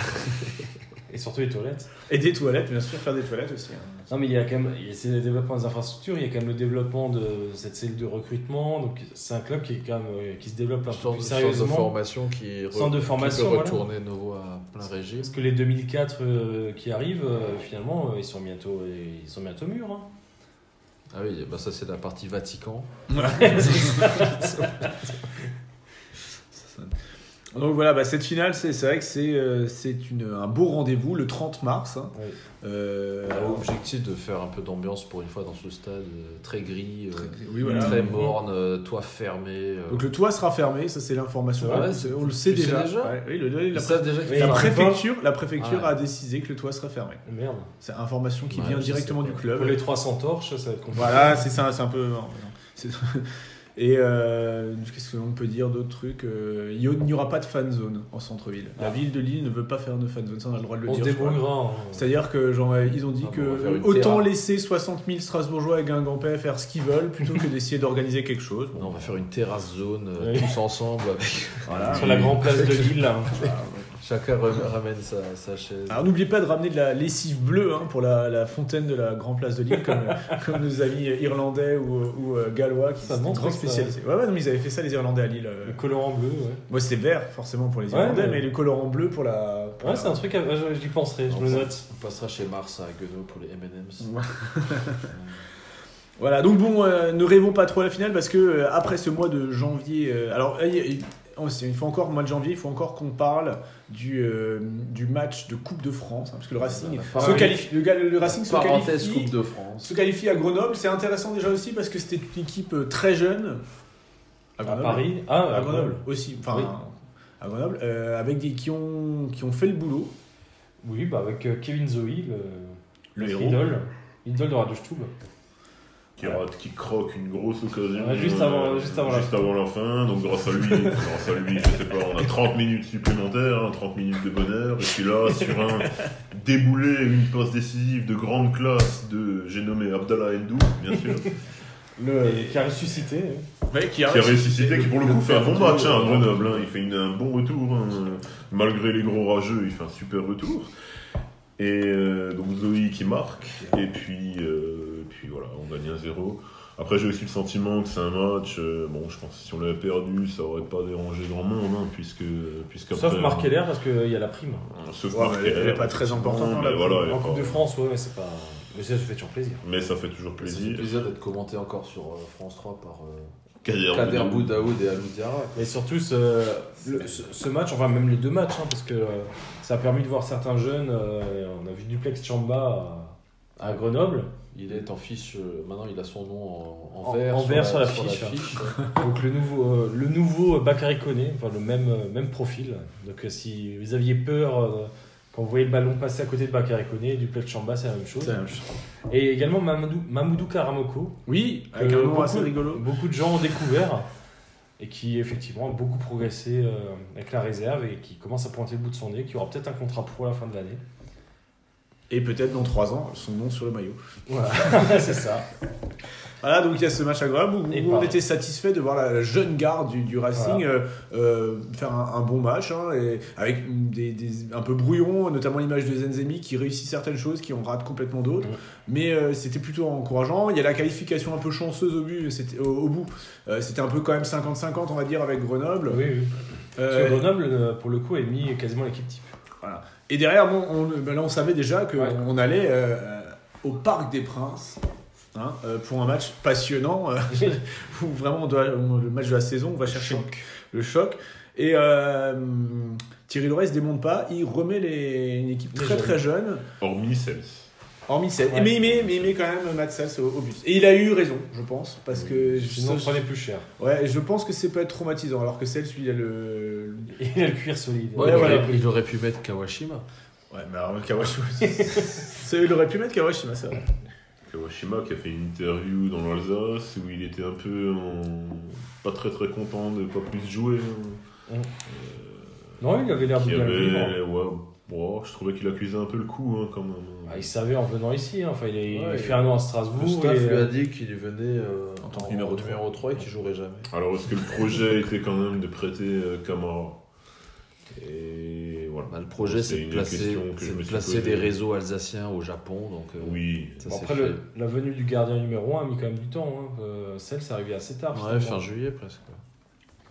[SPEAKER 2] Et surtout les toilettes.
[SPEAKER 1] et des toilettes, bien sûr, faire des toilettes aussi. hein.
[SPEAKER 2] Non, mais il y a quand même, il y a- c'est le développement des infrastructures, il y a quand même le développement de cette cellule de recrutement. Donc, c'est un club qui, est quand même, euh, qui se développe un peu
[SPEAKER 3] Centre
[SPEAKER 2] plus
[SPEAKER 3] de
[SPEAKER 2] sérieusement.
[SPEAKER 3] formation qui, re-
[SPEAKER 2] Centre de
[SPEAKER 3] qui
[SPEAKER 2] formation,
[SPEAKER 3] peut
[SPEAKER 2] voilà.
[SPEAKER 3] retourner de nouveau à plein régime.
[SPEAKER 2] Parce que les 2004 euh, qui arrivent, euh, finalement, euh, ils sont bientôt, ils sont bientôt mûrs. hein.
[SPEAKER 3] Ah oui, bah ça c'est la partie Vatican.
[SPEAKER 1] Donc voilà, bah, cette finale, c'est c'est vrai que c'est euh, c'est une- un beau rendez-vous le 30 mars. hein.
[SPEAKER 2] Ouais.
[SPEAKER 1] Euh,
[SPEAKER 2] Ah, oh,
[SPEAKER 3] L'objectif de faire un peu d'ambiance pour une fois dans ce stade euh, très gris, euh,
[SPEAKER 1] oui, voilà.
[SPEAKER 3] très morne, euh, toit fermé. euh.
[SPEAKER 1] Donc le toit sera fermé, ça c'est l'information.
[SPEAKER 3] Ouais,
[SPEAKER 1] on, on le sait
[SPEAKER 3] tu sais
[SPEAKER 1] déjà.
[SPEAKER 3] déjà
[SPEAKER 1] Ouais, oui, le- le-
[SPEAKER 3] Ils
[SPEAKER 1] la-
[SPEAKER 3] savent déjà qu'il
[SPEAKER 1] La
[SPEAKER 2] Et
[SPEAKER 3] y aura-
[SPEAKER 2] après-
[SPEAKER 1] préfecture, la préfecture
[SPEAKER 3] Ouais.
[SPEAKER 1] a décidé que le toit serait fermé.
[SPEAKER 2] Merde.
[SPEAKER 1] C'est information qui
[SPEAKER 3] Ouais,
[SPEAKER 1] vient
[SPEAKER 3] je sais
[SPEAKER 1] directement
[SPEAKER 3] pas.
[SPEAKER 1] du
[SPEAKER 2] Pour
[SPEAKER 1] club.
[SPEAKER 2] les 300 torches, ça va être compliqué.
[SPEAKER 1] Voilà, c'est ça, c'est un peu. non, non. C'est- Et euh, qu'est-ce qu'on peut dire d'autres trucs Euh, Il y a- il n'y aura pas de fan zone en centre-ville. La
[SPEAKER 2] Ah.
[SPEAKER 1] ville de Lille ne veut pas faire de fan zone, ça on a le droit de le
[SPEAKER 2] On se
[SPEAKER 1] dire. je crois.
[SPEAKER 2] débrouillera. hein.
[SPEAKER 1] C'est-à-dire que genre euh, ils ont dit
[SPEAKER 3] Ah,
[SPEAKER 1] que
[SPEAKER 3] bon, on va faire une
[SPEAKER 1] autant
[SPEAKER 3] terrasse.
[SPEAKER 1] laisser 60 000 Strasbourgeois et Guingampais faire ce qu'ils veulent plutôt que d'essayer d'organiser quelque chose. Bon,
[SPEAKER 3] Non, on va faire une terrasse zone euh,
[SPEAKER 2] Oui.
[SPEAKER 3] tous ensemble. Avec...
[SPEAKER 1] voilà.
[SPEAKER 2] Sur la grande place de Lille. hein.
[SPEAKER 3] Chacun re- ramène sa, sa chaise.
[SPEAKER 1] Alors n'oubliez pas de ramener de la lessive bleue hein, pour la, la fontaine de la Grand Place de Lille, comme, comme nos amis irlandais ou, ou, euh, gallois qui
[SPEAKER 2] Ça
[SPEAKER 1] sont
[SPEAKER 2] montre
[SPEAKER 1] grands
[SPEAKER 2] que ça-
[SPEAKER 1] spécialisés. Ouais, ouais, non, mais ils avaient fait ça les Irlandais à Lille. euh.
[SPEAKER 2] Le colorant bleu, ouais.
[SPEAKER 1] Moi c'est vert forcément pour les
[SPEAKER 2] Ouais,
[SPEAKER 1] Irlandais,
[SPEAKER 2] mais-
[SPEAKER 1] mais le colorant bleu pour la. pour
[SPEAKER 2] Ouais,
[SPEAKER 1] la-
[SPEAKER 2] c'est un truc, à- ouais, j'y penserai, je
[SPEAKER 3] Non,
[SPEAKER 2] me
[SPEAKER 3] ça-
[SPEAKER 2] note.
[SPEAKER 3] On passera chez Mars à Guenot pour les M&M's.
[SPEAKER 1] Voilà, donc bon, euh, ne rêvons pas trop à la finale parce que euh, après ce mois de janvier, euh, alors euh, il- il c'est- il faut encore, mois de janvier, il faut encore qu'on parle du, euh, du match de Coupe de France, hein, parce que le Racing,
[SPEAKER 2] bah,
[SPEAKER 3] Voilà,
[SPEAKER 1] se
[SPEAKER 3] pareil.
[SPEAKER 1] qualifie, le, ga- le Racing se
[SPEAKER 3] Parenthèse
[SPEAKER 1] qualifie-
[SPEAKER 3] Coupe de France.
[SPEAKER 1] se qualifie à Grenoble. C'est intéressant déjà aussi parce que c'était une équipe euh, très jeune.
[SPEAKER 2] À Paris. Ah,
[SPEAKER 1] À Grenoble aussi. Enfin,
[SPEAKER 2] Oui.
[SPEAKER 1] à Grenoble. euh, avec des qui ont, qui ont fait le boulot.
[SPEAKER 2] Oui, bah avec euh, Kevin Zoe, le,
[SPEAKER 1] Le
[SPEAKER 2] notre
[SPEAKER 1] héros.
[SPEAKER 2] idole, l'idole de Radio Stube.
[SPEAKER 4] qui, rate, qui croque une grosse occasion. euh,
[SPEAKER 2] Ouais, juste avant- juste avant la
[SPEAKER 4] juste avant la fin. Donc grâce à lui, grâce à lui, je sais pas, on a 30 minutes supplémentaires, hein, 30 minutes de bonheur. Et puis là, sur un déboulé, une passe décisive de grande classe de j'ai nommé Abdallah Endou, bien sûr,
[SPEAKER 1] Le,
[SPEAKER 2] Et qui a ressuscité. hein.
[SPEAKER 1] qui
[SPEAKER 4] qui a ressuscité, qui pour le coup fait un bon match hein,
[SPEAKER 1] Grenoble.
[SPEAKER 4] à Grenoble. hein. il fait une- un bon retour, hein. malgré les gros rageux, il fait un super retour. Et euh, donc Zoé qui marque, et puis, euh, et puis voilà, on gagne 1-0. Après, j'ai aussi le sentiment que c'est un match. euh, bon, je pense que si on l'avait perdu, ça aurait pas dérangé grand monde, hein, puisque. puisque hein,
[SPEAKER 2] Sauf Marc Keller parce qu'il y a la prime.
[SPEAKER 4] Sauf
[SPEAKER 1] Ouais, mais elle est pas très importante,
[SPEAKER 4] important
[SPEAKER 1] hein, la
[SPEAKER 4] voilà, elle est
[SPEAKER 2] en Coupe
[SPEAKER 4] pas-
[SPEAKER 2] de France, ouais, mais c'est pas. Mais ça se fait toujours plaisir.
[SPEAKER 4] mais ça fait toujours
[SPEAKER 3] Ça fait
[SPEAKER 4] plaisir.
[SPEAKER 3] plaisir d'être commenté encore sur euh, France 3 par euh,
[SPEAKER 4] Kader
[SPEAKER 3] Kader
[SPEAKER 4] Boudaoui.
[SPEAKER 3] Boudaoud et Alou Diarra.
[SPEAKER 2] Et surtout, ce, le- ce, ce match, enfin même les deux matchs, hein, parce que euh, ça a permis de voir certains jeunes. euh, on a vu Duplex Chamba à, à Grenoble.
[SPEAKER 3] Il est en fiche, euh, maintenant il a son nom en, en
[SPEAKER 2] En-
[SPEAKER 3] vert.
[SPEAKER 2] en vert sur la fiche. Donc le nouveau, euh, le nouveau Bakary Koné, enfin le même, euh, même profil. Donc euh, si vous aviez peur euh, quand vous voyez le ballon passer à côté de Bakary Koné, Duplex Chamba, c'est la même chose.
[SPEAKER 1] C'est la même chose.
[SPEAKER 2] Et également Mamoudou, Mamoudou Karamoko.
[SPEAKER 1] Oui,
[SPEAKER 2] que
[SPEAKER 1] avec un nom
[SPEAKER 2] beaucoup-
[SPEAKER 1] assez rigolo.
[SPEAKER 2] Beaucoup de gens ont découvert. et qui effectivement a beaucoup progressé euh, avec la réserve et qui commence à pointer le bout de son nez, qui aura peut-être un contrat pro à la fin de l'année.
[SPEAKER 1] Et peut-être dans 3 ans, son nom sur le maillot.
[SPEAKER 2] Voilà, c'est ça.
[SPEAKER 1] Voilà, donc il y a ce match à Grenoble où,
[SPEAKER 2] Et
[SPEAKER 1] où on
[SPEAKER 2] pareil.
[SPEAKER 1] était satisfait de voir la jeune garde du, du Racing euh, euh, faire un, un bon match, hein, et avec des, des- un peu brouillon, notamment l'image de Zenzemi qui réussit certaines choses, qui en rate complètement d'autres.
[SPEAKER 2] Ouais.
[SPEAKER 1] Mais euh, c'était plutôt encourageant. Il y a la qualification un peu chanceuse au, but, c'était- au, au bout. Euh, c'était un peu quand même 50-50, on va dire, avec Grenoble.
[SPEAKER 2] Oui, oui. Parce
[SPEAKER 1] Euh,
[SPEAKER 2] que Grenoble, euh, pour le coup, a mis quasiment l'équipe type.
[SPEAKER 1] Et derrière, bon, on, ben là, on savait déjà qu'on
[SPEAKER 2] Ouais.
[SPEAKER 1] allait euh, euh, au Parc des Princes hein, euh, pour un match passionnant euh, où vraiment on doit- on- le match de la saison, on va chercher le choc. Et euh, Thierry Loret se démonte pas, il remet les, une équipe
[SPEAKER 2] Les
[SPEAKER 1] très
[SPEAKER 2] jeunes.
[SPEAKER 1] très jeune,
[SPEAKER 4] Hormis Sels.
[SPEAKER 1] hormis celle.
[SPEAKER 2] Ouais.
[SPEAKER 1] Mais, il met- mais il met quand même Matt Sals au, au but. Et il a eu raison, je pense, parce que
[SPEAKER 2] Sinon, on
[SPEAKER 1] je,
[SPEAKER 2] prenait plus cher.
[SPEAKER 1] ouais, je pense que c'est peut être traumatisant, alors que Sels, lui, il a le.
[SPEAKER 2] Et il a le cuir solide.
[SPEAKER 3] Ouais,
[SPEAKER 1] Ouais,
[SPEAKER 3] il, aurait,
[SPEAKER 1] voilà.
[SPEAKER 3] il aurait pu mettre Kawashima.
[SPEAKER 1] Ouais, mais alors Kawashima. c'est- il aurait pu mettre Kawashima, ça.
[SPEAKER 4] Kawashima qui a fait une interview dans l'Alsace où il était un peu en- pas très très content de pas plus jouer. hein.
[SPEAKER 2] Non, il
[SPEAKER 1] Ah,
[SPEAKER 2] avait l'air de
[SPEAKER 4] Qui
[SPEAKER 2] bien le
[SPEAKER 4] avait-
[SPEAKER 2] vivre.
[SPEAKER 4] ouais, bon, je trouvais qu'il accusait un peu le coup hein, quand même.
[SPEAKER 2] Bah, il savait en venant ici. hein. Enfin, il a, il a
[SPEAKER 3] Ouais,
[SPEAKER 2] fait
[SPEAKER 3] il-
[SPEAKER 2] un an à
[SPEAKER 3] Le
[SPEAKER 2] Strasbourg.
[SPEAKER 3] staff
[SPEAKER 2] et,
[SPEAKER 3] lui a
[SPEAKER 2] euh,
[SPEAKER 3] dit qu'il venait euh,
[SPEAKER 1] En tant que
[SPEAKER 3] en
[SPEAKER 1] numéro
[SPEAKER 3] numéro,
[SPEAKER 1] trois.
[SPEAKER 3] 3 et qu'il jouerait jamais.
[SPEAKER 4] Alors est-ce que le projet était quand même de prêter euh, Camara Et voilà.
[SPEAKER 3] Bah, le projet,
[SPEAKER 4] C'est
[SPEAKER 3] c'est
[SPEAKER 4] une
[SPEAKER 3] de placer,
[SPEAKER 4] question que
[SPEAKER 3] c'est
[SPEAKER 4] je
[SPEAKER 3] de
[SPEAKER 4] me suis
[SPEAKER 3] placer des
[SPEAKER 4] posée.
[SPEAKER 3] réseaux alsaciens au Japon. Donc, euh,
[SPEAKER 4] Oui.
[SPEAKER 3] ça,
[SPEAKER 2] bon,
[SPEAKER 3] c'est
[SPEAKER 2] après,
[SPEAKER 3] fait.
[SPEAKER 2] le- la venue du gardien numéro 1 a mis quand même du temps. hein. Euh, celle, c'est arrivé assez tard.
[SPEAKER 3] Ouais,
[SPEAKER 2] finalement.
[SPEAKER 3] fin juillet presque.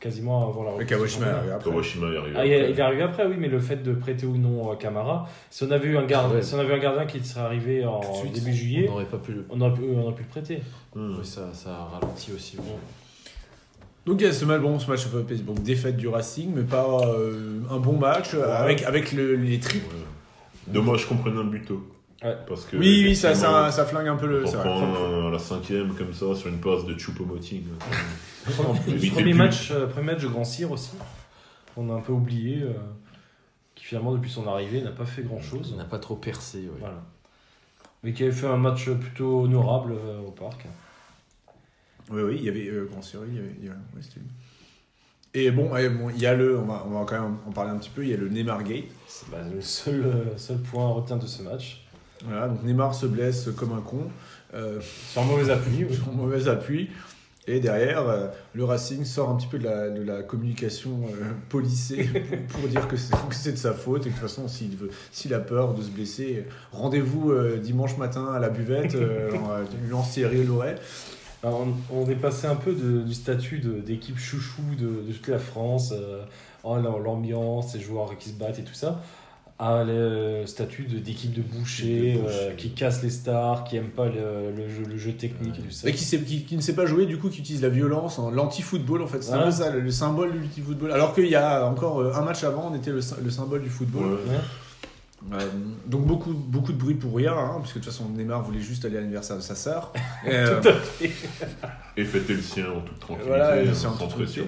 [SPEAKER 2] Quasiment avant la
[SPEAKER 1] Mais
[SPEAKER 2] reprise du
[SPEAKER 1] Kawashima,
[SPEAKER 2] championnat.
[SPEAKER 1] après.
[SPEAKER 4] Kawashima y arrive.
[SPEAKER 2] Ah, il est il est arrivé après, oui, mais le fait de prêter ou non euh, Camara, si on avait eu un gardien,
[SPEAKER 3] Ouais.
[SPEAKER 2] si on avait un gardien qui serait arrivé en
[SPEAKER 3] Tout de suite,
[SPEAKER 2] début
[SPEAKER 3] On
[SPEAKER 2] juillet,
[SPEAKER 3] n'aurait pas pu le.
[SPEAKER 2] on aurait, pu, on aurait pu le prêter.
[SPEAKER 4] Hmm.
[SPEAKER 3] Oui, ça, ça a ralenti aussi. Bon.
[SPEAKER 1] Donc il y a ce match, bon, ce match, euh, bon, défaite du Racing, mais pas euh, un bon match, euh,
[SPEAKER 2] Ouais.
[SPEAKER 1] avec, avec le- les triples.
[SPEAKER 4] Ah, Dommage qu'on prenne un buto.
[SPEAKER 2] Ouais.
[SPEAKER 4] Parce que
[SPEAKER 1] Oui, oui, ça, ça,
[SPEAKER 4] effectivement,
[SPEAKER 1] ça flingue un peu
[SPEAKER 4] quand
[SPEAKER 1] le...
[SPEAKER 4] on
[SPEAKER 1] c'est vrai.
[SPEAKER 4] prend un à la cinquième comme ça sur une passe de Choupo-Moting.
[SPEAKER 2] Premier,
[SPEAKER 4] Oui,
[SPEAKER 2] premier
[SPEAKER 4] début.
[SPEAKER 2] match, euh, premier match de Grand Cyr aussi, on a un peu oublié, euh, qui finalement, depuis son arrivée, n'a pas fait grand
[SPEAKER 3] Il
[SPEAKER 2] chose.
[SPEAKER 3] n'a pas trop percé. oui.
[SPEAKER 2] Voilà. Mais qui avait fait un match plutôt honorable euh, au parc.
[SPEAKER 1] Oui, oui, il y avait euh, Grand Cyril, il y avait... il y avait- ouais, c'était lui. et bon, et bon, il y a le... On va, on va quand même en parler un petit peu, il y a le Neymar Gate.
[SPEAKER 2] C'est bah, le seul, euh, seul point à retenir de ce match.
[SPEAKER 1] Voilà, donc Neymar se blesse comme un con, euh,
[SPEAKER 2] Sur un mauvais appui, oui.
[SPEAKER 1] sur mauvais appui. Et derrière, euh, le Racing sort un petit peu de la, de la communication euh, policée pour, pour dire que c'est que c'est de sa faute et que de toute façon, s'il veut- s'il a peur de se blesser, rendez-vous euh, dimanche matin à la buvette, euh, genre, euh, Lancieri et Loret.
[SPEAKER 2] Alors, on, on est passé un peu de- du statut de- d'équipe chouchou de, de toute la France, euh, oh, la- l'ambiance, les joueurs qui se battent et tout ça, à le statut de- d'équipe de boucher,
[SPEAKER 3] De boucher.
[SPEAKER 2] euh, qui casse les stars, qui aime pas le, le jeu, le jeu technique et tout ça.
[SPEAKER 1] Et qui, sait- qui- qui ne sait pas jouer, du coup, qui utilise la violence, hein, l'anti-football en fait. C'est un
[SPEAKER 2] Voilà.
[SPEAKER 1] peu ça, le, le symbole du anti-football. Alors qu'il y a encore euh, un match avant, on était le, sy- le symbole du football.
[SPEAKER 4] Ouais.
[SPEAKER 2] Ouais.
[SPEAKER 1] Ouais, donc beaucoup, beaucoup de bruit pour rien, hein, puisque de toute façon Neymar voulait juste aller à l'anniversaire de sa sœur. Et, euh,
[SPEAKER 4] Et fêter le sien en toute tranquillité,
[SPEAKER 1] Voilà, le
[SPEAKER 4] hein,
[SPEAKER 1] sien en
[SPEAKER 4] sans
[SPEAKER 1] toute
[SPEAKER 4] pression.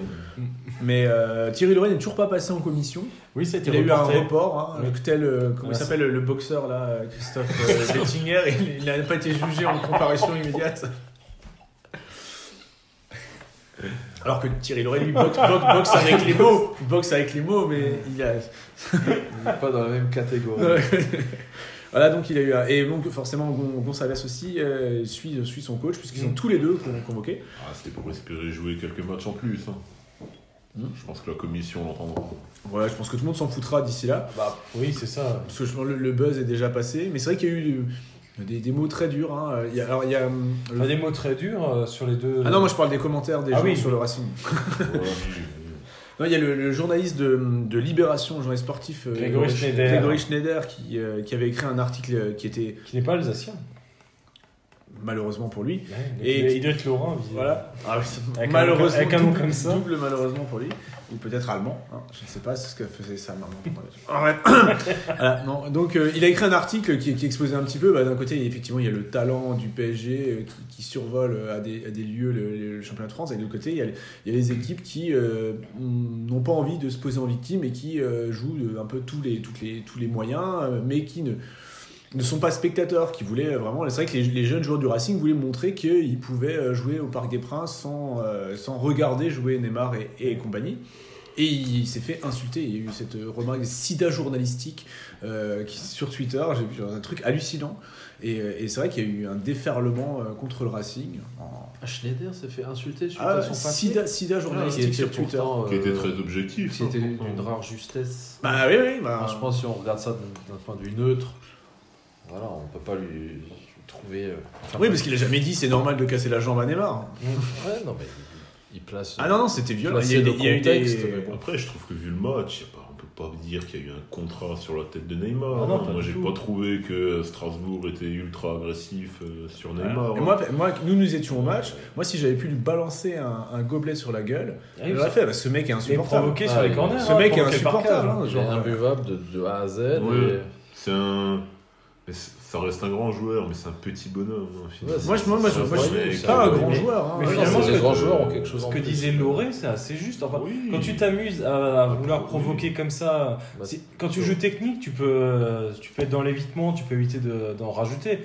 [SPEAKER 1] mais euh, Thierry Loret n'est toujours pas passé en commission.
[SPEAKER 2] Oui, c'était
[SPEAKER 1] Il a eu un report, hein,
[SPEAKER 2] Oui.
[SPEAKER 1] tel, euh, comment
[SPEAKER 2] Voilà,
[SPEAKER 1] il s'appelle le boxeur là, euh, Christophe euh, Bettinger, il- il n'a pas été jugé en comparution immédiate. Alors que Thierry Loret lui boxe, boxe- boxe avec les mots, boxe avec les mots, mais il a,
[SPEAKER 3] Il n'est pas dans la même catégorie.
[SPEAKER 1] Ouais. voilà, donc il a eu un- Et donc, forcément, Gon- Gonçalves aussi euh, suit, suit son coach, puisqu'ils
[SPEAKER 2] Mm.
[SPEAKER 1] sont tous les deux con- convoqués.
[SPEAKER 4] Ah, c'était pour espérer jouer quelques matchs en plus. hein.
[SPEAKER 1] Hmm.
[SPEAKER 4] Je pense que la commission l'entendra.
[SPEAKER 1] Voilà, je pense que tout le monde s'en foutra d'ici là.
[SPEAKER 2] Bah, oui, c'est ça.
[SPEAKER 1] Parce que je pense que le, le buzz est déjà passé. Mais c'est vrai qu'il y a eu euh, des, des mots très durs. hein. Il y a- alors, il y a. hum, le-
[SPEAKER 2] Enfin, des mots très durs euh, sur les deux.
[SPEAKER 1] Ah non, moi je parle des commentaires des
[SPEAKER 2] Ah
[SPEAKER 1] gens
[SPEAKER 2] oui.
[SPEAKER 1] sur le Racing.
[SPEAKER 4] Ouais,
[SPEAKER 1] Non, il y a le, le journaliste de, de Libération, le journaliste sportif euh,
[SPEAKER 2] Grégory Schneider.
[SPEAKER 1] Grégory Schneider, qui, euh, qui avait écrit un article euh, qui était
[SPEAKER 2] Qui n'est pas alsacien.
[SPEAKER 1] malheureusement pour lui.
[SPEAKER 2] Ouais, donc
[SPEAKER 1] Et
[SPEAKER 2] il, doit-
[SPEAKER 1] qui-
[SPEAKER 2] il doit être lorrain, visiblement.
[SPEAKER 1] Voilà. Ah oui, c'est-
[SPEAKER 2] Avec un-
[SPEAKER 1] malheureusement,
[SPEAKER 2] avec un nom
[SPEAKER 1] double-
[SPEAKER 2] comme ça.
[SPEAKER 1] Double malheureusement pour lui. Ou peut-être allemand. hein. Je ne sais pas ce que faisait sa maman.
[SPEAKER 2] Ah
[SPEAKER 1] Arrête. Voilà, non. Donc, euh, il a écrit un article qui, qui exposait un petit peu. bah, D'un côté, effectivement, il y a le talent du PSG euh, qui, qui survole euh, à des, à des lieux le, le championnat de France. Et de l'autre côté, il y, a, les- il y a les équipes qui euh, n'ont pas envie de se poser en victime et euh, qui euh, jouent de- un peu tous les, toutes les, tous les moyens, euh, mais qui ne ne sont pas spectateurs, qui voulaient euh, vraiment. C'est vrai que les, les jeunes joueurs du Racing voulaient montrer qu'ils pouvaient euh, jouer au Parc des Princes sans, euh, sans regarder jouer Neymar et, et compagnie. Et il s'est fait insulter. Il y a eu cette euh, remarque sida journalistique euh, qui, sur Twitter. J'ai vu un truc hallucinant. Et, euh, et c'est vrai qu'il y a eu un déferlement euh, contre le Racing. En...
[SPEAKER 3] Ah, Schneider s'est fait insulter suite
[SPEAKER 1] Ah,
[SPEAKER 3] à son passé.
[SPEAKER 1] sida, sida journalistique sur Twitter.
[SPEAKER 4] Qui était très objectif.
[SPEAKER 3] euh, Qui
[SPEAKER 4] hein,
[SPEAKER 3] était
[SPEAKER 4] pourtant.
[SPEAKER 3] d'une rare justesse.
[SPEAKER 1] Bah oui, oui. Bah,
[SPEAKER 3] Enfin, Ah, je pense que si on regarde ça d'un d'un point de vue neutre, voilà, on peut pas lui trouver. euh, enfin,
[SPEAKER 1] Oui, parce qu'il a jamais dit c'est normal de casser la jambe à
[SPEAKER 3] Ah,
[SPEAKER 1] Neymar.
[SPEAKER 3] Ouais, non, mais il- il place.
[SPEAKER 1] Ah non, non, c'était violent.
[SPEAKER 3] Placer le contexte, mais bon.
[SPEAKER 4] Après, je trouve que vu le match, y a pas- on peut pas dire qu'il y a eu un contrat sur la tête de Neymar. hein.
[SPEAKER 2] Ah non, pas
[SPEAKER 4] Moi,
[SPEAKER 2] du
[SPEAKER 4] j'ai
[SPEAKER 2] tout.
[SPEAKER 4] pas trouvé que Strasbourg était ultra agressif euh, sur Neymar.
[SPEAKER 1] Bah, Hein
[SPEAKER 3] hein.
[SPEAKER 1] Et moi, moi, nous nous étions au match. Moi, si j'avais pu lui balancer un, un gobelet sur la gueule,
[SPEAKER 2] Ah,
[SPEAKER 1] il
[SPEAKER 2] il
[SPEAKER 1] l'aurait fait. Parce que ce mec est
[SPEAKER 2] s'est
[SPEAKER 1] insupportable.
[SPEAKER 2] provoqué
[SPEAKER 3] Ah,
[SPEAKER 2] sur les
[SPEAKER 3] il-
[SPEAKER 2] corners.
[SPEAKER 1] ce
[SPEAKER 2] hein,
[SPEAKER 1] mec est
[SPEAKER 2] provoqué par
[SPEAKER 1] insupportable,
[SPEAKER 2] câble.
[SPEAKER 1] hein,
[SPEAKER 3] Il est
[SPEAKER 1] genre, euh,
[SPEAKER 3] imbuvable de, de A à Z.
[SPEAKER 4] Ouais.
[SPEAKER 3] et-
[SPEAKER 4] C'est un. mais c- ça reste un grand joueur, mais c'est un petit bonhomme. hein, finalement.
[SPEAKER 3] Ouais,
[SPEAKER 1] Moi, je, moi, moi, je,
[SPEAKER 4] C'est
[SPEAKER 1] moi, je
[SPEAKER 4] vrai,
[SPEAKER 1] suis
[SPEAKER 4] c'est
[SPEAKER 1] pas un
[SPEAKER 4] vrai,
[SPEAKER 1] grand
[SPEAKER 4] mais-
[SPEAKER 1] joueur. hein.
[SPEAKER 2] mais
[SPEAKER 1] Ouais,
[SPEAKER 2] finalement,
[SPEAKER 1] c'est-
[SPEAKER 3] les
[SPEAKER 2] ce
[SPEAKER 3] grands
[SPEAKER 4] que-
[SPEAKER 3] joueurs ont quelque chose
[SPEAKER 2] Ce
[SPEAKER 3] en
[SPEAKER 2] que
[SPEAKER 3] plus.
[SPEAKER 2] disait Loré, c'est assez juste. Enfin,
[SPEAKER 4] Oui.
[SPEAKER 2] Quand tu t'amuses à vouloir
[SPEAKER 4] Oui.
[SPEAKER 2] provoquer comme ça,
[SPEAKER 3] Bah,
[SPEAKER 2] c'est- quand tu joues technique, tu peux, euh, tu peux être dans l'évitement, tu peux éviter de- d'en rajouter.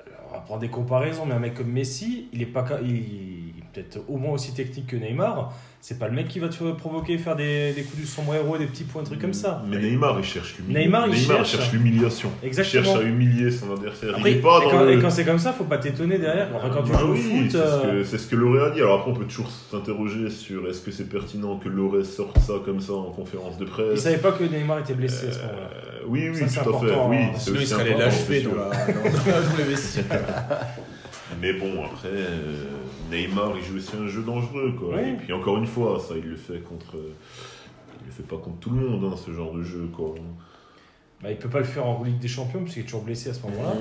[SPEAKER 2] Alors, on va prendre des comparaisons, mais un mec comme Messi, il est pas, ca- il, il est peut-être au moins aussi technique que Neymar. C'est pas le mec qui va te provoquer, faire des, des coups du sombrero, des petits points, des trucs comme ça.
[SPEAKER 4] Mais Neymar, il cherche l'humiliation.
[SPEAKER 2] Neymar, il cherche.
[SPEAKER 4] l'humiliation.
[SPEAKER 2] Exactement.
[SPEAKER 4] Il cherche à humilier son adversaire.
[SPEAKER 2] Après,
[SPEAKER 4] il est pas
[SPEAKER 2] et
[SPEAKER 4] dans
[SPEAKER 2] quand,
[SPEAKER 4] le-
[SPEAKER 2] et quand c'est comme ça, faut pas t'étonner derrière. Enfin, quand tu
[SPEAKER 4] Bah
[SPEAKER 2] joues
[SPEAKER 4] oui,
[SPEAKER 2] au foot,
[SPEAKER 4] c'est ce
[SPEAKER 2] euh,
[SPEAKER 4] que- c'est ce que, Loré a dit. Alors après, on peut toujours s'interroger sur est-ce que c'est pertinent que Loré sorte ça comme ça en conférence de
[SPEAKER 2] il
[SPEAKER 4] presse.
[SPEAKER 2] savait pas que Neymar était blessé à ce moment-là.
[SPEAKER 4] Euh, oui, oui,
[SPEAKER 2] Ça, c'est
[SPEAKER 4] tout à fait.
[SPEAKER 2] important,
[SPEAKER 4] Oui,
[SPEAKER 2] hein.
[SPEAKER 4] c'est
[SPEAKER 1] Sinon, il
[SPEAKER 4] aussi
[SPEAKER 1] serait allé
[SPEAKER 4] important,
[SPEAKER 1] l'achever
[SPEAKER 4] c'est
[SPEAKER 1] dans
[SPEAKER 4] sûr.
[SPEAKER 1] la- dans- dans les vestiaires.
[SPEAKER 4] Mais bon, après, euh, Neymar, il joue aussi un jeu dangereux. Quoi.
[SPEAKER 2] Oui.
[SPEAKER 4] Et puis encore une fois, ça, il le fait contre. euh, Il le fait pas contre tout le monde, hein, ce genre de jeu. Quoi.
[SPEAKER 2] Bah, il peut pas le faire en Ligue des Champions parce qu'il est toujours blessé à ce moment-là.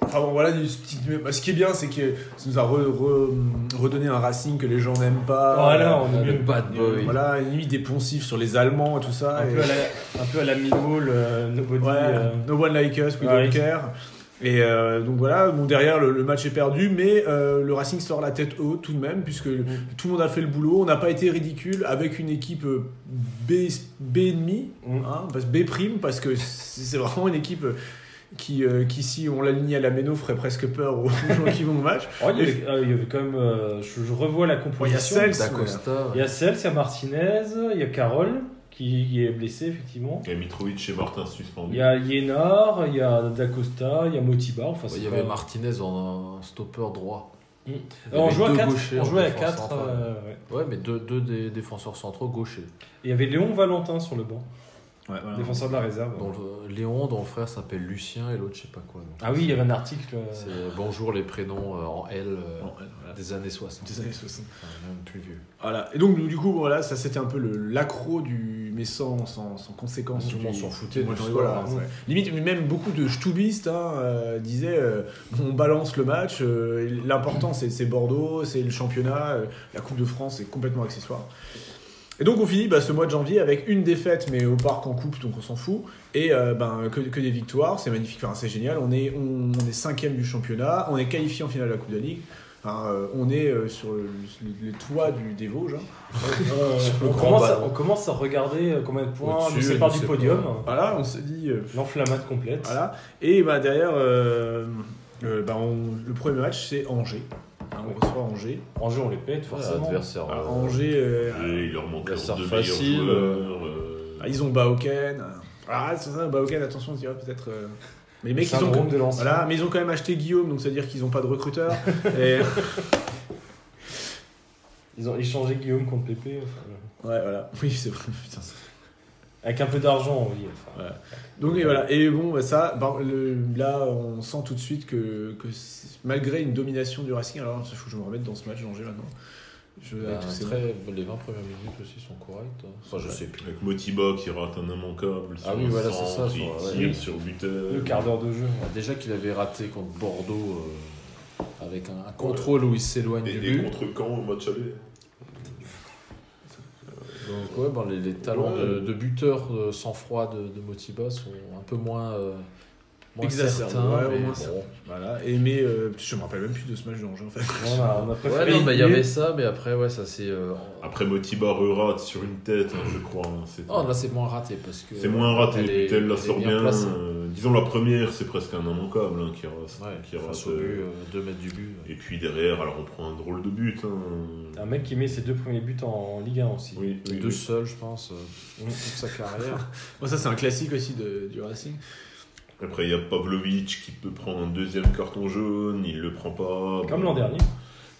[SPEAKER 1] Enfin bon, voilà, des petites- bah, ce qui est bien, c'est que ça nous a re- re- redonné un Racing que les gens n'aiment pas.
[SPEAKER 2] Voilà, Oh, on
[SPEAKER 3] Ah,
[SPEAKER 2] oublie
[SPEAKER 3] Le bad
[SPEAKER 1] Euh,
[SPEAKER 3] boy.
[SPEAKER 1] Voilà, limite des poncifs sur les Allemands et tout ça.
[SPEAKER 2] un
[SPEAKER 1] et-
[SPEAKER 2] peu à la, un peu à la Migol, euh, Nobody.
[SPEAKER 1] Ah, Ouais,
[SPEAKER 2] euh,
[SPEAKER 1] no one like us, we
[SPEAKER 2] ouais.
[SPEAKER 1] don't care. Et euh, donc voilà, bon, derrière le, le match est perdu, mais euh, le Racing sort la tête haute tout de même, puisque tout le monde a fait le boulot, on n'a pas été ridicule avec une équipe euh, B, B ennemi,
[SPEAKER 2] Mm.
[SPEAKER 1] hein, parce- B prime, parce que c'est c'est vraiment une équipe euh, qui, euh, qui si on l'alignait à la méno, ferait presque peur aux gens qui vont au match.
[SPEAKER 2] oh, il, y avait, euh, il y avait quand même. euh, je, je revois la composition.
[SPEAKER 1] Ouais, il y a Cels.
[SPEAKER 3] D'Acosta.
[SPEAKER 2] Il y a Cels, il y a Martinez, il y a Carole qui, qui est blessé effectivement.
[SPEAKER 4] Il y a Mitrovic et Martin
[SPEAKER 2] Il
[SPEAKER 4] suspendu.
[SPEAKER 2] y a Liénard, il y a Dacosta, il y a Motiba. Enfin,
[SPEAKER 3] Ouais,
[SPEAKER 2] c'est
[SPEAKER 3] Il y
[SPEAKER 2] pas-
[SPEAKER 3] avait Martinez en un stopper droit.
[SPEAKER 2] Mm.
[SPEAKER 3] Il y
[SPEAKER 2] Alors, on
[SPEAKER 3] avait
[SPEAKER 2] jouait à
[SPEAKER 3] deux
[SPEAKER 2] 4.
[SPEAKER 3] gauchers
[SPEAKER 2] On
[SPEAKER 3] en
[SPEAKER 2] jouait à
[SPEAKER 3] défense
[SPEAKER 2] 4.
[SPEAKER 3] centrale. Ouais, mais deux, deux des défenseurs centraux gauchers.
[SPEAKER 2] Il y avait Léon Valentin sur le banc,
[SPEAKER 1] Ouais, voilà.
[SPEAKER 2] défenseur de la réserve.
[SPEAKER 3] Dont le- Léon, dont le frère s'appelle Lucien et l'autre, je sais pas quoi. Donc,
[SPEAKER 2] Ah oui, il y avait un article. euh,
[SPEAKER 3] C'est euh, bonjour les prénoms euh, en L euh,
[SPEAKER 1] Bon, voilà.
[SPEAKER 3] des années 60.
[SPEAKER 1] Des années 60.
[SPEAKER 3] Enfin, même plus vieux.
[SPEAKER 1] Voilà. Et donc, du coup, voilà, ça c'était un peu le- l'accro du. mais sans, sans, sans conséquence.
[SPEAKER 3] Tout le
[SPEAKER 1] du-
[SPEAKER 3] monde s'en foutait
[SPEAKER 1] du-
[SPEAKER 3] du score,
[SPEAKER 1] voilà,
[SPEAKER 3] hein.
[SPEAKER 1] ouais. Limite, même beaucoup de stoubistes hein, euh, disaient euh, on balance le match, euh, l'important c'est c'est Bordeaux, c'est le championnat, euh, la Coupe de France est complètement accessoire. Et donc on finit bah, ce mois de janvier avec une défaite, mais au parc en coupe, donc on s'en fout. Et euh, ben, que, que des victoires, c'est magnifique, enfin, c'est génial. On est, on, on est cinquième du championnat, on est qualifié en finale de la Coupe de la Ligue. Enfin, euh, on est euh, sur le, le- les toits du, des Vosges. hein. Euh,
[SPEAKER 2] on,
[SPEAKER 3] grand
[SPEAKER 2] commence à,
[SPEAKER 3] ballon.
[SPEAKER 2] on commence à regarder euh, combien de points nous
[SPEAKER 3] Au-dessus,
[SPEAKER 2] séparent
[SPEAKER 3] nous
[SPEAKER 2] du
[SPEAKER 3] séparent.
[SPEAKER 2] podium.
[SPEAKER 1] voilà, on se dit. euh,
[SPEAKER 2] L'enflammate complète.
[SPEAKER 1] Voilà. Et bah, derrière, euh, euh, bah, on- le premier match, c'est Angers. Hein, on
[SPEAKER 2] Ouais.
[SPEAKER 1] reçoit Angers.
[SPEAKER 2] En jeu, on les pète,
[SPEAKER 3] Ouais,
[SPEAKER 2] forcément.
[SPEAKER 3] adversaire.
[SPEAKER 1] Alors,
[SPEAKER 3] euh,
[SPEAKER 1] Angers,
[SPEAKER 4] Et
[SPEAKER 1] euh,
[SPEAKER 4] il leur manque
[SPEAKER 3] La
[SPEAKER 4] leurs
[SPEAKER 3] sort
[SPEAKER 4] deux
[SPEAKER 3] facile,
[SPEAKER 4] meilleurs joueurs. euh,
[SPEAKER 1] ah, ils ont Baoken. Ah, c'est ça, Baoken, attention, tu vois, peut-être. euh, Mais les mecs, ils ont.
[SPEAKER 2] Syndrome de l'ancien.
[SPEAKER 1] Voilà, mais ils ont quand même acheté Guillaume, donc c'est-à-dire qu'ils n'ont pas de recruteur. Et-
[SPEAKER 2] Ils ont échangé Guillaume contre Pépé. enfin, euh,
[SPEAKER 1] Ouais, voilà. Oui, c'est vrai. Putain, ça-
[SPEAKER 2] avec un peu d'argent, oui. enfin.
[SPEAKER 1] Donc et voilà, et bon, bah, ça, bah, le- là, on sent tout de suite que, que c'est- malgré une domination du Racing, alors il faut que je me remette dans ce match d'Angers maintenant. Je,
[SPEAKER 3] bah,
[SPEAKER 1] avec tous ces-
[SPEAKER 3] très- les 20 premières minutes aussi sont correctes. hein. Enfin, je sais plus.
[SPEAKER 4] Avec Motiba qui rate un immanquable. sur
[SPEAKER 3] Ah oui,
[SPEAKER 4] un
[SPEAKER 3] voilà, c'est
[SPEAKER 4] centre,
[SPEAKER 3] ça,
[SPEAKER 4] Il
[SPEAKER 3] sur- ouais.
[SPEAKER 4] tire sur buteur.
[SPEAKER 2] Le quart d'heure de jeu.
[SPEAKER 3] Bah, déjà qu'il avait raté contre Bordeaux euh, avec un, un contrôle où il s'éloigne
[SPEAKER 4] Et,
[SPEAKER 3] du
[SPEAKER 4] et
[SPEAKER 3] but.
[SPEAKER 4] contre Caen au match aller
[SPEAKER 3] Donc, ouais, bah, les, les talents
[SPEAKER 4] Ouais.
[SPEAKER 3] de, de buteur euh, sang-froid de, de Motiba sont un peu moins. euh, Moins
[SPEAKER 1] Exacerbé,
[SPEAKER 3] certain,
[SPEAKER 1] ouais, au
[SPEAKER 3] mais
[SPEAKER 1] moins
[SPEAKER 3] bon.
[SPEAKER 1] certain. Voilà. Et mais euh, je me rappelle même plus de ce match d'Angers en fait.
[SPEAKER 2] On a, on a
[SPEAKER 3] Ouais,
[SPEAKER 2] préféré
[SPEAKER 3] non, bah, il y avait
[SPEAKER 2] ignorer.
[SPEAKER 3] ça, mais après, ouais, ça c'est. euh,
[SPEAKER 4] Après, Motiba rerate sur une tête, hein, je crois. hein, c'est-
[SPEAKER 3] Oh, là, c'est moins raté parce que.
[SPEAKER 4] C'est moins raté.
[SPEAKER 3] elle est-
[SPEAKER 4] Tel la
[SPEAKER 3] elle est
[SPEAKER 4] sort bien.
[SPEAKER 3] placée.
[SPEAKER 4] euh, disons la première, c'est presque un immanquable hein, qui rate.
[SPEAKER 3] Ouais,
[SPEAKER 4] qui rate,
[SPEAKER 3] face au
[SPEAKER 4] euh,
[SPEAKER 3] but, 2 mètres du but. euh,
[SPEAKER 4] Et puis derrière, alors on prend un drôle de but. hein.
[SPEAKER 2] Un mec qui met ses deux premiers buts en Ligue 1 aussi.
[SPEAKER 4] Oui, oui,
[SPEAKER 3] Ah, deux
[SPEAKER 4] oui.
[SPEAKER 3] seuls, je pense, euh, toute sa carrière.
[SPEAKER 1] Bon, ça c'est un classique aussi de- du Racing.
[SPEAKER 4] Après, il y a Pavlovic qui peut prendre un deuxième carton jaune, il le prend pas.
[SPEAKER 2] Comme
[SPEAKER 4] Bon,
[SPEAKER 2] l'an dernier.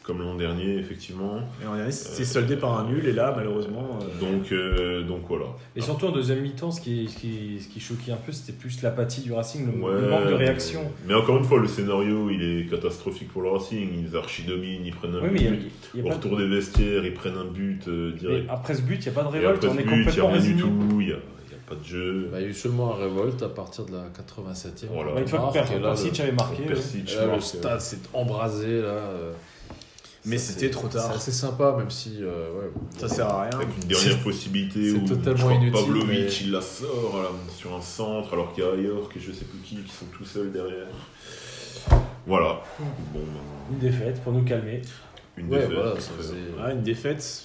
[SPEAKER 4] Comme l'an dernier, effectivement.
[SPEAKER 1] Et en dernier,
[SPEAKER 3] Euh,
[SPEAKER 1] c'est soldé par un nul et là malheureusement. euh,
[SPEAKER 4] Donc, euh, donc voilà.
[SPEAKER 2] Et surtout en deuxième mi-temps, ce qui, ce, qui, ce qui choquait un peu, c'était plus l'apathie du Racing, le,
[SPEAKER 4] Ouais,
[SPEAKER 2] le manque de réaction.
[SPEAKER 4] Mais encore une fois, le scénario, il est catastrophique pour le Racing. Ils archidominent, ils prennent un
[SPEAKER 2] Oui, mais
[SPEAKER 4] but.
[SPEAKER 2] il y a- il y
[SPEAKER 4] Au
[SPEAKER 2] a pas de-
[SPEAKER 4] retour des vestiaires, ils prennent un but euh,
[SPEAKER 2] mais
[SPEAKER 4] direct.
[SPEAKER 2] après ce but, il n'y a pas de
[SPEAKER 4] Et
[SPEAKER 2] révolte,
[SPEAKER 4] après
[SPEAKER 2] on
[SPEAKER 4] ce
[SPEAKER 2] est
[SPEAKER 4] but, il y a
[SPEAKER 2] complètement
[SPEAKER 4] rien du
[SPEAKER 2] résigné.
[SPEAKER 4] tout, il n'y a, il y a pas de jeu.
[SPEAKER 3] Bah, il y a eu seulement un révolte à partir de la 87e.
[SPEAKER 1] Oh
[SPEAKER 4] Voilà.
[SPEAKER 2] Bah, une fois
[SPEAKER 3] Marque,
[SPEAKER 2] que Per-
[SPEAKER 3] et Ah, là,
[SPEAKER 2] Persic
[SPEAKER 3] le-
[SPEAKER 2] avait marqué, Ah, ouais.
[SPEAKER 4] Persic,
[SPEAKER 3] là, Ah, le
[SPEAKER 4] marque,
[SPEAKER 3] stade s'est embrasé. Là, euh,
[SPEAKER 1] Mais
[SPEAKER 3] ça,
[SPEAKER 1] c'était
[SPEAKER 3] c'est-
[SPEAKER 1] trop tard.
[SPEAKER 3] C'est assez sympa, même si. euh, ouais,
[SPEAKER 1] Ça sert à rien.
[SPEAKER 4] Avec une dernière
[SPEAKER 3] hein. C'est-
[SPEAKER 4] possibilité
[SPEAKER 3] c'est
[SPEAKER 4] où
[SPEAKER 3] totalement
[SPEAKER 4] je crois que
[SPEAKER 3] inutile,
[SPEAKER 4] Pavlovic
[SPEAKER 3] mais-
[SPEAKER 4] il la sort voilà, sur un centre alors qu'il y a York et je sais plus qui qui sont tout seuls derrière. Voilà. Bon, ben,
[SPEAKER 2] une défaite pour nous calmer.
[SPEAKER 4] une
[SPEAKER 3] ouais,
[SPEAKER 4] défaite.
[SPEAKER 3] voilà,
[SPEAKER 4] après.
[SPEAKER 3] ça faisait-
[SPEAKER 1] Ouais, Ah, une défaite.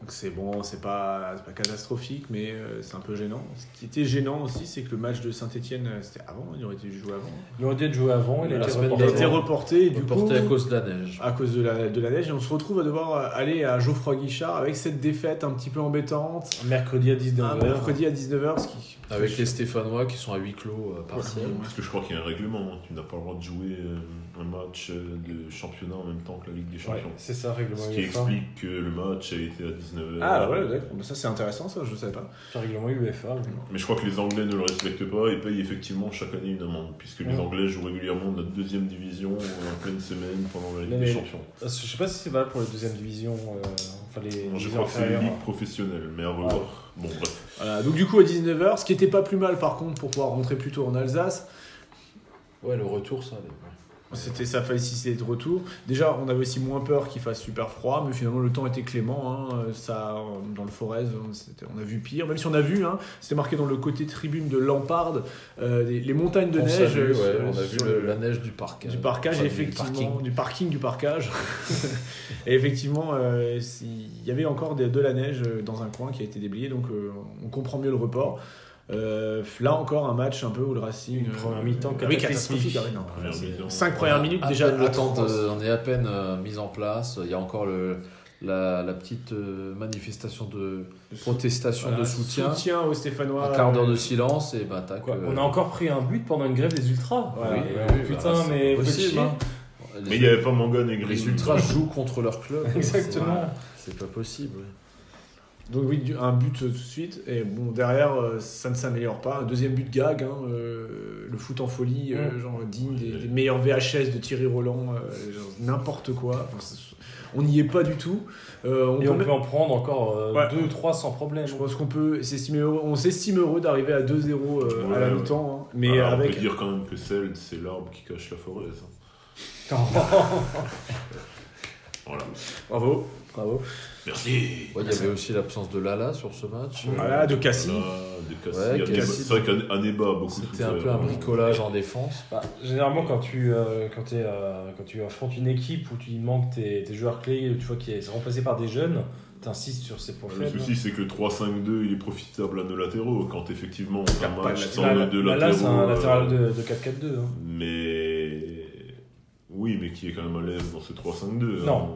[SPEAKER 1] Donc c'est bon, c'est pas, c'est pas catastrophique, mais euh, c'est un peu gênant. Ce qui était gênant aussi, c'est que le match de Saint-Etienne, c'était avant, il aurait été joué avant.
[SPEAKER 2] Il aurait dû être joué avant, il a
[SPEAKER 3] La
[SPEAKER 2] été
[SPEAKER 3] semaine
[SPEAKER 1] Il a
[SPEAKER 2] reporté.
[SPEAKER 1] été reporté, et du
[SPEAKER 3] Reporté
[SPEAKER 1] coup, Ah,
[SPEAKER 3] à cause de la neige.
[SPEAKER 1] à cause de la, de la neige, et on se retrouve à devoir euh, aller à Geoffroy Guichard avec cette défaite un petit peu embêtante.
[SPEAKER 2] Un Mercredi à
[SPEAKER 1] Un
[SPEAKER 2] 19h.
[SPEAKER 1] Ah, mercredi à 19h, ce qui.
[SPEAKER 3] Avec les Stéphanois qui sont à huis clos euh, partiel.
[SPEAKER 4] Parce que je crois qu'il y a un règlement. hein. Tu n'as pas le droit de jouer euh, un match euh, de championnat en même temps que la Ligue des
[SPEAKER 2] Ouais,
[SPEAKER 4] Champions.
[SPEAKER 2] c'est ça, règlement
[SPEAKER 4] Ce qui
[SPEAKER 2] UEFA.
[SPEAKER 4] explique que le match a été à 19h.
[SPEAKER 1] Ah, ouais, d'accord. Ça, c'est intéressant, ça, je ne savais pas.
[SPEAKER 2] C'est un Règlement UEFA. oui.
[SPEAKER 4] Mais je crois que les Anglais ne le respectent pas et payent effectivement chaque année une amende, puisque les
[SPEAKER 2] Ouais.
[SPEAKER 4] Anglais jouent régulièrement notre deuxième division euh, en pleine semaine pendant la Ligue
[SPEAKER 2] Mais-
[SPEAKER 4] des
[SPEAKER 2] mais-
[SPEAKER 4] Champions.
[SPEAKER 2] Parce que Euh, Je sais pas si c'est valable pour les deuxièmes divisions, euh, enfin les hein.
[SPEAKER 4] Je
[SPEAKER 2] divisions
[SPEAKER 4] crois que c'est une
[SPEAKER 2] inférieures.
[SPEAKER 4] ligue professionnelle, mais à revoir. Bon, bref.
[SPEAKER 1] Voilà, donc, du coup, à 19h, ce qui était pas plus mal par contre pour pouvoir rentrer plus tôt en Alsace,
[SPEAKER 3] Ouais, le retour, ça allait. ouais.
[SPEAKER 1] C'était ça facilité de retour. Déjà, on avait aussi moins peur qu'il fasse super froid, mais finalement le temps était clément. hein. Euh, Ça, euh, dans le Forez, on, c'était- on a vu pire. Même si on a vu, hein, c'était marqué dans le côté tribune de Lampard, euh, les, les montagnes de
[SPEAKER 3] On
[SPEAKER 1] neige
[SPEAKER 3] salue,
[SPEAKER 1] euh,
[SPEAKER 3] ouais,
[SPEAKER 1] sur-
[SPEAKER 3] on a vu
[SPEAKER 1] sur
[SPEAKER 3] le-
[SPEAKER 1] le-
[SPEAKER 3] la neige du parc.
[SPEAKER 1] du
[SPEAKER 3] euh,
[SPEAKER 1] parcage,
[SPEAKER 3] enfin, du
[SPEAKER 1] effectivement,
[SPEAKER 3] parking.
[SPEAKER 1] du parking, du parcage. et effectivement, euh, si- il y avait encore de, de la neige euh, dans un coin qui a été déblayé, donc euh, on comprend mieux le report. Euh, là encore un match un peu où le Racing.
[SPEAKER 2] Une première mi-temps
[SPEAKER 1] ah oui,
[SPEAKER 2] catastrophique.
[SPEAKER 1] catastrophique. ah oui, non,
[SPEAKER 4] Première
[SPEAKER 1] c'est-
[SPEAKER 4] mi-temps.
[SPEAKER 1] Cinq premières
[SPEAKER 3] On a
[SPEAKER 1] minutes
[SPEAKER 3] à
[SPEAKER 1] déjà.
[SPEAKER 3] peine le temps de-
[SPEAKER 1] atroce.
[SPEAKER 3] on est à peine euh, mis en place. Il y a encore le, la, la petite euh, manifestation de protestation
[SPEAKER 1] Voilà,
[SPEAKER 2] Euh,
[SPEAKER 3] de soutien.
[SPEAKER 1] aux Stéphanois.
[SPEAKER 3] Un quart d'heure de silence et bah tac.
[SPEAKER 2] Quoi,
[SPEAKER 3] euh,
[SPEAKER 2] on a encore pris un but pendant une grève des ultras.
[SPEAKER 1] Ouais,
[SPEAKER 2] Oui,
[SPEAKER 1] ouais,
[SPEAKER 2] euh,
[SPEAKER 3] oui,
[SPEAKER 2] putain,
[SPEAKER 3] bah, c'est
[SPEAKER 2] mais vous faites
[SPEAKER 3] possible,
[SPEAKER 2] chier.
[SPEAKER 3] hein.
[SPEAKER 4] Mais il n'y avait pas Mangane et
[SPEAKER 3] les
[SPEAKER 4] Grisou.
[SPEAKER 3] ultras jouent contre leur club.
[SPEAKER 2] Exactement.
[SPEAKER 3] C'est pas possible.
[SPEAKER 1] Donc oui, du- un but euh, tout de suite. Et bon, derrière, euh, ça ne s'améliore pas. Un Deuxième but gag, hein, euh, le foot en folie, euh, genre digne des, des meilleurs VHS de Thierry Roland, euh, genre n'importe quoi. Enfin, c'est- on n'y est pas du tout. Euh, on
[SPEAKER 2] Et
[SPEAKER 1] peut
[SPEAKER 2] on
[SPEAKER 1] même-
[SPEAKER 2] peut en prendre encore euh,
[SPEAKER 1] Ouais.
[SPEAKER 2] deux, trois sans problème.
[SPEAKER 1] Je pense qu'on peut s'estimer heureux, on s'estime heureux d'arriver à 2-0 euh,
[SPEAKER 4] Ouais,
[SPEAKER 1] à la
[SPEAKER 4] ouais.
[SPEAKER 1] mi-temps, hein. mais
[SPEAKER 4] On
[SPEAKER 1] avec
[SPEAKER 4] peut dire quand même que Celt, c'est l'arbre qui cache la forêt. ça. Voilà.
[SPEAKER 1] bravo, bravo.
[SPEAKER 4] Merci.
[SPEAKER 3] Ouais, Il y avait aussi l'absence de Lala sur ce match.
[SPEAKER 1] Voilà, de Cassis.
[SPEAKER 4] Voilà, de Cassis.
[SPEAKER 3] Ouais,
[SPEAKER 4] Aneba-
[SPEAKER 3] Cassis.
[SPEAKER 4] C'est vrai qu'Aneba a beaucoup
[SPEAKER 3] C'était un peu un
[SPEAKER 4] hein.
[SPEAKER 3] bricolage en défense.
[SPEAKER 2] Bah, généralement, quand tu, euh, quand, t'es, euh, quand tu affrontes une équipe où tu manques tes, tes joueurs clés, tu vois qu'ils sont remplacés par des jeunes, t'insistes sur ces points
[SPEAKER 4] Le
[SPEAKER 2] faibles.
[SPEAKER 4] souci, c'est que le 3-5-2, il est profitable à nos latéraux. Quand effectivement, on
[SPEAKER 1] pas
[SPEAKER 4] a un
[SPEAKER 1] de
[SPEAKER 4] match
[SPEAKER 1] latéral.
[SPEAKER 4] sans
[SPEAKER 2] Là,
[SPEAKER 4] nos deux
[SPEAKER 2] là,
[SPEAKER 4] latéraux.
[SPEAKER 2] là, c'est un
[SPEAKER 4] euh,
[SPEAKER 2] latéral de, de 4-4-2. hein.
[SPEAKER 4] Mais. Oui, mais qui est quand même à l'aise dans ce 3-5-2.
[SPEAKER 2] Non.
[SPEAKER 4] hein.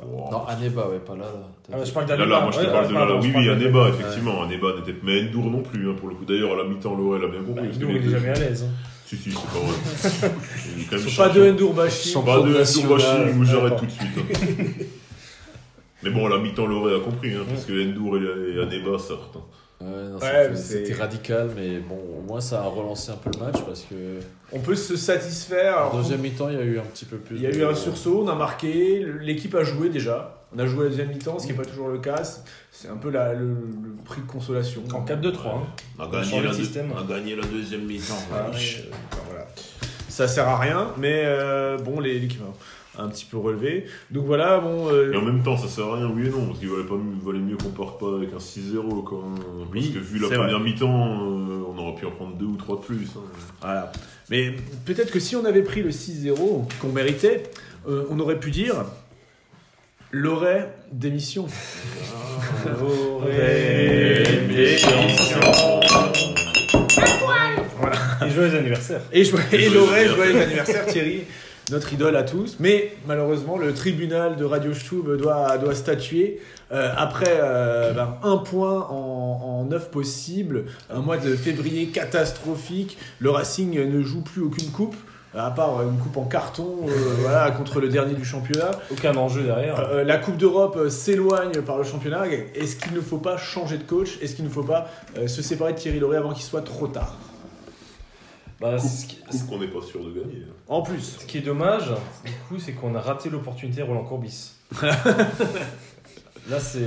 [SPEAKER 4] Wow.
[SPEAKER 3] Non, Aneba, ouais, pas Lala.
[SPEAKER 2] Ah, bah, je parle d'Alaba.
[SPEAKER 4] Là, là, moi je te
[SPEAKER 2] Ouais,
[SPEAKER 4] parle de
[SPEAKER 2] pardon,
[SPEAKER 4] là,
[SPEAKER 2] je
[SPEAKER 4] Oui,
[SPEAKER 2] parle
[SPEAKER 4] oui,
[SPEAKER 2] d'Alaba.
[SPEAKER 4] Aneba, effectivement. Aneba n'était Mais Endur non plus, hein, pour le coup. D'ailleurs, à la mi-temps, l'OL a bien compris.
[SPEAKER 2] Bah,
[SPEAKER 4] parce que
[SPEAKER 2] Ndour,
[SPEAKER 4] les
[SPEAKER 2] il est
[SPEAKER 4] deux-
[SPEAKER 2] jamais à l'aise. hein.
[SPEAKER 4] Si, si, c'est pas vrai. Il est quand même
[SPEAKER 1] Ils sont pas
[SPEAKER 4] champion.
[SPEAKER 1] de Ndourbachir.
[SPEAKER 3] Sans-
[SPEAKER 4] Pas de
[SPEAKER 3] National.
[SPEAKER 4] Endur bashing où j'arrête
[SPEAKER 2] D'accord.
[SPEAKER 4] tout de suite. hein. Mais bon, à la mi-temps, l'OL a compris, hein, parce que Endur et et Aneba sortent. hein.
[SPEAKER 3] Ouais, non,
[SPEAKER 1] Ouais,
[SPEAKER 3] c'était-
[SPEAKER 1] mais c'est-
[SPEAKER 3] C'était radical, mais bon, au moins ça a relancé un peu le match parce que
[SPEAKER 1] On peut se satisfaire.
[SPEAKER 3] en
[SPEAKER 1] alors,
[SPEAKER 3] deuxième mi-temps, il y a eu un petit peu plus.
[SPEAKER 1] Il y a
[SPEAKER 3] de-
[SPEAKER 1] eu un sursaut, on a marqué, l'équipe a joué déjà. On a joué à la deuxième mi-temps, ce qui n'est pas toujours le cas. C'est un peu la- le, le prix de consolation.
[SPEAKER 2] En 4-2-3. hein.
[SPEAKER 4] On a
[SPEAKER 2] a
[SPEAKER 4] gagné
[SPEAKER 2] changé
[SPEAKER 4] la
[SPEAKER 2] le
[SPEAKER 4] deux-
[SPEAKER 2] système. Ah,
[SPEAKER 4] on a gagné la deuxième mi-temps.
[SPEAKER 1] Voilà,
[SPEAKER 4] wesh.
[SPEAKER 1] mais, euh, enfin, voilà. Ça sert à rien, mais euh, bon, les l'équipe. un petit peu relevé. Donc voilà, bon. euh,
[SPEAKER 4] Et en même temps, ça sert à rien, oui et non, parce qu'il valait, pas, valait mieux qu'on parte pas avec un 6-0 quand
[SPEAKER 1] Oui,
[SPEAKER 4] hein. parce que vu la
[SPEAKER 1] c'est vrai.
[SPEAKER 4] première mi-temps, euh, on aurait pu en prendre deux ou trois de plus. hein.
[SPEAKER 1] Voilà. Mais peut-être que si on avait pris le 6-0 qu'on méritait, euh, on aurait pu dire l'aurait démission.
[SPEAKER 2] Et joyeux anniversaire.
[SPEAKER 1] Et, joyeux- et
[SPEAKER 4] Joyeux
[SPEAKER 1] l'aurait,
[SPEAKER 4] anniversaire.
[SPEAKER 1] joyeux anniversaire Thierry, notre idole à tous. Mais malheureusement, le tribunal de Radio Stube doit, doit statuer euh, après euh, ben, un point en, en neuf possibles, un mois de février catastrophique. Le Racing ne joue plus aucune coupe. À part une coupe en carton, euh, voilà, contre le dernier du championnat.
[SPEAKER 2] Aucun enjeu derrière.
[SPEAKER 1] Euh, la Coupe d'Europe euh, s'éloigne par le championnat. Est-ce qu'il ne faut pas changer de coach Est-ce qu'il ne faut pas euh, se séparer de Thierry Loret avant qu'il soit trop tard
[SPEAKER 2] Bah, c'est ce, qui,
[SPEAKER 4] Coupe qu'on n'est pas sûr de gagner. hein.
[SPEAKER 1] En plus,
[SPEAKER 2] ce qui est dommage, du coup, c'est qu'on a raté l'opportunité Roland Courbis. Là, c'est. c'est
[SPEAKER 1] Ouais,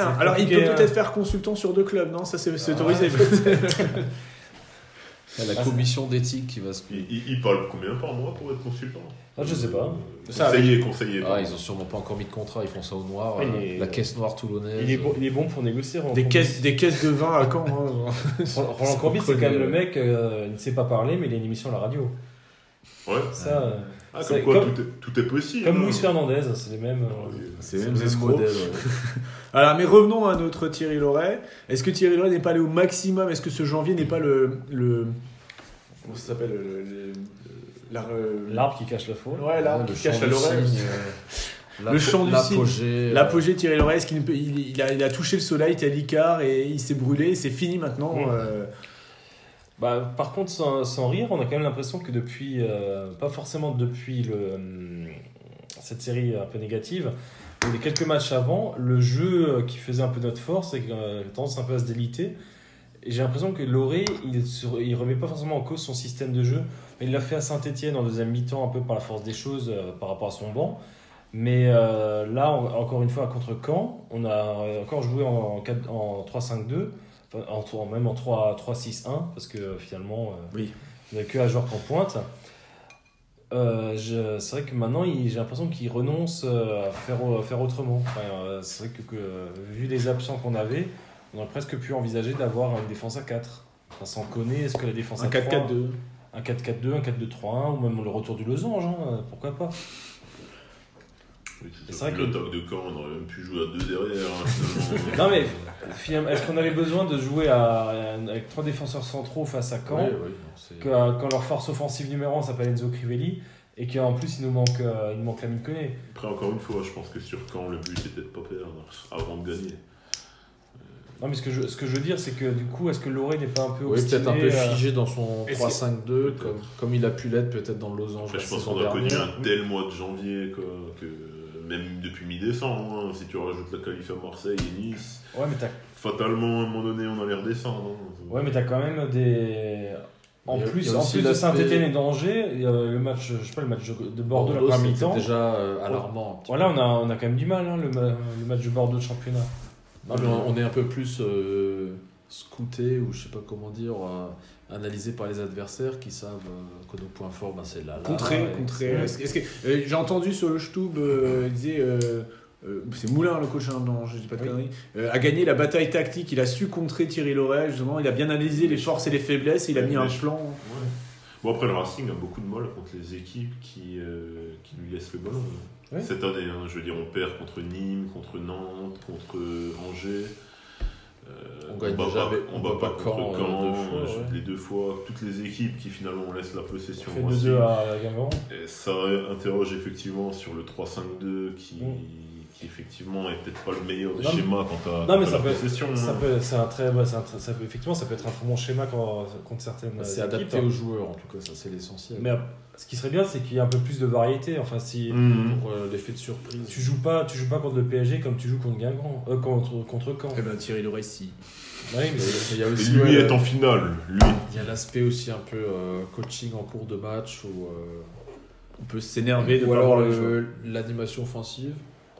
[SPEAKER 1] hein. alors il peut
[SPEAKER 2] compliqué, hein.
[SPEAKER 1] peut-être faire consultant sur deux clubs, non Ça c'est c'est
[SPEAKER 2] Ah.
[SPEAKER 1] autorisé.
[SPEAKER 3] Il y a la commission d'éthique qui va se.
[SPEAKER 4] Il, il- il parle combien par mois pour être consultant
[SPEAKER 2] Ah, je sais pas.
[SPEAKER 4] Euh,
[SPEAKER 1] Ça,
[SPEAKER 4] conseiller, conseiller.
[SPEAKER 3] Ah, ils ont sûrement pas encore mis de contrat, ils font ça au noir.
[SPEAKER 2] Il
[SPEAKER 3] euh,
[SPEAKER 2] est-
[SPEAKER 3] La caisse noire toulonnaise.
[SPEAKER 2] Il est, bon, il est bon pour négocier, Roland
[SPEAKER 1] des,
[SPEAKER 2] Courbis.
[SPEAKER 1] caisses, des caisses de vin à Caen. hein.
[SPEAKER 2] Roland Roland Courbis, c'est quand même le mec, euh, il ne sait pas parler, mais il a une émission à la radio.
[SPEAKER 4] Ouais.
[SPEAKER 2] Ça, euh,
[SPEAKER 4] Ah,
[SPEAKER 2] C'est
[SPEAKER 4] comme quoi,
[SPEAKER 2] comme-
[SPEAKER 4] Tout, est, tout est possible.
[SPEAKER 2] comme
[SPEAKER 4] hein.
[SPEAKER 2] Luis Fernandez, c'est les mêmes. euh,
[SPEAKER 1] C'est
[SPEAKER 3] le
[SPEAKER 1] les mêmes
[SPEAKER 3] même
[SPEAKER 1] escrocs.
[SPEAKER 3] modèle, ouais.
[SPEAKER 1] Alors, mais revenons à notre Thierry Loret. Est-ce que Thierry Loret n'est pas allé au maximum Est-ce que ce janvier n'est pas le, le. Comment ça s'appelle le- le- la- Ah,
[SPEAKER 2] L'arbre qui cache la faune.
[SPEAKER 1] Ouais, l'arbre
[SPEAKER 3] Le
[SPEAKER 1] qui cache
[SPEAKER 3] chant
[SPEAKER 1] la
[SPEAKER 3] du
[SPEAKER 1] Loret.
[SPEAKER 3] cygne, euh,
[SPEAKER 1] Le
[SPEAKER 3] l'apo-
[SPEAKER 1] chant du cygne.
[SPEAKER 3] L'apogée. euh,
[SPEAKER 1] L'apogée de Thierry Loret, est-ce qu'il ne peut- il, il a, il a touché le soleil, était à l'Icare et il s'est brûlé, c'est fini maintenant.
[SPEAKER 2] Mmh.
[SPEAKER 1] euh,
[SPEAKER 2] Bah, par contre, sans, sans rire, on a quand même l'impression que depuis, euh, pas forcément depuis le, hum, cette série un peu négative, mais les quelques matchs avant, le jeu qui faisait un peu notre force et a tendance un peu à se déliter. Et j'ai l'impression que Loré, il ne remet pas forcément en cause son système de jeu. Mais il l'a fait à Saint-Etienne en deuxième mi-temps, un peu par la force des choses euh, par rapport à son banc. Mais euh, là, on- encore une fois, contre Caen, on a euh, encore joué en, quatre- en 3-5-2, enfin, en, trois- même en 3-6-1, parce que euh, finalement, euh,
[SPEAKER 1] Oui.
[SPEAKER 2] on n'a que un joueur qu'en pointe. Euh, je- c'est vrai que maintenant, il- j'ai l'impression qu'il renonce euh, à faire, au- à faire autrement. Enfin, euh, c'est vrai que, que, vu les absents qu'on avait, on aurait presque pu envisager d'avoir une défense à 4. Enfin, sans connaître, est-ce que la défense
[SPEAKER 1] un
[SPEAKER 2] à 4
[SPEAKER 1] 4-4-2.
[SPEAKER 2] un 4-4-2, un 4-2-3-1, ou même le retour du losange, hein, pourquoi pas
[SPEAKER 4] Oui,
[SPEAKER 2] C'est
[SPEAKER 4] C'est
[SPEAKER 2] vrai
[SPEAKER 4] vrai
[SPEAKER 2] que-
[SPEAKER 4] L'attaque de Caen, on aurait même pu jouer à deux derrière. hein, finalement.
[SPEAKER 2] Non mais, finalement, est-ce qu'on avait besoin de jouer à, avec trois défenseurs centraux face à Caen,
[SPEAKER 3] ouais, ouais, non, c'est-
[SPEAKER 2] que- euh, quand leur force offensive numéro 1 s'appelle Enzo Crivelli, et qu'en plus il nous manque, euh, il nous manque la mine connaît
[SPEAKER 4] Après, encore une fois, je pense que sur Caen, le but était de pas perdre avant de gagner.
[SPEAKER 2] Non mais ce que je, ce que je veux dire, c'est que du coup, est-ce que Loré n'est pas un peu
[SPEAKER 3] Oui,
[SPEAKER 2] obstiné
[SPEAKER 3] peut-être un peu
[SPEAKER 2] euh,
[SPEAKER 3] figé dans son
[SPEAKER 2] est-ce
[SPEAKER 3] 3-5-2, comme, comme il a pu l'être peut-être dans le losange.
[SPEAKER 4] Après,
[SPEAKER 3] la
[SPEAKER 4] je pense
[SPEAKER 3] saison
[SPEAKER 4] qu'on a connu
[SPEAKER 3] dernière.
[SPEAKER 4] un tel mois de janvier quoi, que même depuis mi-décembre, hein, si tu rajoutes la qualif à Marseille et Nice,
[SPEAKER 2] Ouais mais t'as
[SPEAKER 4] fatalement à un moment donné on allait redescendre. hein.
[SPEAKER 2] ouais, mais t'as quand même des... En
[SPEAKER 3] Il y a- il y
[SPEAKER 2] plus,
[SPEAKER 3] a
[SPEAKER 2] en
[SPEAKER 3] aussi
[SPEAKER 2] plus de
[SPEAKER 3] l'aspect-
[SPEAKER 2] Saint-Étienne et d'Angers, il y a le match, je sais pas, le match de de Bordeaux,
[SPEAKER 3] Bordeaux,
[SPEAKER 2] la première
[SPEAKER 3] c'était
[SPEAKER 2] mi-temps.
[SPEAKER 3] déjà euh, alarmant. un petit
[SPEAKER 2] Voilà,
[SPEAKER 3] peu.
[SPEAKER 2] on a, on a quand même du mal, hein, le, ma- le match de Bordeaux de championnat.
[SPEAKER 3] Non, mais on on est un peu plus euh, scouté, ou je sais pas comment dire, euh, analysé par les adversaires qui savent euh, que nos points forts, ben, c'est là. là,
[SPEAKER 1] Contré,
[SPEAKER 3] et-
[SPEAKER 1] contré.
[SPEAKER 2] ouais.
[SPEAKER 1] Est-ce que- est-ce que- euh, J'ai entendu sur le Stub, euh, il disait. euh, euh, c'est Moulin le coach, hein, non, je dis pas de
[SPEAKER 2] Oui.
[SPEAKER 1] conneries, euh, a gagné la bataille tactique, il a su contrer Thierry Loret, justement, il a bien analysé les forces et les faiblesses, et il a
[SPEAKER 4] Ouais,
[SPEAKER 1] mis
[SPEAKER 4] mais
[SPEAKER 1] un
[SPEAKER 4] je-
[SPEAKER 1] plan.
[SPEAKER 4] Ouais. Bon après le Racing a beaucoup de mal contre les équipes qui, euh, qui lui laissent le ballon. hein.
[SPEAKER 2] Ouais.
[SPEAKER 4] Cette année, hein, je veux dire, on perd contre Nîmes, contre Nantes, contre Angers. Euh,
[SPEAKER 3] On gagne
[SPEAKER 4] bat
[SPEAKER 3] déjà
[SPEAKER 4] pas-
[SPEAKER 3] avec-
[SPEAKER 4] on bat pas contre
[SPEAKER 3] Caen, euh,
[SPEAKER 4] Caen,
[SPEAKER 3] deux fois,
[SPEAKER 4] euh,
[SPEAKER 3] ouais.
[SPEAKER 4] les deux fois, toutes les équipes qui finalement on laisse la possession.
[SPEAKER 2] On fait
[SPEAKER 4] au
[SPEAKER 2] 2-2
[SPEAKER 4] Racing.
[SPEAKER 2] à Guingamp.
[SPEAKER 4] Et ça interroge effectivement sur le 3-5-2 qui,
[SPEAKER 2] Mm.
[SPEAKER 4] qui effectivement est peut-être pas le meilleur des
[SPEAKER 2] Non, mais-
[SPEAKER 4] schémas quand t'as
[SPEAKER 2] Non, mais
[SPEAKER 4] quand
[SPEAKER 2] ça
[SPEAKER 4] t'as
[SPEAKER 2] peut,
[SPEAKER 4] la
[SPEAKER 3] Hmm.
[SPEAKER 4] possession.
[SPEAKER 2] ça
[SPEAKER 4] hein.
[SPEAKER 2] peut, c'est un très, ouais, c'est un très- ça peut- effectivement, ça peut être un très bon schéma quand, contre certaines.
[SPEAKER 3] C'est
[SPEAKER 2] équipes,
[SPEAKER 3] adapté
[SPEAKER 2] hein.
[SPEAKER 3] aux joueurs, en tout cas, ça c'est l'essentiel.
[SPEAKER 2] Mais euh, ce qui serait bien, c'est qu'il y ait un peu plus de variété. Enfin, si
[SPEAKER 4] Mm.
[SPEAKER 3] Pour euh, l'effet de surprise.
[SPEAKER 2] tu joues pas, tu joues pas contre le PSG comme tu joues contre Guingamp, euh, contre contre Caen. Bah
[SPEAKER 1] Eh ben Thierry Loret, si.
[SPEAKER 2] Ouais, mais
[SPEAKER 3] Mais Il y a
[SPEAKER 4] Et
[SPEAKER 3] aussi,
[SPEAKER 4] lui
[SPEAKER 3] ouais,
[SPEAKER 4] est en finale, lui.
[SPEAKER 3] il y a l'aspect aussi un peu euh, coaching en cours de match ou euh,
[SPEAKER 1] On peut s'énerver de
[SPEAKER 3] ou
[SPEAKER 1] pas
[SPEAKER 3] alors
[SPEAKER 1] voir le
[SPEAKER 3] le-
[SPEAKER 1] choix.
[SPEAKER 3] l'animation offensive,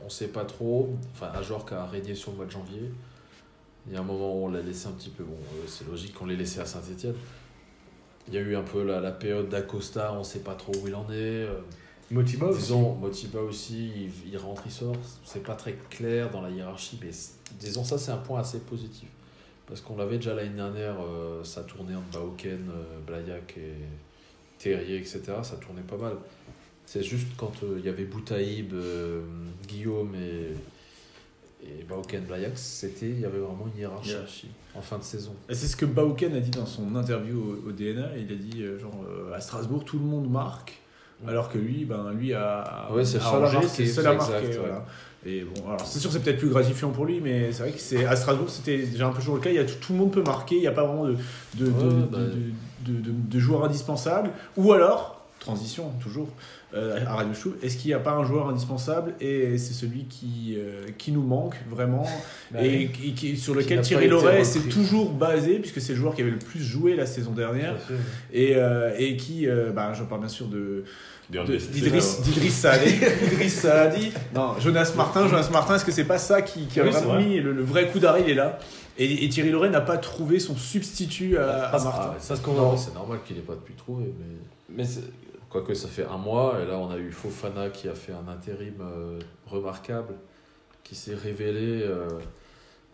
[SPEAKER 3] on sait pas trop. Enfin, un joueur qui a régné sur le mois de janvier. Il y a un moment où on l'a laissé un petit peu. Bon, euh, c'est logique qu'on l'ait laissé à Saint-Etienne. Il y a eu un peu la, la période d'Acosta, on sait pas trop où il en est. euh,
[SPEAKER 2] Motiba aussi.
[SPEAKER 3] Disons, Motiba aussi, il, il rentre, il sort. C'est pas très clair dans la hiérarchie, mais c- disons, ça, c'est un point assez positif. Parce qu'on l'avait déjà l'année dernière, euh, ça tournait entre Baoken, euh, Blayak et Terrier, etc. Ça tournait pas mal. C'est juste quand euh, il y avait Boutaïb, euh, Guillaume et, et Baoken, Blayak, c'était, il y avait vraiment une hiérarchie
[SPEAKER 1] Hiérarchie.
[SPEAKER 3] en fin de saison.
[SPEAKER 1] Et C'est ce que Bauken a dit dans son interview au, au DNA. Il a dit euh, genre euh, à Strasbourg tout le monde marque,
[SPEAKER 3] Ouais.
[SPEAKER 1] alors que lui, ben lui a.
[SPEAKER 3] Ouais, c'est
[SPEAKER 1] a
[SPEAKER 3] le seul à
[SPEAKER 1] Angers,
[SPEAKER 3] marquer,
[SPEAKER 1] c'est le seul à
[SPEAKER 3] c'est
[SPEAKER 1] marquer,
[SPEAKER 3] exact,
[SPEAKER 1] voilà. Et bon, alors c'est sûr, c'est peut-être plus gratifiant pour lui, mais c'est vrai que c'est à Strasbourg, c'était déjà un peu toujours le cas. Il y a tout, tout le monde peut marquer. Il n'y a pas vraiment de de, de-
[SPEAKER 3] Ouais, bah.
[SPEAKER 1] de- de- de- de joueurs indispensables. Ou alors transition toujours euh, à Radio Chou. Est-ce qu'il n'y a pas un joueur indispensable et c'est celui qui euh, qui nous manque vraiment
[SPEAKER 2] Bah
[SPEAKER 1] et, qui- qui- sur lequel
[SPEAKER 3] n'a pas
[SPEAKER 1] Thierry
[SPEAKER 3] été
[SPEAKER 1] Loret
[SPEAKER 3] repris.
[SPEAKER 1] s'est toujours basé, puisque c'est le joueur qui avait le plus joué la saison dernière, et, euh, et qui, euh, bah, je parle bien sûr de, de-
[SPEAKER 4] Dernier, c'était
[SPEAKER 1] d'Idriss
[SPEAKER 4] ça.
[SPEAKER 1] d'Idriss Saadi, d'Idriss Saadi. non, Jonas Martin, Jonas Martin, est-ce que c'est pas ça qui, qui a
[SPEAKER 2] Oui, c'est
[SPEAKER 1] vraiment
[SPEAKER 2] vrai.
[SPEAKER 1] mis le, le vrai coup d'arrêt, il est là, et, et Thierry Loret n'a pas trouvé son substitut à, à
[SPEAKER 2] Ah,
[SPEAKER 1] Martin.
[SPEAKER 3] Ah ouais,
[SPEAKER 2] Ça, ce qu'on
[SPEAKER 3] Non, c'est normal qu'il n'ait pas depuis trouvé, mais.
[SPEAKER 2] Mais c'est-
[SPEAKER 3] Quoique ça fait un mois, et là on a eu Fofana qui a fait un intérim euh, remarquable, qui s'est révélé, euh,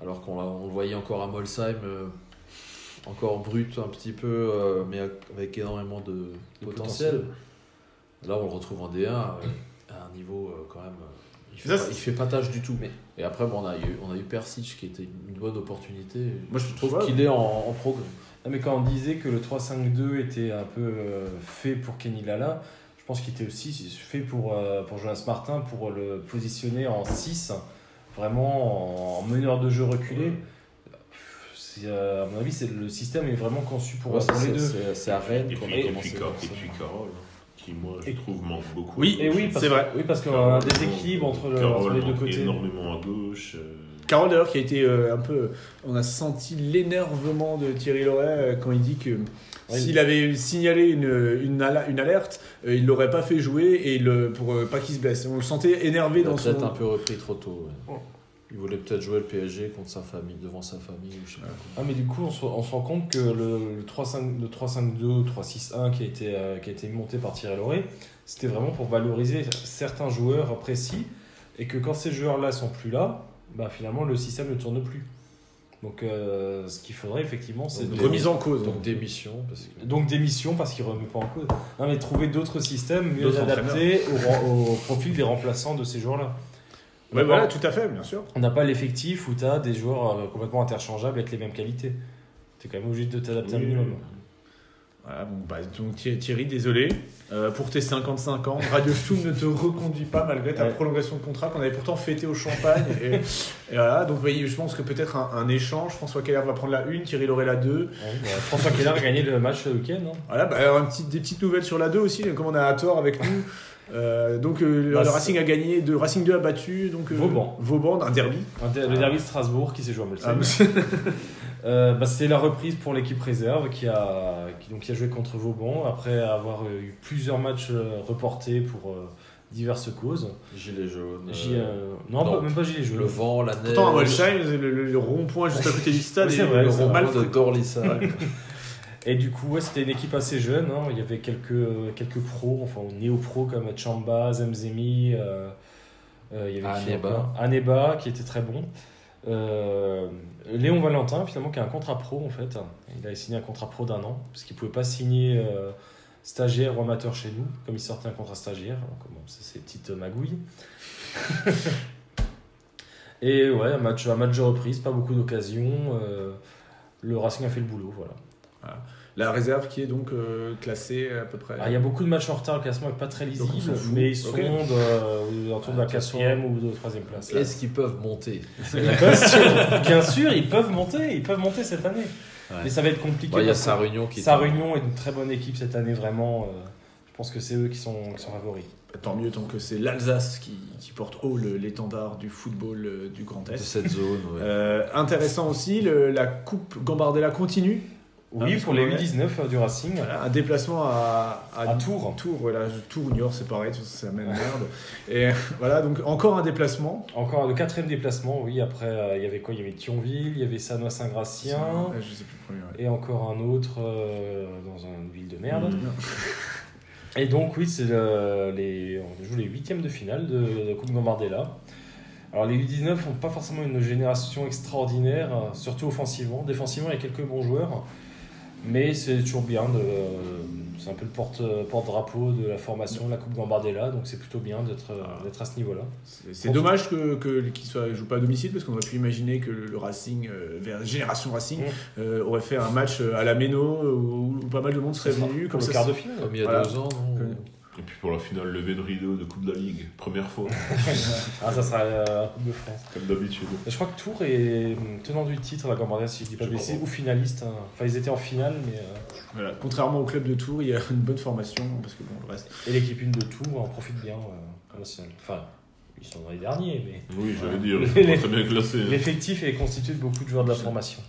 [SPEAKER 3] alors qu'on l'a- on le voyait encore à Molsheim, euh, encore brut un petit peu, euh, mais avec énormément de, potentiel.
[SPEAKER 2] potentiel.
[SPEAKER 3] Là on le retrouve en D1 euh, à un niveau euh, quand même. euh, il, fait
[SPEAKER 1] Ça,
[SPEAKER 3] pas,
[SPEAKER 1] c'est-
[SPEAKER 3] il fait pas tâche du tout. Et après bon, on, a eu, on a eu Persic qui était une bonne opportunité.
[SPEAKER 1] Moi, je
[SPEAKER 3] Je trouve
[SPEAKER 1] trouve
[SPEAKER 3] qu'il est en, en progrès.
[SPEAKER 2] Non, mais quand on disait que le 3-5-2 était un peu euh, fait pour Kenny Lala, je pense qu'il était aussi fait pour, euh, pour Jonas Martin pour le positionner en 6, vraiment en, en meneur de jeu reculé. C'est, euh, à mon avis, c'est, le système est vraiment conçu pour,
[SPEAKER 3] Ouais,
[SPEAKER 2] pour les
[SPEAKER 3] c'est-
[SPEAKER 2] deux.
[SPEAKER 3] c'est- C'est à Rennes
[SPEAKER 4] Et
[SPEAKER 3] qu'on
[SPEAKER 4] puis,
[SPEAKER 3] a
[SPEAKER 4] et
[SPEAKER 3] commencé.
[SPEAKER 4] puis, Car-
[SPEAKER 3] comme
[SPEAKER 4] et
[SPEAKER 3] ça.
[SPEAKER 4] puis Carole, qui moi je
[SPEAKER 2] Et-
[SPEAKER 4] trouve manque beaucoup.
[SPEAKER 1] Oui,
[SPEAKER 2] Et oui, parce,
[SPEAKER 1] C'est vrai.
[SPEAKER 2] oui, parce qu'on a un déséquilibre entre, le- entre
[SPEAKER 4] Carole
[SPEAKER 2] les deux
[SPEAKER 4] manque
[SPEAKER 2] côtés.
[SPEAKER 4] énormément à gauche. euh,
[SPEAKER 1] Carole d'ailleurs qui a été euh, un peu, on a senti l'énervement de Thierry Loret euh, quand il dit que s'il avait signalé une, une, ala- une alerte, euh, il l'aurait pas fait jouer et il, euh, pour euh, pas qu'il se blesse. On le sentait énervé
[SPEAKER 3] Il a
[SPEAKER 1] dans son. Oh.
[SPEAKER 3] peut-être un peu repris trop tôt. ouais.
[SPEAKER 2] Ouais.
[SPEAKER 3] Il voulait peut-être jouer le PSG contre sa famille, devant sa famille ou je sais pas
[SPEAKER 2] Ah, mais du coup, on se, on se rend compte que le, le 3-5 le 3-5-2, 3-6-1 qui, a été, euh, qui a été monté par Thierry Lauré, c'était vraiment pour valoriser certains joueurs précis et que quand ces joueurs-là sont plus là, bah, finalement le système ne tourne plus. Donc, euh, ce qu'il faudrait effectivement, c'est
[SPEAKER 3] Donc,
[SPEAKER 2] de-
[SPEAKER 3] des-
[SPEAKER 1] remise en cause. hein.
[SPEAKER 3] Donc démission, parce que
[SPEAKER 2] donc des missions parce qu'il ne remet pas en cause. Non, mais trouver d'autres systèmes mieux
[SPEAKER 1] D'autres
[SPEAKER 2] adaptés au, ren- au profil des remplaçants de ces joueurs-là.
[SPEAKER 1] Ouais, voilà, tout à fait, bien sûr.
[SPEAKER 2] On n'a pas l'effectif où tu as des joueurs euh, complètement interchangeables avec les mêmes qualités. Tu es quand même obligé de t'adapter un
[SPEAKER 1] Oui,
[SPEAKER 2] minimum.
[SPEAKER 1] oui. Voilà, bon, bah, donc Thi- Thierry, désolé euh, pour tes 55 ans. Radio Soum ne te reconduit pas malgré ta
[SPEAKER 2] Ouais.
[SPEAKER 1] prolongation de contrat qu'on avait pourtant fêté au champagne. et, et voilà, donc oui, je pense que peut-être un, un échange. François Keller va prendre la 1, Thierry Loret la 2.
[SPEAKER 2] Ouais, bah, François Keller a gagné le match ce week-end. hein.
[SPEAKER 1] Voilà, bah, alors, un petit- des petites nouvelles sur la 2 aussi, comme on a à tort avec nous. Euh, donc euh,
[SPEAKER 2] Bah,
[SPEAKER 1] le
[SPEAKER 2] c'est-
[SPEAKER 1] Racing a gagné, de, Racing 2 a battu, donc euh,
[SPEAKER 2] Vauban.
[SPEAKER 1] Vauban, un derby.
[SPEAKER 2] Un der- Le derby de Strasbourg qui s'est joué à Molsheim.
[SPEAKER 1] Ah, mais-
[SPEAKER 2] Euh, bah, C'était la reprise pour l'équipe réserve qui a, qui, donc, qui a joué contre Vauban après avoir euh, eu plusieurs matchs euh, reportés pour euh, diverses causes.
[SPEAKER 3] gilet jaune,
[SPEAKER 2] J-
[SPEAKER 3] euh,
[SPEAKER 2] euh, non,
[SPEAKER 3] non.
[SPEAKER 2] pas- même pas Gilets jaunes.
[SPEAKER 3] le vent, la neige,
[SPEAKER 1] Pourtant à Molsheim, le, le- le rond-point juste à côté du stade,
[SPEAKER 2] Euh, Oui,
[SPEAKER 1] est
[SPEAKER 2] c'est vrai,
[SPEAKER 1] le
[SPEAKER 3] le
[SPEAKER 2] c'est
[SPEAKER 1] rond
[SPEAKER 3] rond
[SPEAKER 1] mal
[SPEAKER 3] de
[SPEAKER 1] fréquenté.
[SPEAKER 3] Dorlissa.
[SPEAKER 2] Et du coup, ouais, c'était une équipe assez jeune. hein. Il y avait quelques, euh, quelques pros, enfin néo-pros comme Chamba, Zemzemi. euh, euh, il y avait qui
[SPEAKER 3] Aneba.
[SPEAKER 2] encore Aneba, qui était très bon. Euh, Léon Valentin, finalement, qui a un contrat pro en fait. Il a signé un contrat pro d'un an, parce qu'il pouvait pas signer euh, stagiaire ou amateur chez nous, comme il sortait un contrat stagiaire. Donc, bon, c'est ses petites magouilles. Et ouais, un match, un match de reprise, pas beaucoup d'occasions. euh, le Racing a fait le boulot, voilà.
[SPEAKER 1] La réserve qui est donc euh, classée à peu près.
[SPEAKER 2] Ah, Il y a beaucoup de matchs en retard, le classement n'est pas très lisible,
[SPEAKER 1] Donc on s'en fout.
[SPEAKER 2] mais ils sont euh,
[SPEAKER 1] Ok.
[SPEAKER 2] de- autour de
[SPEAKER 3] Ah,
[SPEAKER 2] la
[SPEAKER 3] de toute façon.
[SPEAKER 2] quatrième ou de la troisième place.
[SPEAKER 3] Est-ce qu'ils peuvent monter
[SPEAKER 2] Ils peuvent- bien sûr, ils peuvent monter, ils peuvent monter cette année.
[SPEAKER 3] Ouais.
[SPEAKER 2] Mais ça va être compliqué.
[SPEAKER 3] Bon, Bah, Il y a
[SPEAKER 2] parce que
[SPEAKER 3] Sarunion qui est-
[SPEAKER 2] Sarre-Union est une très bonne équipe cette année, vraiment. euh, je pense que c'est eux qui sont, qui sont favoris.
[SPEAKER 3] Ah,
[SPEAKER 1] Bah, Tant mieux tant que c'est l'Alsace qui, qui porte haut le- l'étendard du football euh, du Grand
[SPEAKER 3] de
[SPEAKER 1] Est.
[SPEAKER 3] cette zone. ouais.
[SPEAKER 1] Euh, intéressant aussi, le- la coupe Gambardella continue.
[SPEAKER 2] Oui,
[SPEAKER 1] parce
[SPEAKER 2] pour
[SPEAKER 1] qu'on
[SPEAKER 2] les
[SPEAKER 1] en est.
[SPEAKER 2] U19 du Racing,
[SPEAKER 1] Voilà, un déplacement à,
[SPEAKER 2] à Tours.
[SPEAKER 1] Tours, voilà, Tours, Niort, c'est pareil, tout ça, c'est la même merde. Et euh, voilà, donc encore un déplacement.
[SPEAKER 2] Encore le quatrième déplacement, oui. Après, euh, il y avait quoi Il y avait Thionville, il y avait Sanois Saint-Gratien,
[SPEAKER 1] Ouais, Je sais plus le premier. ouais.
[SPEAKER 3] Hmm.
[SPEAKER 2] et encore un autre euh, dans une ville de merde.
[SPEAKER 1] Non.
[SPEAKER 2] Et donc, oui, c'est le- les, on joue les huitièmes de finale de, de la Coupe Gambardella. Alors, les U19 n'ont pas forcément une génération extraordinaire, euh, surtout offensivement. Défensivement, il y a quelques bons joueurs, mais c'est toujours bien. de, euh, c'est un peu le porte, euh, porte-drapeau de la formation de la Coupe Gambardella, donc c'est plutôt bien d'être, euh, d'être à ce niveau-là.
[SPEAKER 1] C'est c'est dommage que, que qu'ils soient- jouent pas à domicile parce qu'on aurait pu imaginer que le, le Racing, euh, vers- Génération Racing,
[SPEAKER 2] Mmh.
[SPEAKER 1] euh, aurait fait un match euh, à la Méno où, où pas mal de monde serait
[SPEAKER 2] Ça sera
[SPEAKER 1] venu.
[SPEAKER 2] pour
[SPEAKER 1] Comme
[SPEAKER 2] le
[SPEAKER 1] ça,
[SPEAKER 2] quart de finale.
[SPEAKER 3] Comme il y a
[SPEAKER 1] Voilà.
[SPEAKER 3] deux ans, non
[SPEAKER 1] Comme-
[SPEAKER 4] Et puis pour la finale, levée de rideau de Coupe de la Ligue. Première fois,
[SPEAKER 2] Ah, ça sera euh, la Coupe de France.
[SPEAKER 4] comme d'habitude.
[SPEAKER 2] Je crois que Tours est hum, tenant du titre à la Gambardella, si je dis pas
[SPEAKER 4] Je
[SPEAKER 2] de bêtises,
[SPEAKER 4] crois.
[SPEAKER 2] ou finaliste. hein. Enfin, ils étaient en finale, mais. euh,
[SPEAKER 1] Voilà. Contrairement au club de Tours, il y a une bonne formation parce que bon, le reste.
[SPEAKER 2] Et l'équipe une de Tours en profite bien euh, en national. Enfin, ils sont dans les derniers, mais.
[SPEAKER 4] Oui, j'allais dire, ils
[SPEAKER 2] Les-
[SPEAKER 4] sont pas très bien classés. hein.
[SPEAKER 2] L'effectif est constitué de beaucoup de joueurs de la formation.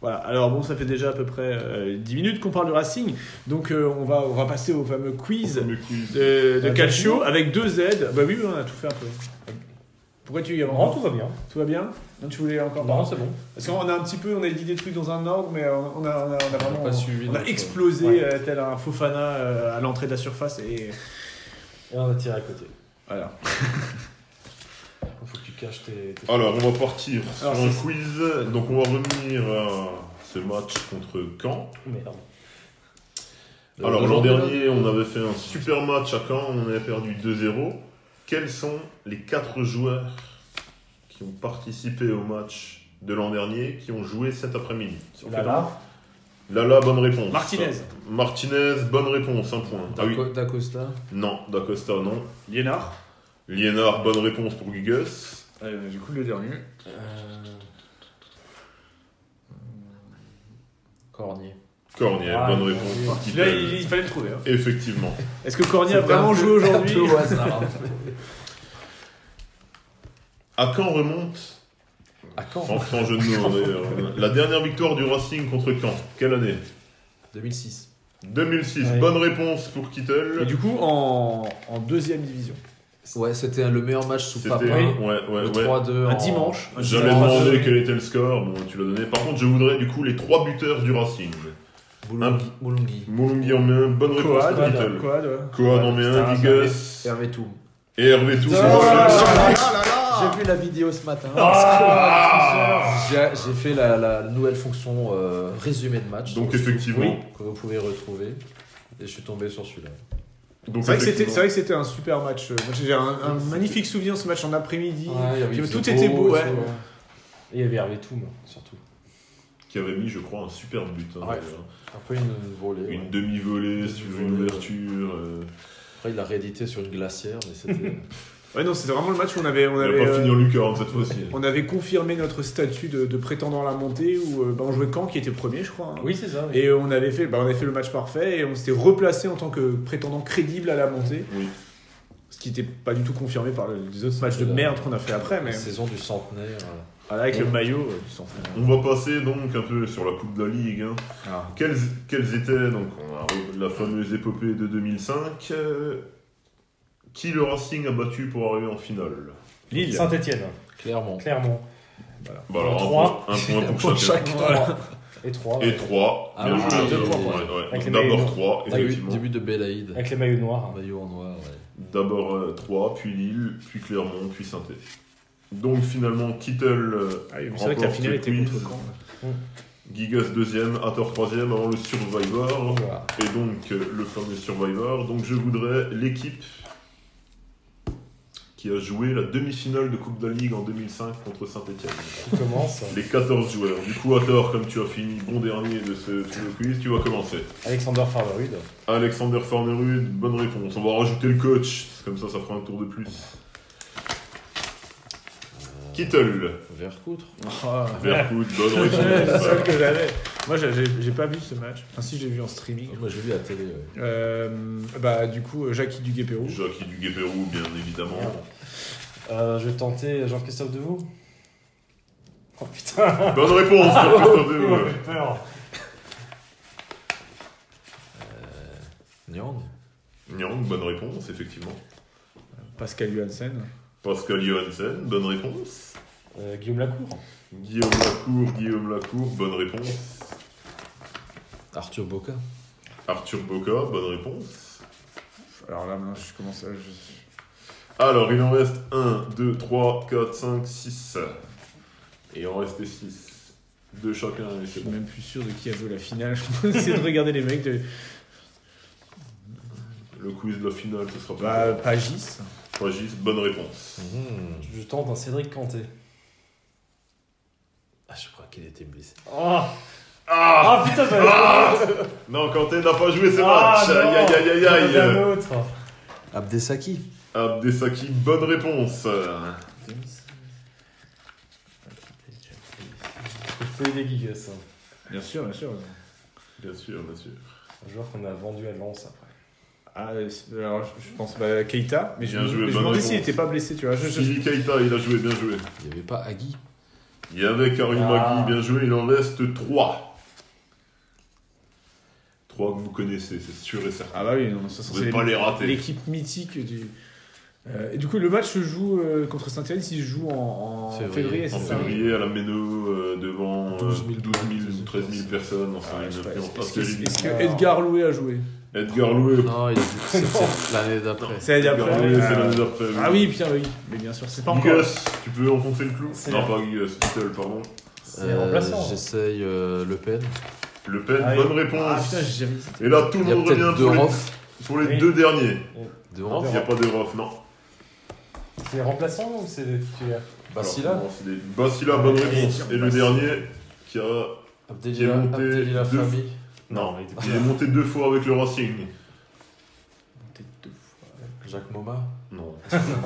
[SPEAKER 1] Voilà, alors bon, ça fait déjà à peu près euh, 10 minutes qu'on parle du Racing, donc euh, on, va, on va passer au fameux quiz
[SPEAKER 4] Premier quiz.
[SPEAKER 1] de, de
[SPEAKER 2] Ah,
[SPEAKER 1] Calcio avec deux Z. Bah oui, oui, on a tout fait un peu. Pourquoi tu y es
[SPEAKER 2] Non,
[SPEAKER 1] encore
[SPEAKER 2] tout va bien.
[SPEAKER 1] Tout va bien Non, tu voulais encore
[SPEAKER 2] Non, c'est bon.
[SPEAKER 1] Parce qu'on a un petit peu, on a dit des trucs dans un ordre, mais euh, on a, on a, on a vraiment.
[SPEAKER 3] pas suivi,
[SPEAKER 1] on a
[SPEAKER 3] donc,
[SPEAKER 1] explosé
[SPEAKER 2] ouais.
[SPEAKER 1] euh, tel un Fofana euh, à l'entrée de la surface et.
[SPEAKER 2] Et on a tiré à côté.
[SPEAKER 1] Voilà.
[SPEAKER 2] Il faut que tu caches tes. tes-
[SPEAKER 4] Alors, on va partir sur
[SPEAKER 1] Alors,
[SPEAKER 4] un
[SPEAKER 1] c'est-
[SPEAKER 4] quiz. Donc, on va revenir à ce match contre Caen.
[SPEAKER 2] Merde.
[SPEAKER 3] Le-
[SPEAKER 4] Euh, Alors,
[SPEAKER 3] le-
[SPEAKER 4] l'an dernier, on avait fait un super match à Caen. On avait perdu 2-0. Quels sont les quatre joueurs qui ont participé au match de l'an dernier, qui ont joué cet après-midi
[SPEAKER 1] On fait pas-
[SPEAKER 2] Lala.
[SPEAKER 4] Lala, bonne réponse.
[SPEAKER 1] Martinez.
[SPEAKER 4] Martinez, bonne réponse, un point. Ah oui.
[SPEAKER 3] Daco- D'Acosta.
[SPEAKER 4] Non, D'Acosta, non.
[SPEAKER 1] Liénard.
[SPEAKER 4] Liénard, bonne réponse pour Gugus.
[SPEAKER 1] Euh, du coup, le dernier.
[SPEAKER 2] Euh,
[SPEAKER 3] Cornier.
[SPEAKER 4] Cornier,
[SPEAKER 2] Ah,
[SPEAKER 4] bonne
[SPEAKER 2] oui.
[SPEAKER 4] réponse pour Kitel.
[SPEAKER 1] Là, il, il fallait le trouver. hein.
[SPEAKER 4] Effectivement.
[SPEAKER 1] Est-ce que Cornier a vraiment joué aujourd'hui
[SPEAKER 3] au hasard.
[SPEAKER 4] À quand remonte,
[SPEAKER 2] À quand
[SPEAKER 4] sans, sans jeu de mots d'ailleurs, euh, la dernière victoire du Racing contre Caen Quelle année
[SPEAKER 3] 2006.
[SPEAKER 4] 2006.
[SPEAKER 2] Ouais.
[SPEAKER 4] Bonne réponse pour
[SPEAKER 1] Et
[SPEAKER 4] Kittel.
[SPEAKER 1] du coup, en, en deuxième division.
[SPEAKER 3] Ouais, c'était le meilleur match sous
[SPEAKER 4] C'était
[SPEAKER 3] Papin.
[SPEAKER 1] hein.
[SPEAKER 4] ouais, ouais,
[SPEAKER 3] Le
[SPEAKER 4] ouais.
[SPEAKER 3] 3-2.
[SPEAKER 1] Un
[SPEAKER 3] en-
[SPEAKER 1] dimanche. un
[SPEAKER 4] J'allais
[SPEAKER 1] dimanche.
[SPEAKER 4] demander quel était le score, bon, tu l'as donné. Par contre, je voudrais du coup les trois buteurs du Racing.
[SPEAKER 3] Boulongui. Boulongui.
[SPEAKER 4] Moulungi en met un, bonne réponse
[SPEAKER 1] Coad,
[SPEAKER 4] pour
[SPEAKER 2] Coad,
[SPEAKER 4] Kittel.
[SPEAKER 1] Quad, ouais.
[SPEAKER 4] Coad en met un,
[SPEAKER 2] Putain,
[SPEAKER 4] Gigas
[SPEAKER 3] Hervé Toum.
[SPEAKER 4] et Hervé Tous.
[SPEAKER 1] Oh là là
[SPEAKER 3] J'ai vu la vidéo ce matin.
[SPEAKER 4] Ah
[SPEAKER 3] J'ai j'ai fait la, la nouvelle fonction euh, résumé de match.
[SPEAKER 4] Donc
[SPEAKER 3] sur YouTube,
[SPEAKER 4] effectivement.
[SPEAKER 3] Que vous pouvez retrouver. Et je suis tombé sur celui-là.
[SPEAKER 4] Donc,
[SPEAKER 1] C'est vrai que c'était-
[SPEAKER 4] effectivement.
[SPEAKER 1] c'est vrai que c'était un super match. euh, Moi, J'ai un, un magnifique souvenir ce match en après-midi.
[SPEAKER 3] Ouais, il y avait-
[SPEAKER 1] Tout
[SPEAKER 3] c'était
[SPEAKER 1] était beau,
[SPEAKER 3] et
[SPEAKER 1] ouais.
[SPEAKER 3] tout,
[SPEAKER 2] Et il y avait Hervé Toum, surtout.
[SPEAKER 4] qui avait mis, je crois, un super but. hein,
[SPEAKER 3] Ouais.
[SPEAKER 4] d'ailleurs.
[SPEAKER 3] Un peu une volée. ouais.
[SPEAKER 4] Une demi-volée sur une
[SPEAKER 3] Demi-volée.
[SPEAKER 4] ouverture. euh,
[SPEAKER 3] Après, il l'a réédité sur une glacière, mais c'était.
[SPEAKER 1] Ouais, non, c'était vraiment le match où on avait, on
[SPEAKER 4] Il
[SPEAKER 1] avait,
[SPEAKER 4] a pas
[SPEAKER 1] euh,
[SPEAKER 4] fini en lucarne cette fois-ci. hein.
[SPEAKER 1] on avait confirmé notre statut de, de prétendant à la montée où euh, bah, on jouait Caen qui était premier, je crois. hein.
[SPEAKER 2] Oui, c'est ça. oui.
[SPEAKER 1] Et on avait, fait, bah, on avait fait le match parfait et on s'était replacé en tant que prétendant crédible à la montée.
[SPEAKER 4] Oui.
[SPEAKER 1] Ce qui n'était pas du tout confirmé par le- les autres matchs de
[SPEAKER 3] C'est la-
[SPEAKER 1] merde qu'on a fait après. Mais
[SPEAKER 3] euh, La saison du centenaire. euh,
[SPEAKER 1] voilà, avec le maillot, euh, du centre.
[SPEAKER 4] On va passer donc un peu sur la Coupe de la Ligue. hein.
[SPEAKER 1] Ah.
[SPEAKER 4] Quelles, quelles étaient donc on a re- la fameuse épopée de 2005 euh, Qui le Racing a battu pour arriver en finale
[SPEAKER 1] Lille.
[SPEAKER 2] Saint-Etienne,
[SPEAKER 3] Clairement.
[SPEAKER 2] clairement.
[SPEAKER 4] Bah alors, un
[SPEAKER 2] Trois.
[SPEAKER 4] point- un point, pour,
[SPEAKER 3] Pour
[SPEAKER 4] chacun.
[SPEAKER 2] Trois. Et 3.
[SPEAKER 4] Et 3.
[SPEAKER 3] Ah oui, deux points, ouais.
[SPEAKER 2] Avec les
[SPEAKER 4] D'abord
[SPEAKER 2] maillots.
[SPEAKER 4] 3,
[SPEAKER 3] Début,
[SPEAKER 4] effectivement.
[SPEAKER 3] Ah début de Belaïd.
[SPEAKER 2] Avec les maillots noirs.
[SPEAKER 3] Maillot en noir, ouais.
[SPEAKER 4] D'abord 3, puis Lille, puis Clermont, puis saint Donc finalement, Kittel. euh,
[SPEAKER 1] Ah oui, mais c'est vrai que la
[SPEAKER 4] remporte
[SPEAKER 1] finale
[SPEAKER 4] le
[SPEAKER 1] était
[SPEAKER 4] quiz.
[SPEAKER 1] contre Caen.
[SPEAKER 4] Gigas deuxième, Hathor troisième avant le Survivor
[SPEAKER 3] Voilà.
[SPEAKER 4] et donc euh, le fameux Survivor. Donc je voudrais l'équipe qui a joué la demi-finale de Coupe de la Ligue en 2005 contre Saint-Etienne.
[SPEAKER 2] Qui commence
[SPEAKER 4] Les 14 joueurs. Du coup, Hathor, comme tu as fini bon dernier de ce de ce quiz, tu vas commencer.
[SPEAKER 2] Alexander Farberud.
[SPEAKER 4] Alexander Farnerud, bonne réponse. On va rajouter le coach, comme ça, ça fera un tour de plus. Kittel,
[SPEAKER 3] Vercoutre.
[SPEAKER 1] Ah.
[SPEAKER 4] Vercoute, bonne
[SPEAKER 1] Ouais, la seule
[SPEAKER 4] réponse.
[SPEAKER 1] que j'avais. Moi, j'ai- j'ai j'ai pas vu ce match. Enfin, si, j'ai vu en streaming.
[SPEAKER 3] Moi, j'ai vu la télé. ouais.
[SPEAKER 1] Euh, bah, du coup, euh, Jackie Duguay-Pérou.
[SPEAKER 4] Jacques Duguay-Pérou, bien évidemment.
[SPEAKER 2] Euh, je vais tenter Jean-Christophe Deveau. Oh putain
[SPEAKER 4] Bonne réponse pour Christophe
[SPEAKER 2] il
[SPEAKER 4] Deveau.
[SPEAKER 2] m'a fait peur.
[SPEAKER 3] Nyang.
[SPEAKER 4] Nyang, bonne réponse, effectivement.
[SPEAKER 1] Pascal Johansen.
[SPEAKER 4] Pascal Johansen, bonne réponse.
[SPEAKER 2] Euh, Guillaume Lacour.
[SPEAKER 4] Guillaume Lacour, Guillaume Lacour, bonne réponse.
[SPEAKER 3] Arthur Boca.
[SPEAKER 4] Arthur Boca, bonne réponse.
[SPEAKER 1] Alors là, maintenant, je commence à. je-
[SPEAKER 4] Alors, il en reste 1, 2, 3, 4, 5, 6. Et il en restait 6. De chacun,
[SPEAKER 1] Je
[SPEAKER 4] et c'est
[SPEAKER 1] suis
[SPEAKER 4] bon.
[SPEAKER 1] même plus sûr de qui a joué la finale. C'est de regarder les mecs. De...
[SPEAKER 4] Le quiz de la finale, ce sera
[SPEAKER 1] Bah,
[SPEAKER 4] pas.
[SPEAKER 1] Pagis.
[SPEAKER 4] Bah, Gis, bonne réponse.
[SPEAKER 3] Mmh.
[SPEAKER 2] Je tente un Cédric Canté.
[SPEAKER 3] Ah, je crois qu'il était blessé.
[SPEAKER 2] Ah Ah,
[SPEAKER 4] Ah
[SPEAKER 2] putain, bah,
[SPEAKER 4] Non, Quentin n'a pas joué ses
[SPEAKER 2] Ah,
[SPEAKER 4] matchs.
[SPEAKER 2] non.
[SPEAKER 4] Aïe, aïe, aïe,
[SPEAKER 2] j'en
[SPEAKER 4] aïe,
[SPEAKER 2] avais un
[SPEAKER 4] aïe.
[SPEAKER 2] autre.
[SPEAKER 3] Abdesaki.
[SPEAKER 4] Abdesaki, bonne réponse.
[SPEAKER 2] Feuille des Gigas, hein.
[SPEAKER 1] Bien sûr, bien sûr.
[SPEAKER 4] Bien sûr, bien sûr.
[SPEAKER 2] un joueur qu'on a vendu à Lens après.
[SPEAKER 1] Ah, euh, c'est- alors je je pense bah, Keita, mais je,
[SPEAKER 4] Bien
[SPEAKER 1] me-
[SPEAKER 4] joué,
[SPEAKER 1] mais je
[SPEAKER 4] bonne
[SPEAKER 1] me demandais s'il
[SPEAKER 4] réponse.
[SPEAKER 1] était pas blessé, tu vois. Je, je-
[SPEAKER 4] Sylvie Keita, il a joué, bien joué.
[SPEAKER 3] Il n'y avait pas Agui.
[SPEAKER 4] Il y avait Karim
[SPEAKER 2] Ah.
[SPEAKER 4] Magui, bien joué, il en reste 3. 3 que vous connaissez, c'est sûr et certain.
[SPEAKER 1] Ah bah oui, non, mais ça, ça,
[SPEAKER 4] Vous
[SPEAKER 1] c'est
[SPEAKER 4] ne
[SPEAKER 1] les-
[SPEAKER 4] pas les rater.
[SPEAKER 1] l'équipe mythique du. Euh, et du coup, le match se joue euh, contre Saint-Etienne, s'il se joue en, en
[SPEAKER 3] Février.
[SPEAKER 1] février,
[SPEAKER 4] En
[SPEAKER 1] c'est ça hein.
[SPEAKER 4] février, à la Méno, euh, devant euh,
[SPEAKER 3] 12
[SPEAKER 4] 12 000,
[SPEAKER 3] 000,
[SPEAKER 4] 13 000 personnes, enfin,
[SPEAKER 1] Ah, je
[SPEAKER 4] une
[SPEAKER 1] sais pas,
[SPEAKER 4] influence
[SPEAKER 1] Est-ce que,
[SPEAKER 4] absolue.
[SPEAKER 1] est-ce que Edgar Loué a joué
[SPEAKER 4] Edgar Loué,
[SPEAKER 3] Non, il c'est- c'est l'année d'après.
[SPEAKER 1] C'est l'année
[SPEAKER 4] Edgar Loué, c'est l'année
[SPEAKER 1] d'après.
[SPEAKER 4] d'après.
[SPEAKER 1] Ah oui, Pierre, oui. Mais bien sûr, c'est pas encore.
[SPEAKER 4] Gus, tu peux enfoncer le clou
[SPEAKER 2] C'est
[SPEAKER 4] Non,
[SPEAKER 2] là.
[SPEAKER 4] pas Gus, Kittel, pardon.
[SPEAKER 2] C'est
[SPEAKER 3] Euh,
[SPEAKER 2] remplaçant.
[SPEAKER 3] J'essaye euh, Le Pen.
[SPEAKER 4] Le Pen,
[SPEAKER 2] Ah,
[SPEAKER 4] bonne
[SPEAKER 2] oui.
[SPEAKER 1] Ah
[SPEAKER 4] réponse.
[SPEAKER 1] putain, j'ai jamais
[SPEAKER 4] Et là, tout
[SPEAKER 3] Il
[SPEAKER 4] le
[SPEAKER 3] y a
[SPEAKER 4] monde revient
[SPEAKER 3] peut-être deux
[SPEAKER 4] pour les,
[SPEAKER 3] Rof.
[SPEAKER 4] pour les
[SPEAKER 2] Oui.
[SPEAKER 4] deux derniers.
[SPEAKER 3] Deux
[SPEAKER 4] Il
[SPEAKER 3] Rof.
[SPEAKER 4] n'y a pas de Rof, non.
[SPEAKER 2] C'est remplaçant ou c'est des titulaires
[SPEAKER 3] Bacilla.
[SPEAKER 4] Ah, ben, Alors, c'est des- Bacilla, bonne réponse. Et le dernier, qui a
[SPEAKER 3] Abdelila
[SPEAKER 4] Il est monté
[SPEAKER 3] Abdelila
[SPEAKER 4] deux-
[SPEAKER 3] Fami.
[SPEAKER 4] Non,
[SPEAKER 2] il était
[SPEAKER 4] Il est monté deux fois avec le Racing.
[SPEAKER 1] monté deux fois.
[SPEAKER 3] Jacques Moma.
[SPEAKER 4] Non,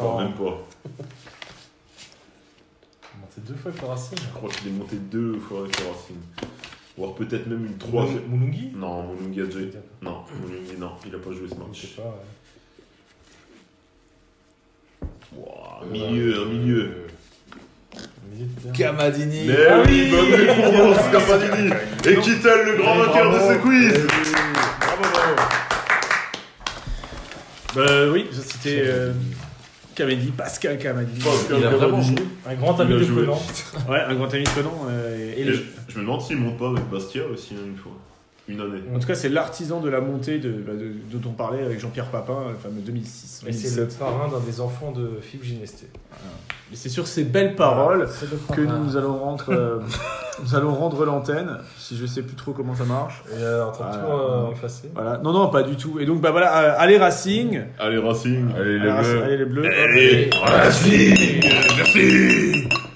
[SPEAKER 2] Oh.
[SPEAKER 4] même pas.
[SPEAKER 2] Il est monté deux fois avec le Racing.
[SPEAKER 4] Je crois qu'il est monté deux fois avec le Racing. Voire peut-être même une
[SPEAKER 2] Mou-
[SPEAKER 4] troisième.
[SPEAKER 2] Moulungi
[SPEAKER 4] Non, Moulungi a déjà
[SPEAKER 2] Je
[SPEAKER 4] été. Non, Moulungi, non, il a pas joué ce match.
[SPEAKER 2] sais pas. ouais.
[SPEAKER 4] Ouah, un
[SPEAKER 3] Euh,
[SPEAKER 4] milieu, un milieu.
[SPEAKER 3] euh,
[SPEAKER 2] Milieu de terrain.
[SPEAKER 3] Gamadini.
[SPEAKER 4] Mais
[SPEAKER 2] Ah
[SPEAKER 4] oui,
[SPEAKER 2] oui
[SPEAKER 4] bonne réponse, Capadini Et Kittel, le grand
[SPEAKER 2] Oui,
[SPEAKER 4] vainqueur de
[SPEAKER 2] bravo.
[SPEAKER 4] ce quiz
[SPEAKER 1] Bravo, bravo. Bah oui, ça, c'était euh, Kamedi, Pascal Kamedi.
[SPEAKER 4] Pascal
[SPEAKER 3] Il a vraiment
[SPEAKER 4] Capadini.
[SPEAKER 3] joué.
[SPEAKER 2] Un grand ami
[SPEAKER 4] Il a
[SPEAKER 2] de
[SPEAKER 4] joué.
[SPEAKER 2] Conan.
[SPEAKER 1] Ouais, un grand ami de Conan. euh, et
[SPEAKER 4] Et
[SPEAKER 1] le-
[SPEAKER 4] je, je me demande s'il monte pas avec Bastia aussi hein, une fois. Une année.
[SPEAKER 1] En tout cas, c'est l'artisan de la montée de, bah, de- dont on parlait avec Jean-Pierre Papin, le fameux 2006.
[SPEAKER 2] Et c'est
[SPEAKER 1] 2007.
[SPEAKER 2] le parrain d'un des enfants de Philippe Ginesté.
[SPEAKER 1] Et c'est sur ces belles paroles
[SPEAKER 2] C'est le
[SPEAKER 1] que
[SPEAKER 2] parrain.
[SPEAKER 1] nous allons rendre, euh, nous allons rendre l'antenne. Si je sais plus trop comment ça marche.
[SPEAKER 2] Et euh, en train de tout
[SPEAKER 1] Voilà.
[SPEAKER 2] euh, effacer.
[SPEAKER 1] Voilà. Non, non, pas du tout. Et donc, bah voilà, euh, allez Racing.
[SPEAKER 4] Allez Racing
[SPEAKER 1] Ah, Allez, Racing, allez les Bleus. Hop.
[SPEAKER 4] Allez Racing Merci